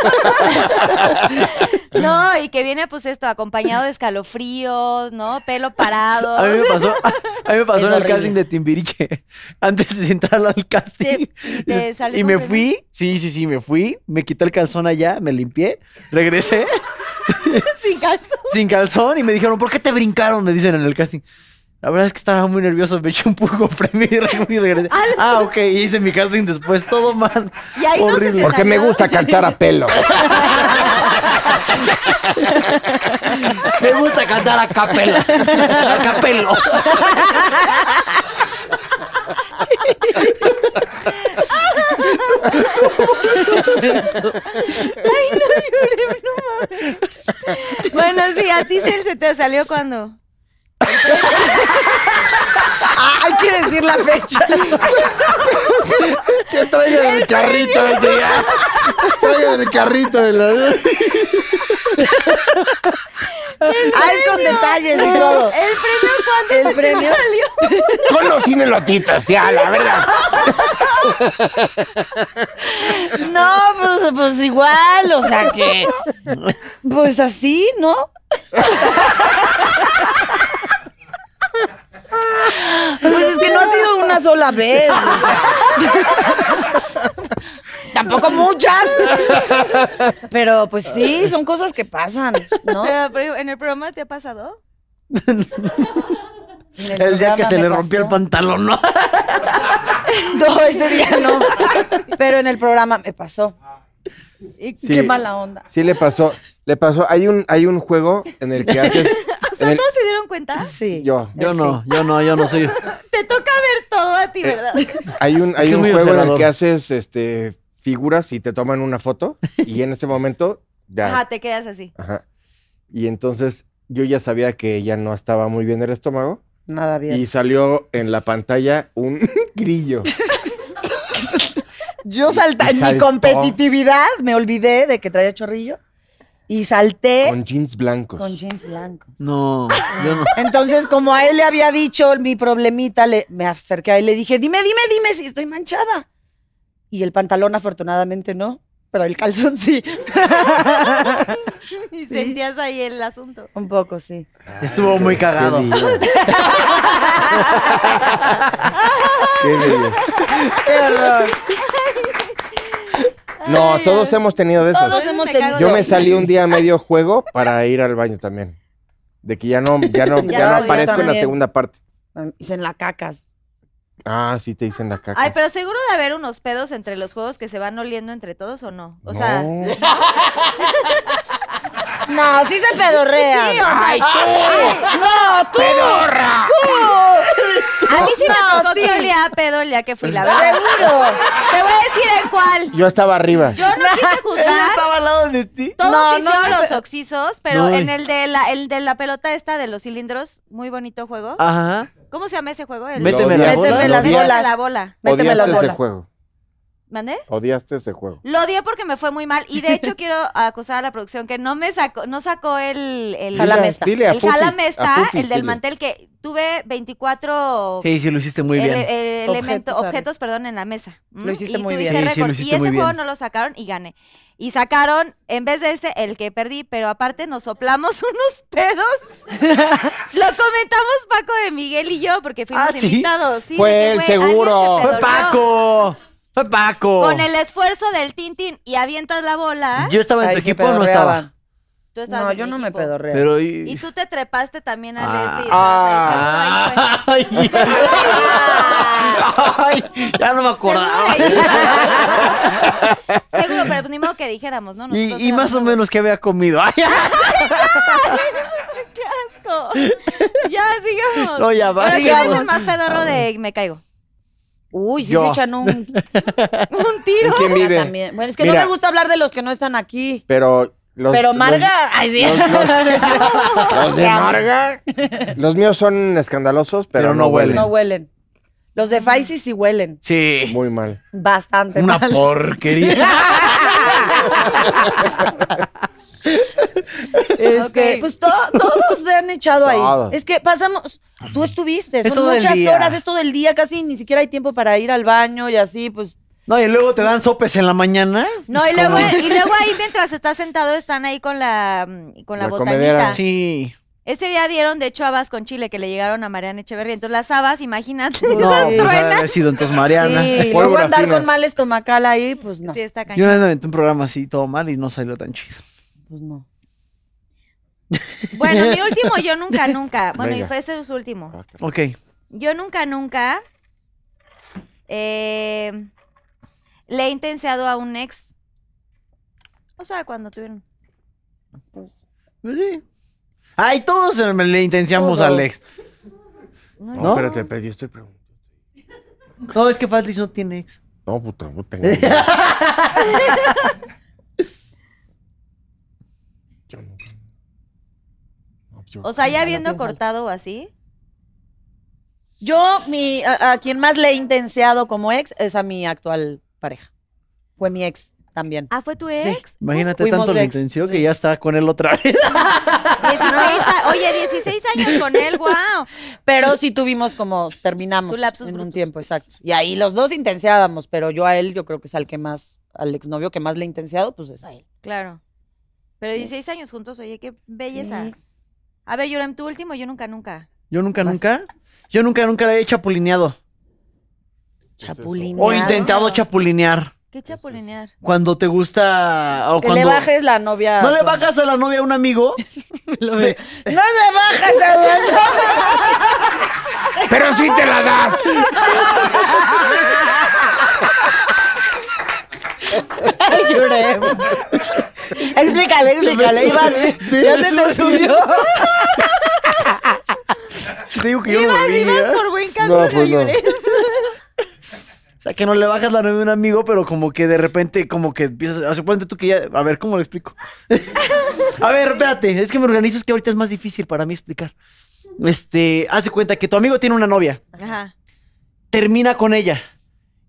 No, y que viene pues esto, acompañado de escalofríos, ¿no? Pelo parado.
A mí me pasó, a mí me pasó
Es
en el
horrible.
casting de Timbiriche. Antes de entrar al casting.
Te- te salió
y me
con
fui. Sí, sí, sí, me fui. Me quité el calzón allá, me limpié, regresé
Sin calzón.
sin calzón y me dijeron, ¿por qué te brincaron? Me dicen en el casting. La verdad es que estaba muy nervioso, me eché un pulgo premio y re- y regresé. Ah, ok, hice mi casting después, todo mal.
Y ahí no se
Horrible.
te
Porque me gusta cantar a pelo.
Me gusta cantar a capela. A capelo.
Ay, no lloré, no mames. Bueno, sí, a ti Cel, se te salió cuando.
Hay que decir la fecha.
¿Qué traigan en el carrito de día? Traigan en el carrito de la...
Ah, es con detalles y todo.
¿El premio cuándo?
El premio.
Con los cinelotitas, ya, la verdad.
No, pues, pues igual, o sea que. Pues así, ¿no? Pues es que no ha sido una sola vez. o sea. Tampoco muchas. Pero pues sí, son cosas que pasan, ¿no?
Pero, pero, en el programa te ha pasado.
En
El día que
programa
se
me
le rompió el
pasó.
pantalón, ¿no?
Pues
No, ese día no. Pero en el programa me pasó.
Y-
Sí.
Qué mala onda.
Sí le pasó, le pasó. Hay un, hay un juego en el que haces...
O sea,
en el-
¿todos se dieron cuenta?
Sí.
yo.
Yo
Sí.
no, yo no, yo no soy.
Te toca ver todo a ti, ¿verdad?
Hay un, hay
que es
un
muy
juego en el
observador.
que haces este, figuras y te toman una foto y en ese momento ya...
Ajá, te quedas así.
Ajá. Y entonces yo ya sabía que ya no estaba muy bien el estómago
Nada bien.
y salió en la pantalla un grillo.
Yo salté,
y
en mi
saltó.
competitividad me olvidé de que traía chorrillo y salté con,
Con jeans blancos.
jeans blancos.
No, yo no.
Entonces, como a él le había dicho mi problemita, le, me acerqué a él y le dije, dime, dime, dime si estoy manchada. Y el pantalón afortunadamente no, pero el calzón sí.
Y sentías ahí el asunto.
Un poco, sí.
Ah, Estuvo muy cagado.
Qué bello. Qué bello. No, todos hemos tenido de esos.
Todos hemos
Me
tenido...
cago
Yo
de-
me salí un día a medio juego para ir al baño también. De que ya no, ya no,
Ya
ya no
no, yo
aparezco en la
también.
segunda parte.
Hice en la cacas.
Ah, sí te dicen la caca.
Ay, pero seguro de haber unos pedos entre los juegos que se van oliendo entre todos o no. O sea,
No.
No, sí se pedorrea.
Sí, o sea-
¡Ay, tú! ¡No, tú! ¡Pedorra! ¡Tú!
a mí sí me
No,
tocó que
sí.
olía a pedo el día que fui, la verdad.
¡Seguro!
Te voy a decir el cual.
Yo estaba arriba.
Yo no quise
Ella
juzgar.
estaba al lado de ti.
Todos
No,
hicieron
no, no,
los oxisos, pero
No,
en
y-
el de la el de la pelota esta de los cilindros, muy bonito juego.
Ah.
Ajá.
¿Cómo se llama ese juego? El-
Lo
Méteme la
odiaste,
bola.
Méteme
lo
las
odiaste.
bolas.
la bola.
Méteme las
Odiaste ese
bolas.
juego.
¿Mandé?
Odiaste ese juego.
Lo odié porque me fue muy mal y de hecho quiero acusar a la producción que no me sacó no sacó el el
Jala-
Dile-
Jalamesta.
dile a
el
Pufis,
jalamesta,
a Pufis,
el del
dile.
mantel que tuve 24
Sí, sí, lo hiciste muy
ele-
bien.
eh,
Objetos
elemento-
arriba.
objetos, perdón, en la mesa. ¿m?
Lo hiciste
Y
muy
tuviste
bien. Sí, sí, lo
récord. y
hiciste
ese
muy
juego
bien.
no lo sacaron y gané. Y sacaron, en vez de ese, el que perdí, pero aparte nos soplamos unos pedos. lo comentamos Paco de Miguel y yo, porque fuimos
Ah, ¿sí?
invitados. Sí,
Fue
de que,
el
güey, alguien
seguro.
se
¡Fue
pedorreó.
Paco! ¡Fue Paco!
Con el esfuerzo del Tintín y avientas la bola,
Yo estaba en
Ay,
tu
sí
equipo o no
pedorreaba.
estaba.
tú estabas
No,
en
yo
mi
no me
equipo.
pedorreo.
Pero.
Y tú te trepaste también al
Ah.
este. Y
Ah.
Ay,
pues,
Ay, ya no me acordaba.
Seguro, pero pues, ni modo que dijéramos, ¿no?
Y,
Nosotros
y más o
éramos-
menos que había comido. Ay,
¡Qué asco! Ya, sigamos.
No, ya va,
Pero ¿quién
sigamos.
es el más pedorro de me caigo?
Uy, sí
Yo.
se echan un...
Un
¿En
tiro.
quién vive?
También. Bueno, es que
Mira.
no me gusta hablar de los que no están aquí.
Pero. Los,
Pero
los-
Marga... Ay, sí.
Los, los- los de Marga. Los míos son escandalosos, pero,
Pero
no,
no
huelen.
huelen.
No huelen. Los de Faisy sí huelen.
sí.
Muy mal.
Bastante
Una
mal.
porquería.
Este,
Ok.
Pues to- todos se han echado ahí.
Todos.
Es que pasamos, tú estuviste,
Es
son
todo el
muchas
día.
horas, es todo el día, casi ni siquiera hay tiempo para ir al baño y así, pues
No, y luego te dan sopes en la mañana.
No, y luego, y luego ahí mientras estás sentado están ahí con la, mm, con la,
La
botanita.
comedera.
Sí.
Ese día dieron, de hecho, habas con chile que le llegaron a Mariana Echeverría. Entonces las habas, imagínate,
No,
esas
pues ha de
truenas.
haber sido entonces Mariana.
Sí, luego
Pólvora
andar
fina.
con mal estomacal ahí, pues no.
Sí, está cañón.
Yo una vez me aventé un programa así todo mal y no salió tan chido.
Pues no.
Bueno, mi último, yo nunca, nunca. Bueno, y
Venga.
fue ese su último.
Ok.
Yo nunca, nunca eh, le he intenseado a un ex. O sea, cuando tuvieron.
Pues sí. Ay, todos me- le intenciamos a
Todos.
Alex.
No,
¿No?
espérate, espérate, yo estoy preguntando.
No, es que Fazlis no tiene ex.
No, puta, no tengo idea. Yo no. No, yo-
O sea, ya viendo cortado o así.
Yo, mi, a, a quien más le he intenseado como ex es a mi actual pareja. Fue mi ex también.
Ah, ¿fue tu
Sí.
ex?
Imagínate
Fuimos
tanto le
ex,
intenció
sí.
que ya está con él otra vez.
16 a- oye, 16 años con él, wow.
Pero sí tuvimos como terminamos
Su lapsus
en un
brutus.
tiempo, exacto. Y ahí los dos intenseábamos, pero yo a él, yo creo que es al que más, al exnovio que más le he intenseado, pues es a él.
Claro. Pero 16 años juntos, oye, qué belleza. A ver, Yoram, tu último, yo nunca, nunca.
Yo nunca, nunca. Yo nunca, nunca la he chapulineado.
Chapulineado.
O intentado chapulinear.
Qué chapulinear.
Cuando te gusta. O
Que
cuando.
le bajes la novia.
¿No le
con-
bajas a la novia a un amigo?
No le bajes a la novia.
Pero sí te la das.
Explícale, explícale. ahí vas. ya se te subió.
Te digo que yo no lo vi, ¿eh?
Por buen camino.
No, pues no.
O sea, que no le bajas la novia a un amigo, pero como que de repente, como que empiezas. a suponte tú que ya. A ver, ¿cómo lo explico? a ver, espérate. Es que me organizo, es que ahorita es más difícil para mí explicar. Este, hace cuenta que tu amigo tiene una novia.
Ajá.
termina con ella.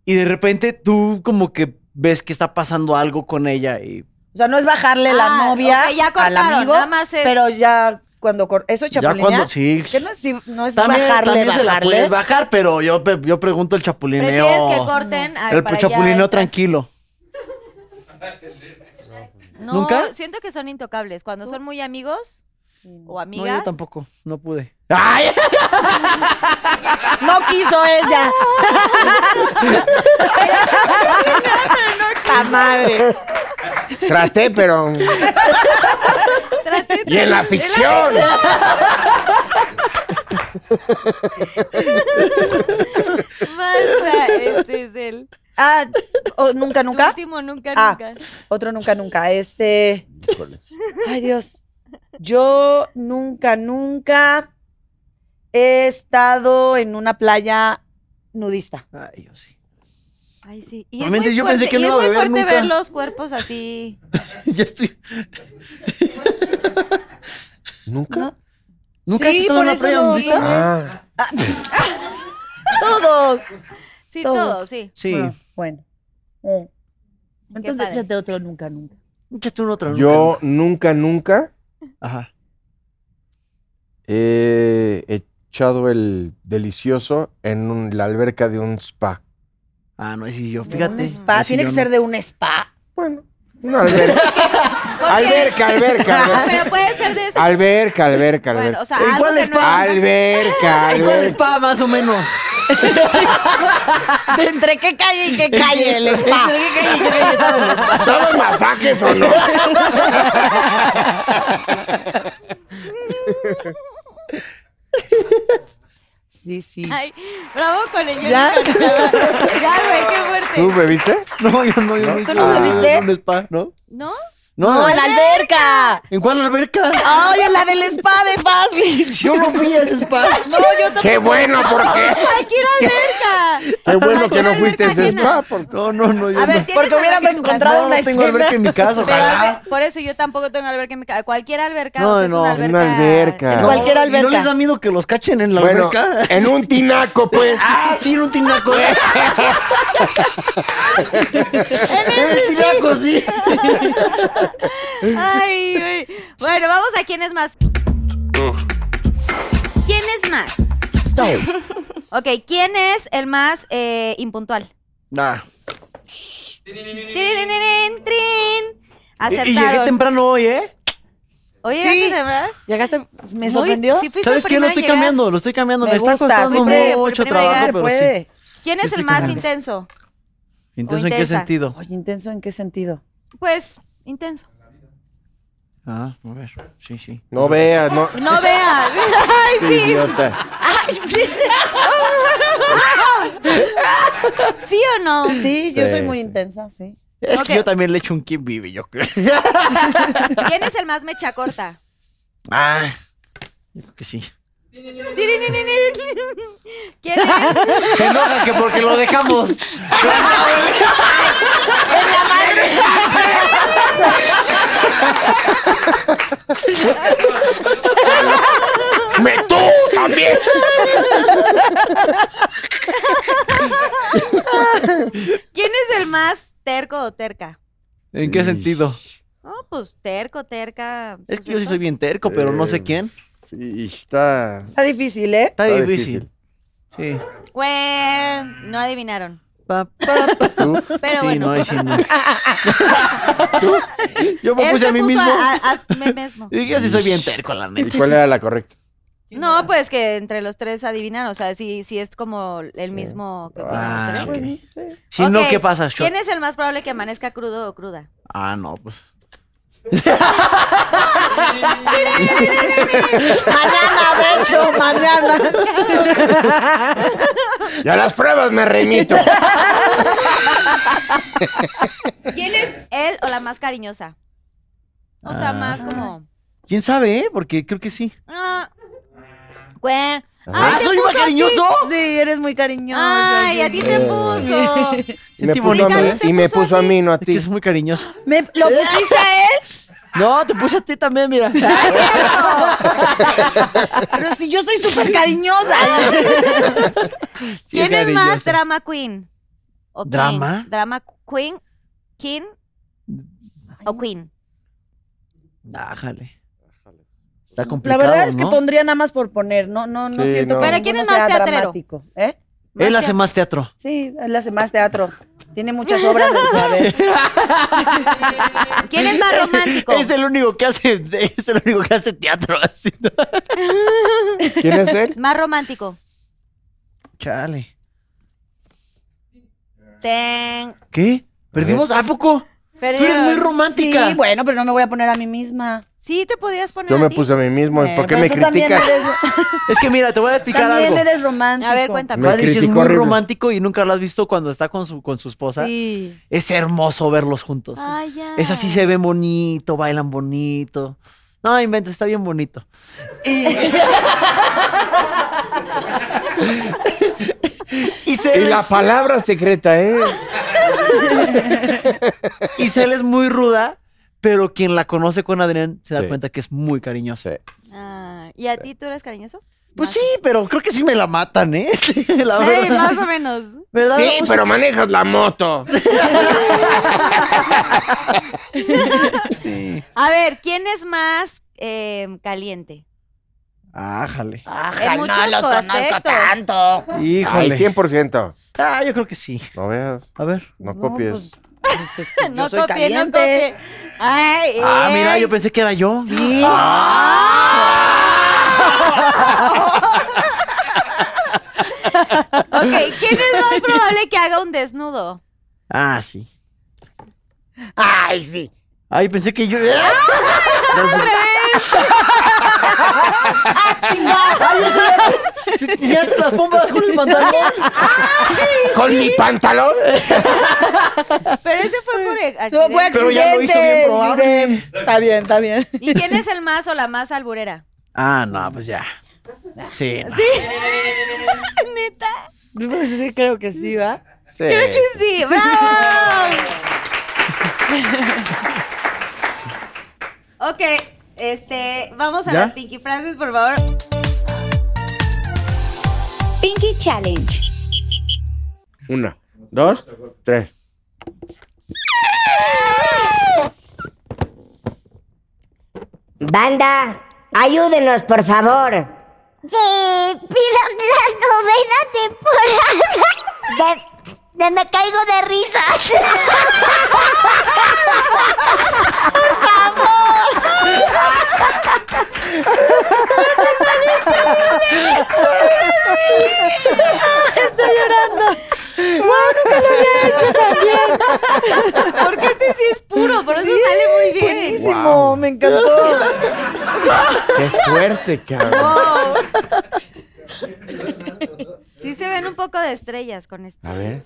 Y de repente tú como que ves que está pasando algo con ella y
O sea, no es bajarle la
Ah,
novia
ok, ya
al
cortaron,
amigo,
nada más es-
pero ya cuando cor- eso es
Ya
chapulinear.
cuando- sí.
Que no es, si- no es
también,
bajarle,
también se la
bajarle.
puedes bajar, pero yo, pe- yo pregunto el chapulineo.
Prefieres que corten a-
el
para ya
chapulineo
estar-
tranquilo.
No,
¿Nunca?
siento que son intocables. Cuando son muy amigos o amigas.
No, yo tampoco, no pude. ¡Ay!
No quiso ella. ¡La madre!
Traté, pero. y en la ficción.
Marta, este es el
Ah, o- ¿nunca,
tu
nunca?
último, nunca,
Ah.
nunca.
Otro nunca, nunca. Este... Ay, Dios. Yo nunca, nunca he estado en una playa nudista.
Ay, yo sí.
Ay, sí. Y es
Realmente
muy
yo pensé
fuerte-
que
y
no
es
iba a
muy
beber
fuerte
nunca.
ver los cuerpos así.
ya estoy.
¿Nunca?
¿Nunca has
Sí,
estado
por
en una
eso
playa
no-
nudista?
no-
Ah,
Todos.
Sí,
Todos.
todo, sí.
Sí.
Ah, Bueno. Eh. Entonces
padre.
yo de otro nunca, nunca.
Échate un otro.
yo nunca, nunca
nunca. Ajá.
he echado el delicioso en un- la alberca de un spa.
Ah, no, sí, yo,
Un
fíjate.
spa.
ahí sí
Tiene
yo
que
no.
ser de un spa.
Bueno, una alberca. alberca, alberca, alberca.
Pero puede ser de ese.
Alberca, alberca,
Bueno,
alberca.
o sea,
¿En
algo
cuál
que
es
no es-
Alberca,
Ay, ¿cuál
alberca.
spa más o menos?
¿De entre qué calle y qué calle el
Este,
spa?
¿Daban masajes o no?
Sí, sí.
Ay, bravo con el yo
¿Ya?
nunca, nunca. Ya, güey, qué fuerte.
¿Tú bebiste?
No, yo no, yo
¿Tú no bebiste?
¿Un spa? ¿No?
¿No?
No, en la alberca.
¿En cuál alberca?
Ay, en la del spa de Fazli.
Yo no fui a ese spa.
No, yo
¡Qué bueno, porque!
¡Aquí la alberca!
¡Qué bueno que no
Alberca
fuiste a ese
llena.
spa! Porque...
No, no, no, yo
A ver,
no.
¿tienes
Porque
alberca en
hubiéramos
tu
encontrado
casa?
No,
una
no tengo alberca en mi casa,
Pero
ojalá.
alber- por eso yo tampoco tengo alberca en mi casa. Cualquier alberca,
No,
o sea, es
no,
una
una
alberca.
alberca.
En cualquier
¿Y
alberca.
¿No les da miedo que los cachen en la
Bueno,
alberca?
en un tinaco, pues.
Ah, sí, en un tinaco. En el tinaco, sí.
Ay, güey. Bueno, vamos a quién es más.
¿Quién es más?
Ok, ¿quién es el más eh, impuntual?
Nah.
Tirirín, trin.
Y, y llegué
Acertaron.
temprano hoy, ¿eh?
Oye,
Sí.
¿hace de verdad?
Llegaste, me
Muy-
sorprendió.
sí fuiste
¿Sabes
la
qué? Lo
primera
estoy
en llegar.
cambiando, lo estoy cambiando. Me,
Me
está
gusta,
costando
fuiste
mucho
primera en llegar.
se
trabajo, pero
puede.
¿Quién
Sí,
es
estoy
el más
cambiando.
intenso?
sí. ¿Intenso en qué
intensa.
sentido?
Oye, intenso, ¿en qué sentido?
Pues, intenso.
Ah, a ver. Sí, sí.
No veas, no.
No vea. Ay, sí.
Idiota.
¿Sí o no?
Sí, yo
Sí,
soy muy
sí.
intensa, sí.
Es que
Ok.
yo también le echo un quien vive, yo creo.
¿Quién es el más mecha corta?
Ah, yo creo que sí.
¿Quién es?
Se enoja que porque lo dejamos.
¡Me tú también!
¿Quién es el más terco o terca?
¿En qué sentido?
No, pues terco, terca.
Es
pues,
que yo sí
eso.
soy bien terco, pero no sé
Eh,
quién.
Y está.
Está difícil, ¿eh?
Está,
está
difícil. Sí.
Güey, no adivinaron.
Pa, pa, pa.
Uf,
Pero
sí,
bueno.
no, ahí sí, no. Yo me
Él
puse
se
a mí
puso
mismo.
a- a mí mismo.
Y yo sí soy bien terco, la
¿Y
neta.
cuál era la correcta?
No, pues que entre los tres adivinaron. O sea, sí, sí es como el mismo. que
Ah,
los
ok.
tres.
Si no,
Ok,
¿qué pasa, Shot?
¿Quién es el más probable que amanezca crudo o cruda?
Ah, no, pues.
Mañana, de hecho, mañana.
Ya las pruebas me remito.
¿Quién es él o la más cariñosa? O
Ah.
sea, más como.
¿Quién sabe, eh? Porque creo que sí.
Ah, güey.
Ah,
te
soy
puso
más
a ti.
cariñoso.
Sí, eres muy cariñoso.
Ay, a ti te
Eh.
puso.
Y me
Sentí
puso a
bonito,
mí,
¿eh?
y me puso a mí, no a
Es que
ti.
es muy cariñoso.
¿Me, ¿Lo pusiste a él?
No, te puse a ti también, mira.
Pero si yo soy súper cariñosa.
Sí,
¿Quién es más
cariñoso.
drama queen? O king.
¿Drama?
Drama queen, king o queen.
Ah, jale. Está
La
complicado,
verdad es que
¿no?
pondría nada más por poner, no, no, no
Sí,
siento
no.
que
Pero ¿quién es
ninguno
más
sea
teatrero?
dramático, ¿eh?
Él hace
teatro.
más teatro.
Sí, él hace más teatro. Tiene muchas obras en su haber.
¿Quién es más Ah, romántico?
Es el único que hace, es el único que hace teatro así, ¿no?
¿Quién es él?
Más romántico.
Chale.
Ten.
¿Qué? ¿Perdimos? ¿A poco? Tú eres muy romántica.
Sí, bueno, pero no me voy a poner a mí misma.
Sí, te podías poner.
Yo
a
me
ti.
puse a mí mismo.
Eh,
¿Por qué
Pero
me
tú también
criticas?
eres-
Es que mira, te voy a explicar
También
algo.
eres romántico.
A ver, cuéntame.
Me
Fadi sí es
criticó
muy
horrible.
romántico y nunca lo has visto cuando está con su, con su esposa.
Sí. Ah.
Es hermoso verlos juntos.
Ay, Ah, ya.
Es así, se ven bonito, bailan bonito. No, inventa, está bien bonito. Y, y, se
Y la
les-
palabra secreta ¿eh? es.
y Cel es muy ruda, pero quien la conoce con Adrián se da
Sí.
cuenta que es muy cariñosa.
Ah, ¿Y a ti tú eres cariñoso?
Pues sí, pero creo que sí me la matan, ¿eh? Sí, la
Ey,
verdad.
más o menos.
¿Verdad?
Sí,
Pues,
pero manejas la moto.
sí.
A ver, ¿quién es más eh, caliente?
Ájale.
en muchos aspectos.
Híjole.
Al 100%.
Ah, yo creo que sí.
No veas,
A ver.
no, copies.
Pues es que
No
yo soy
copie, no
caliente.
copie. Ay, eh,
Ah, mira,
ey.
yo pensé que era yo.
Ah,
Ok, ¿quién es más probable que haga un desnudo?
Ah, sí.
Ay, sí.
Ay, pensé que yo. Si hace las bombas con el pantalón.
Con mi pantalón.
Pero ese fue por
Eso fue
accidente.
Pero ya lo hizo bien
accidente,
probable.
Miguel. Está bien, está bien.
¿Y quién es el más o la más alburera?
Ah, no, pues ya. Sí. no.
Neta.
Pues sí, creo que sí, ¿va?
Sí.
Sí, bravo. ok, este, vamos a
¿Ya?
las Pinky Frases, por favor.
Pinky Challenge.
Una, dos, tres.
Banda, ayúdenos, por favor. Te pido la novena temporada de me caigo de risa. Por favor.
Porque este sí es puro, por eso sale muy bien.
Buenísimo,
Wow.
me encantó.
¡Qué fuerte, cabrón!
Sí se ven un poco de estrellas con esto.
A ver.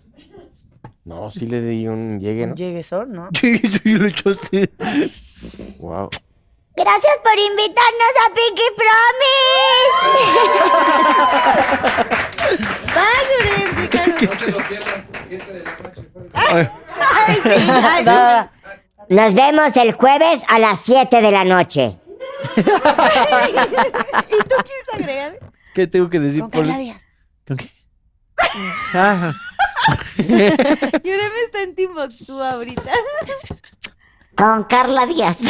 No, sí le di un llegue, ¿no?
Lleguesor, ¿no?
yo le echaste.
Wow.
Gracias por invitarnos a Pinky Promise.
Nada.
Nos vemos el jueves a las 7 de la noche.
¿Quieres agregar?
¿Qué tengo que decir? Poli? ¿Con qué? Ah,
Yurem está en Timbuktu ahorita.
Con Carla Díaz.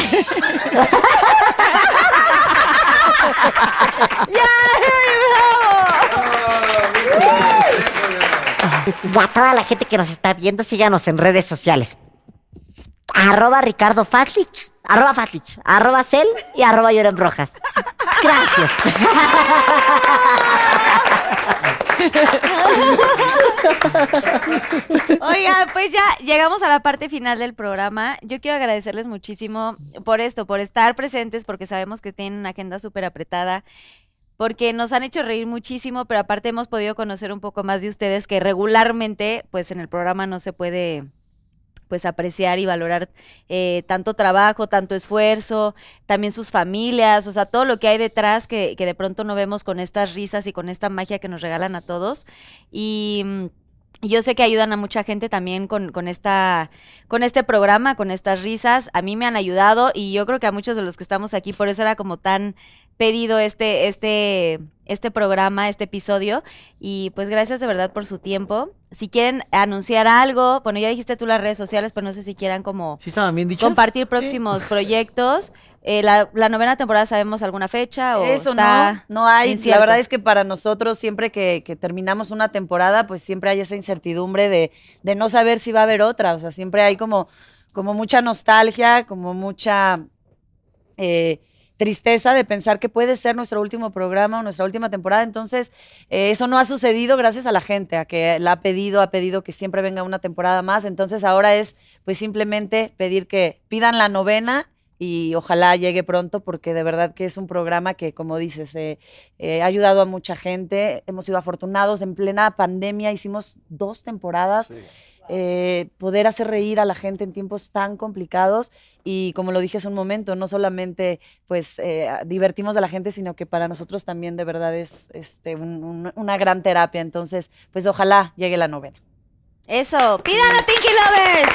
Y a toda la gente que nos está viendo, síganos en redes sociales. Arroba Ricardo Faslich, arroba Faslich, arroba Cel y arroba Lloren Rojas. Gracias.
Oiga, pues ya llegamos a la parte final del programa. Yo quiero agradecerles muchísimo por esto, por estar presentes, porque sabemos que tienen una agenda súper apretada, porque nos han hecho reír muchísimo, pero aparte hemos podido conocer un poco más de ustedes que regularmente, pues en el programa no se puede pues apreciar y valorar eh, tanto trabajo, tanto esfuerzo, también sus familias, o sea, todo lo que hay detrás que, que de pronto no vemos con estas risas y con esta magia que nos regalan a todos. Y mm, yo sé que ayudan a mucha gente también con, con, esta, con este programa, con estas risas. A mí me han ayudado y yo creo que a muchos de los que estamos aquí, por eso era como tan pedido este, este, este programa, este episodio. Y pues gracias de verdad por su tiempo. Si quieren anunciar algo, bueno, ya dijiste tú las redes sociales, pero no sé si quieran como
¿Sí estaban bien dichos?
compartir próximos proyectos. Eh, la, la novena temporada, ¿sabemos alguna fecha? O
Eso
está
no, no hay.
incierto?
La verdad es que para nosotros, siempre que, que terminamos una temporada, pues siempre hay esa incertidumbre de, de no saber si va a haber otra. O sea, siempre hay como, como mucha nostalgia, como mucha eh, tristeza de pensar que puede ser nuestro último programa o nuestra última temporada. Entonces, eh, eso no ha sucedido gracias a la gente, a que la ha pedido, ha pedido que siempre venga una temporada más. Entonces, ahora es pues simplemente pedir que pidan la novena y ojalá llegue pronto porque de verdad que es un programa que, como dices, eh, eh, ha ayudado a mucha gente. Hemos sido afortunados en plena pandemia, hicimos dos temporadas. eh, poder hacer reír a la gente en tiempos tan complicados y como lo dije hace un momento, no solamente pues eh, divertimos a la gente, sino que para nosotros también de verdad es este, un- un- una gran terapia. Entonces, pues ojalá llegue la novena.
Eso, pidan a Pinky Lovers.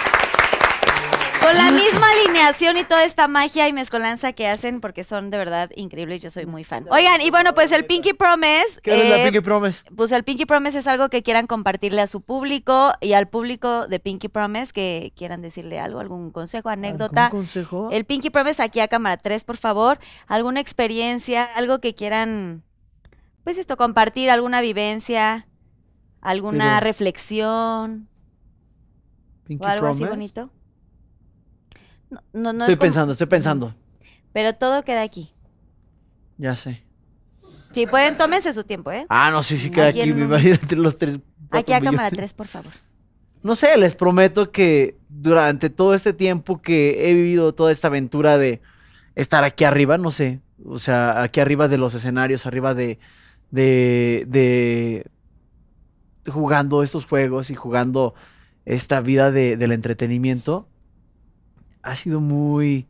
Con la misma alineación y toda esta magia y mezcolanza que hacen, porque son de verdad increíbles, yo soy muy fan. Oigan, y bueno, pues el Pinky Promise.
¿Qué es
eh,
la Pinky Promise?
pues el Pinky Promise es algo que quieran compartirle a su público y al público de Pinky Promise que quieran decirle algo, algún consejo, anécdota.
consejo?
El Pinky Promise aquí a cámara 3, por favor. ¿Alguna experiencia, algo que quieran, pues esto, compartir, alguna vivencia, alguna
Pero-
reflexión
Pinky
o algo así
Promise.
bonito? No, no, no
estoy
es como-
pensando, estoy pensando.
Pero todo queda aquí.
Ya sé.
Si pueden, tómense su tiempo, ¿eh?
Ah, no, sí, sí queda
Aquí
aquí.
en
Mi
un-
marido entre los tres.
Aquí
cuatro
a cámara
millones.
3, por favor.
No sé, les prometo que durante todo este tiempo que he vivido toda esta aventura de estar aquí arriba, no sé, o sea, aquí arriba de los escenarios, arriba de, de, de jugando estos juegos y jugando esta vida de- del entretenimiento, ha sido muy,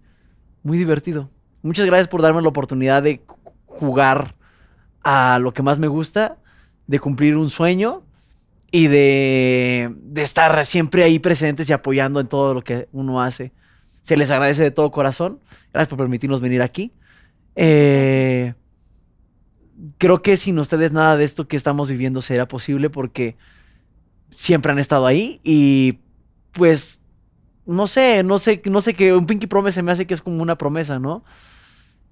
muy divertido. Muchas gracias por darme la oportunidad de jugar a lo que más me gusta, de cumplir un sueño y de, de estar siempre ahí presentes y apoyando en todo lo que uno hace. Se les agradece de todo corazón. Gracias por permitirnos venir aquí. Eh, creo que sin ustedes nada de esto que estamos viviendo será posible porque siempre han estado ahí y pues no sé, no sé, no sé que un Pinky Promise se me hace que es como una promesa, ¿no?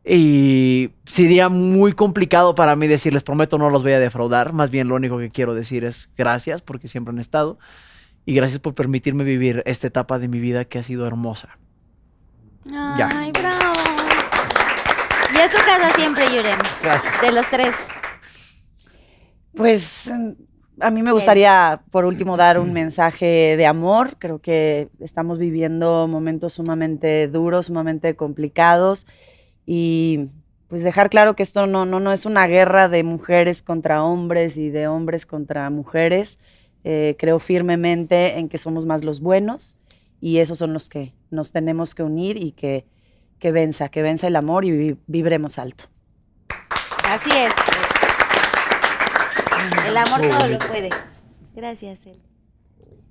Y sería muy complicado para mí decir, les prometo no los voy a defraudar. Más bien lo único que quiero decir es gracias porque siempre han estado. y gracias por permitirme vivir esta etapa de mi vida que ha sido hermosa. Ya.
Ay, bravo. Y es tu casa siempre, Yurem.
Gracias.
De los tres.
Pues mm, a mí me gustaría, por último, dar un mensaje de amor. Creo que estamos viviendo momentos sumamente duros, sumamente complicados. Y pues dejar claro que esto no, no, no es una guerra de mujeres contra hombres y de hombres contra mujeres. Eh, creo firmemente en que somos más los buenos y esos son los que nos tenemos que unir y que, que venza, que venza el amor y vi- vibremos alto.
Así es. El amor todo lo puede. Gracias, él.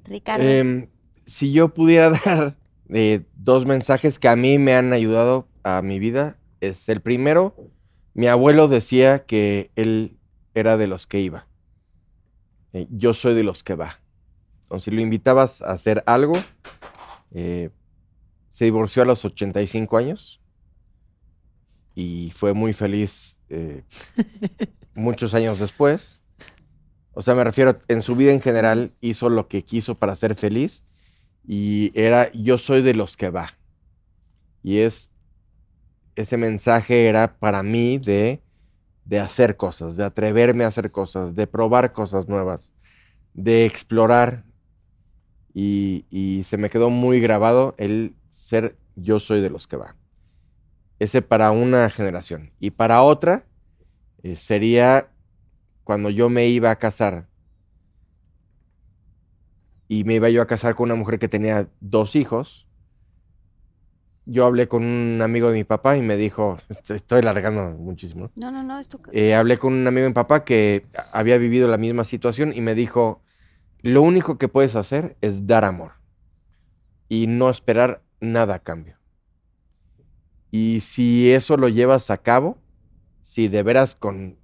Ricardo.
Eh,
Em, si yo pudiera dar eh, dos mensajes que a mí me han ayudado a mi vida, es el primero, mi abuelo decía que él era de los que iba. Eh, yo soy de los que va. Entonces, si lo invitabas a hacer algo, eh, se divorció a los 85 años y fue muy feliz eh, muchos años después. O sea, me refiero, en su vida en general hizo lo que quiso para ser feliz y era yo soy de los que va. Y es ese mensaje era para mí de de hacer cosas, de atreverme a hacer cosas, de probar cosas nuevas, de explorar. Y, y se me quedó muy grabado el ser yo soy de los que va. Ese para una generación. Y para otra eh, sería cuando yo me iba a casar y me iba yo a casar con una mujer que tenía dos hijos, yo hablé con un amigo de mi papá y me dijo, estoy, estoy largando muchísimo,
No,
¿no?
no, no, es tu casa.
Eh, hablé con un amigo de mi papá que había vivido la misma situación y me dijo, lo único que puedes hacer es dar amor y no esperar nada a cambio. Y si eso lo llevas a cabo, si de veras con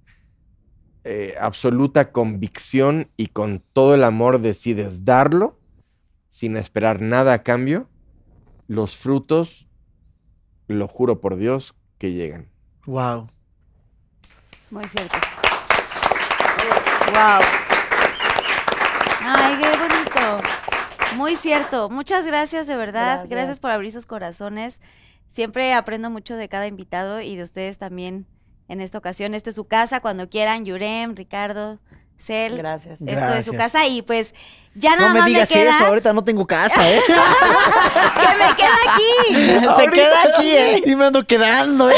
eh, absoluta convicción y con todo el amor decides darlo, sin esperar nada a cambio, los frutos, lo juro por Dios, que llegan.
Wow.
Muy cierto. Wow. Ay, qué bonito. Muy cierto. Muchas gracias, de verdad. Gracias.
Gracias.
por abrir sus corazones. Siempre aprendo mucho de cada invitado y de ustedes también en esta ocasión. Esta es su casa cuando quieran. Yurem, Ricardo, Cel.
Gracias.
Esto es su
Gracias.
casa y pues ya nada
No me
más
digas
me queda
eso, ahorita no tengo casa, ¿eh?
que me queda aquí.
Se queda aquí, ¿eh? Y me ando quedando, ¿eh?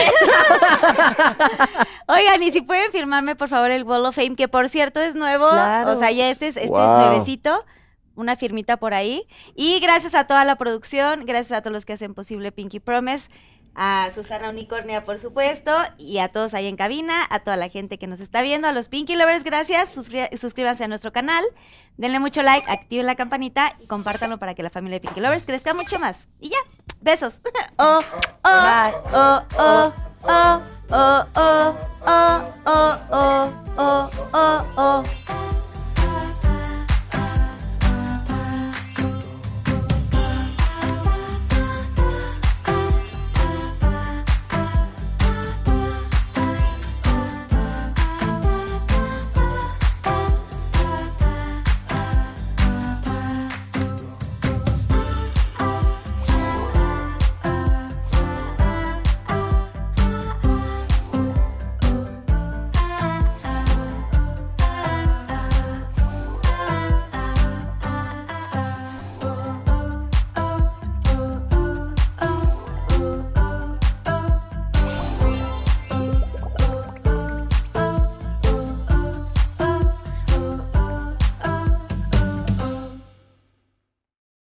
Oigan, y si pueden firmarme, por favor, el Wall of Fame, que por cierto es nuevo.
Claro.
O sea, ya este es, este
Wow.
es nuevecito. Una firmita por ahí. Y gracias a toda la producción, gracias a todos los que hacen posible Pinky Promise, a Susana Unicornia, por supuesto, y a todos ahí en cabina, a toda la gente que nos está viendo, a los Pinky Lovers, gracias. Suscri- suscríbanse a nuestro canal, denle mucho like, activen la campanita y compártanlo para que la familia de Pinky Lovers crezca mucho más. Y ya, besos. Oh, oh, oh, oh, oh, oh, oh, oh, oh, oh, oh, oh, oh.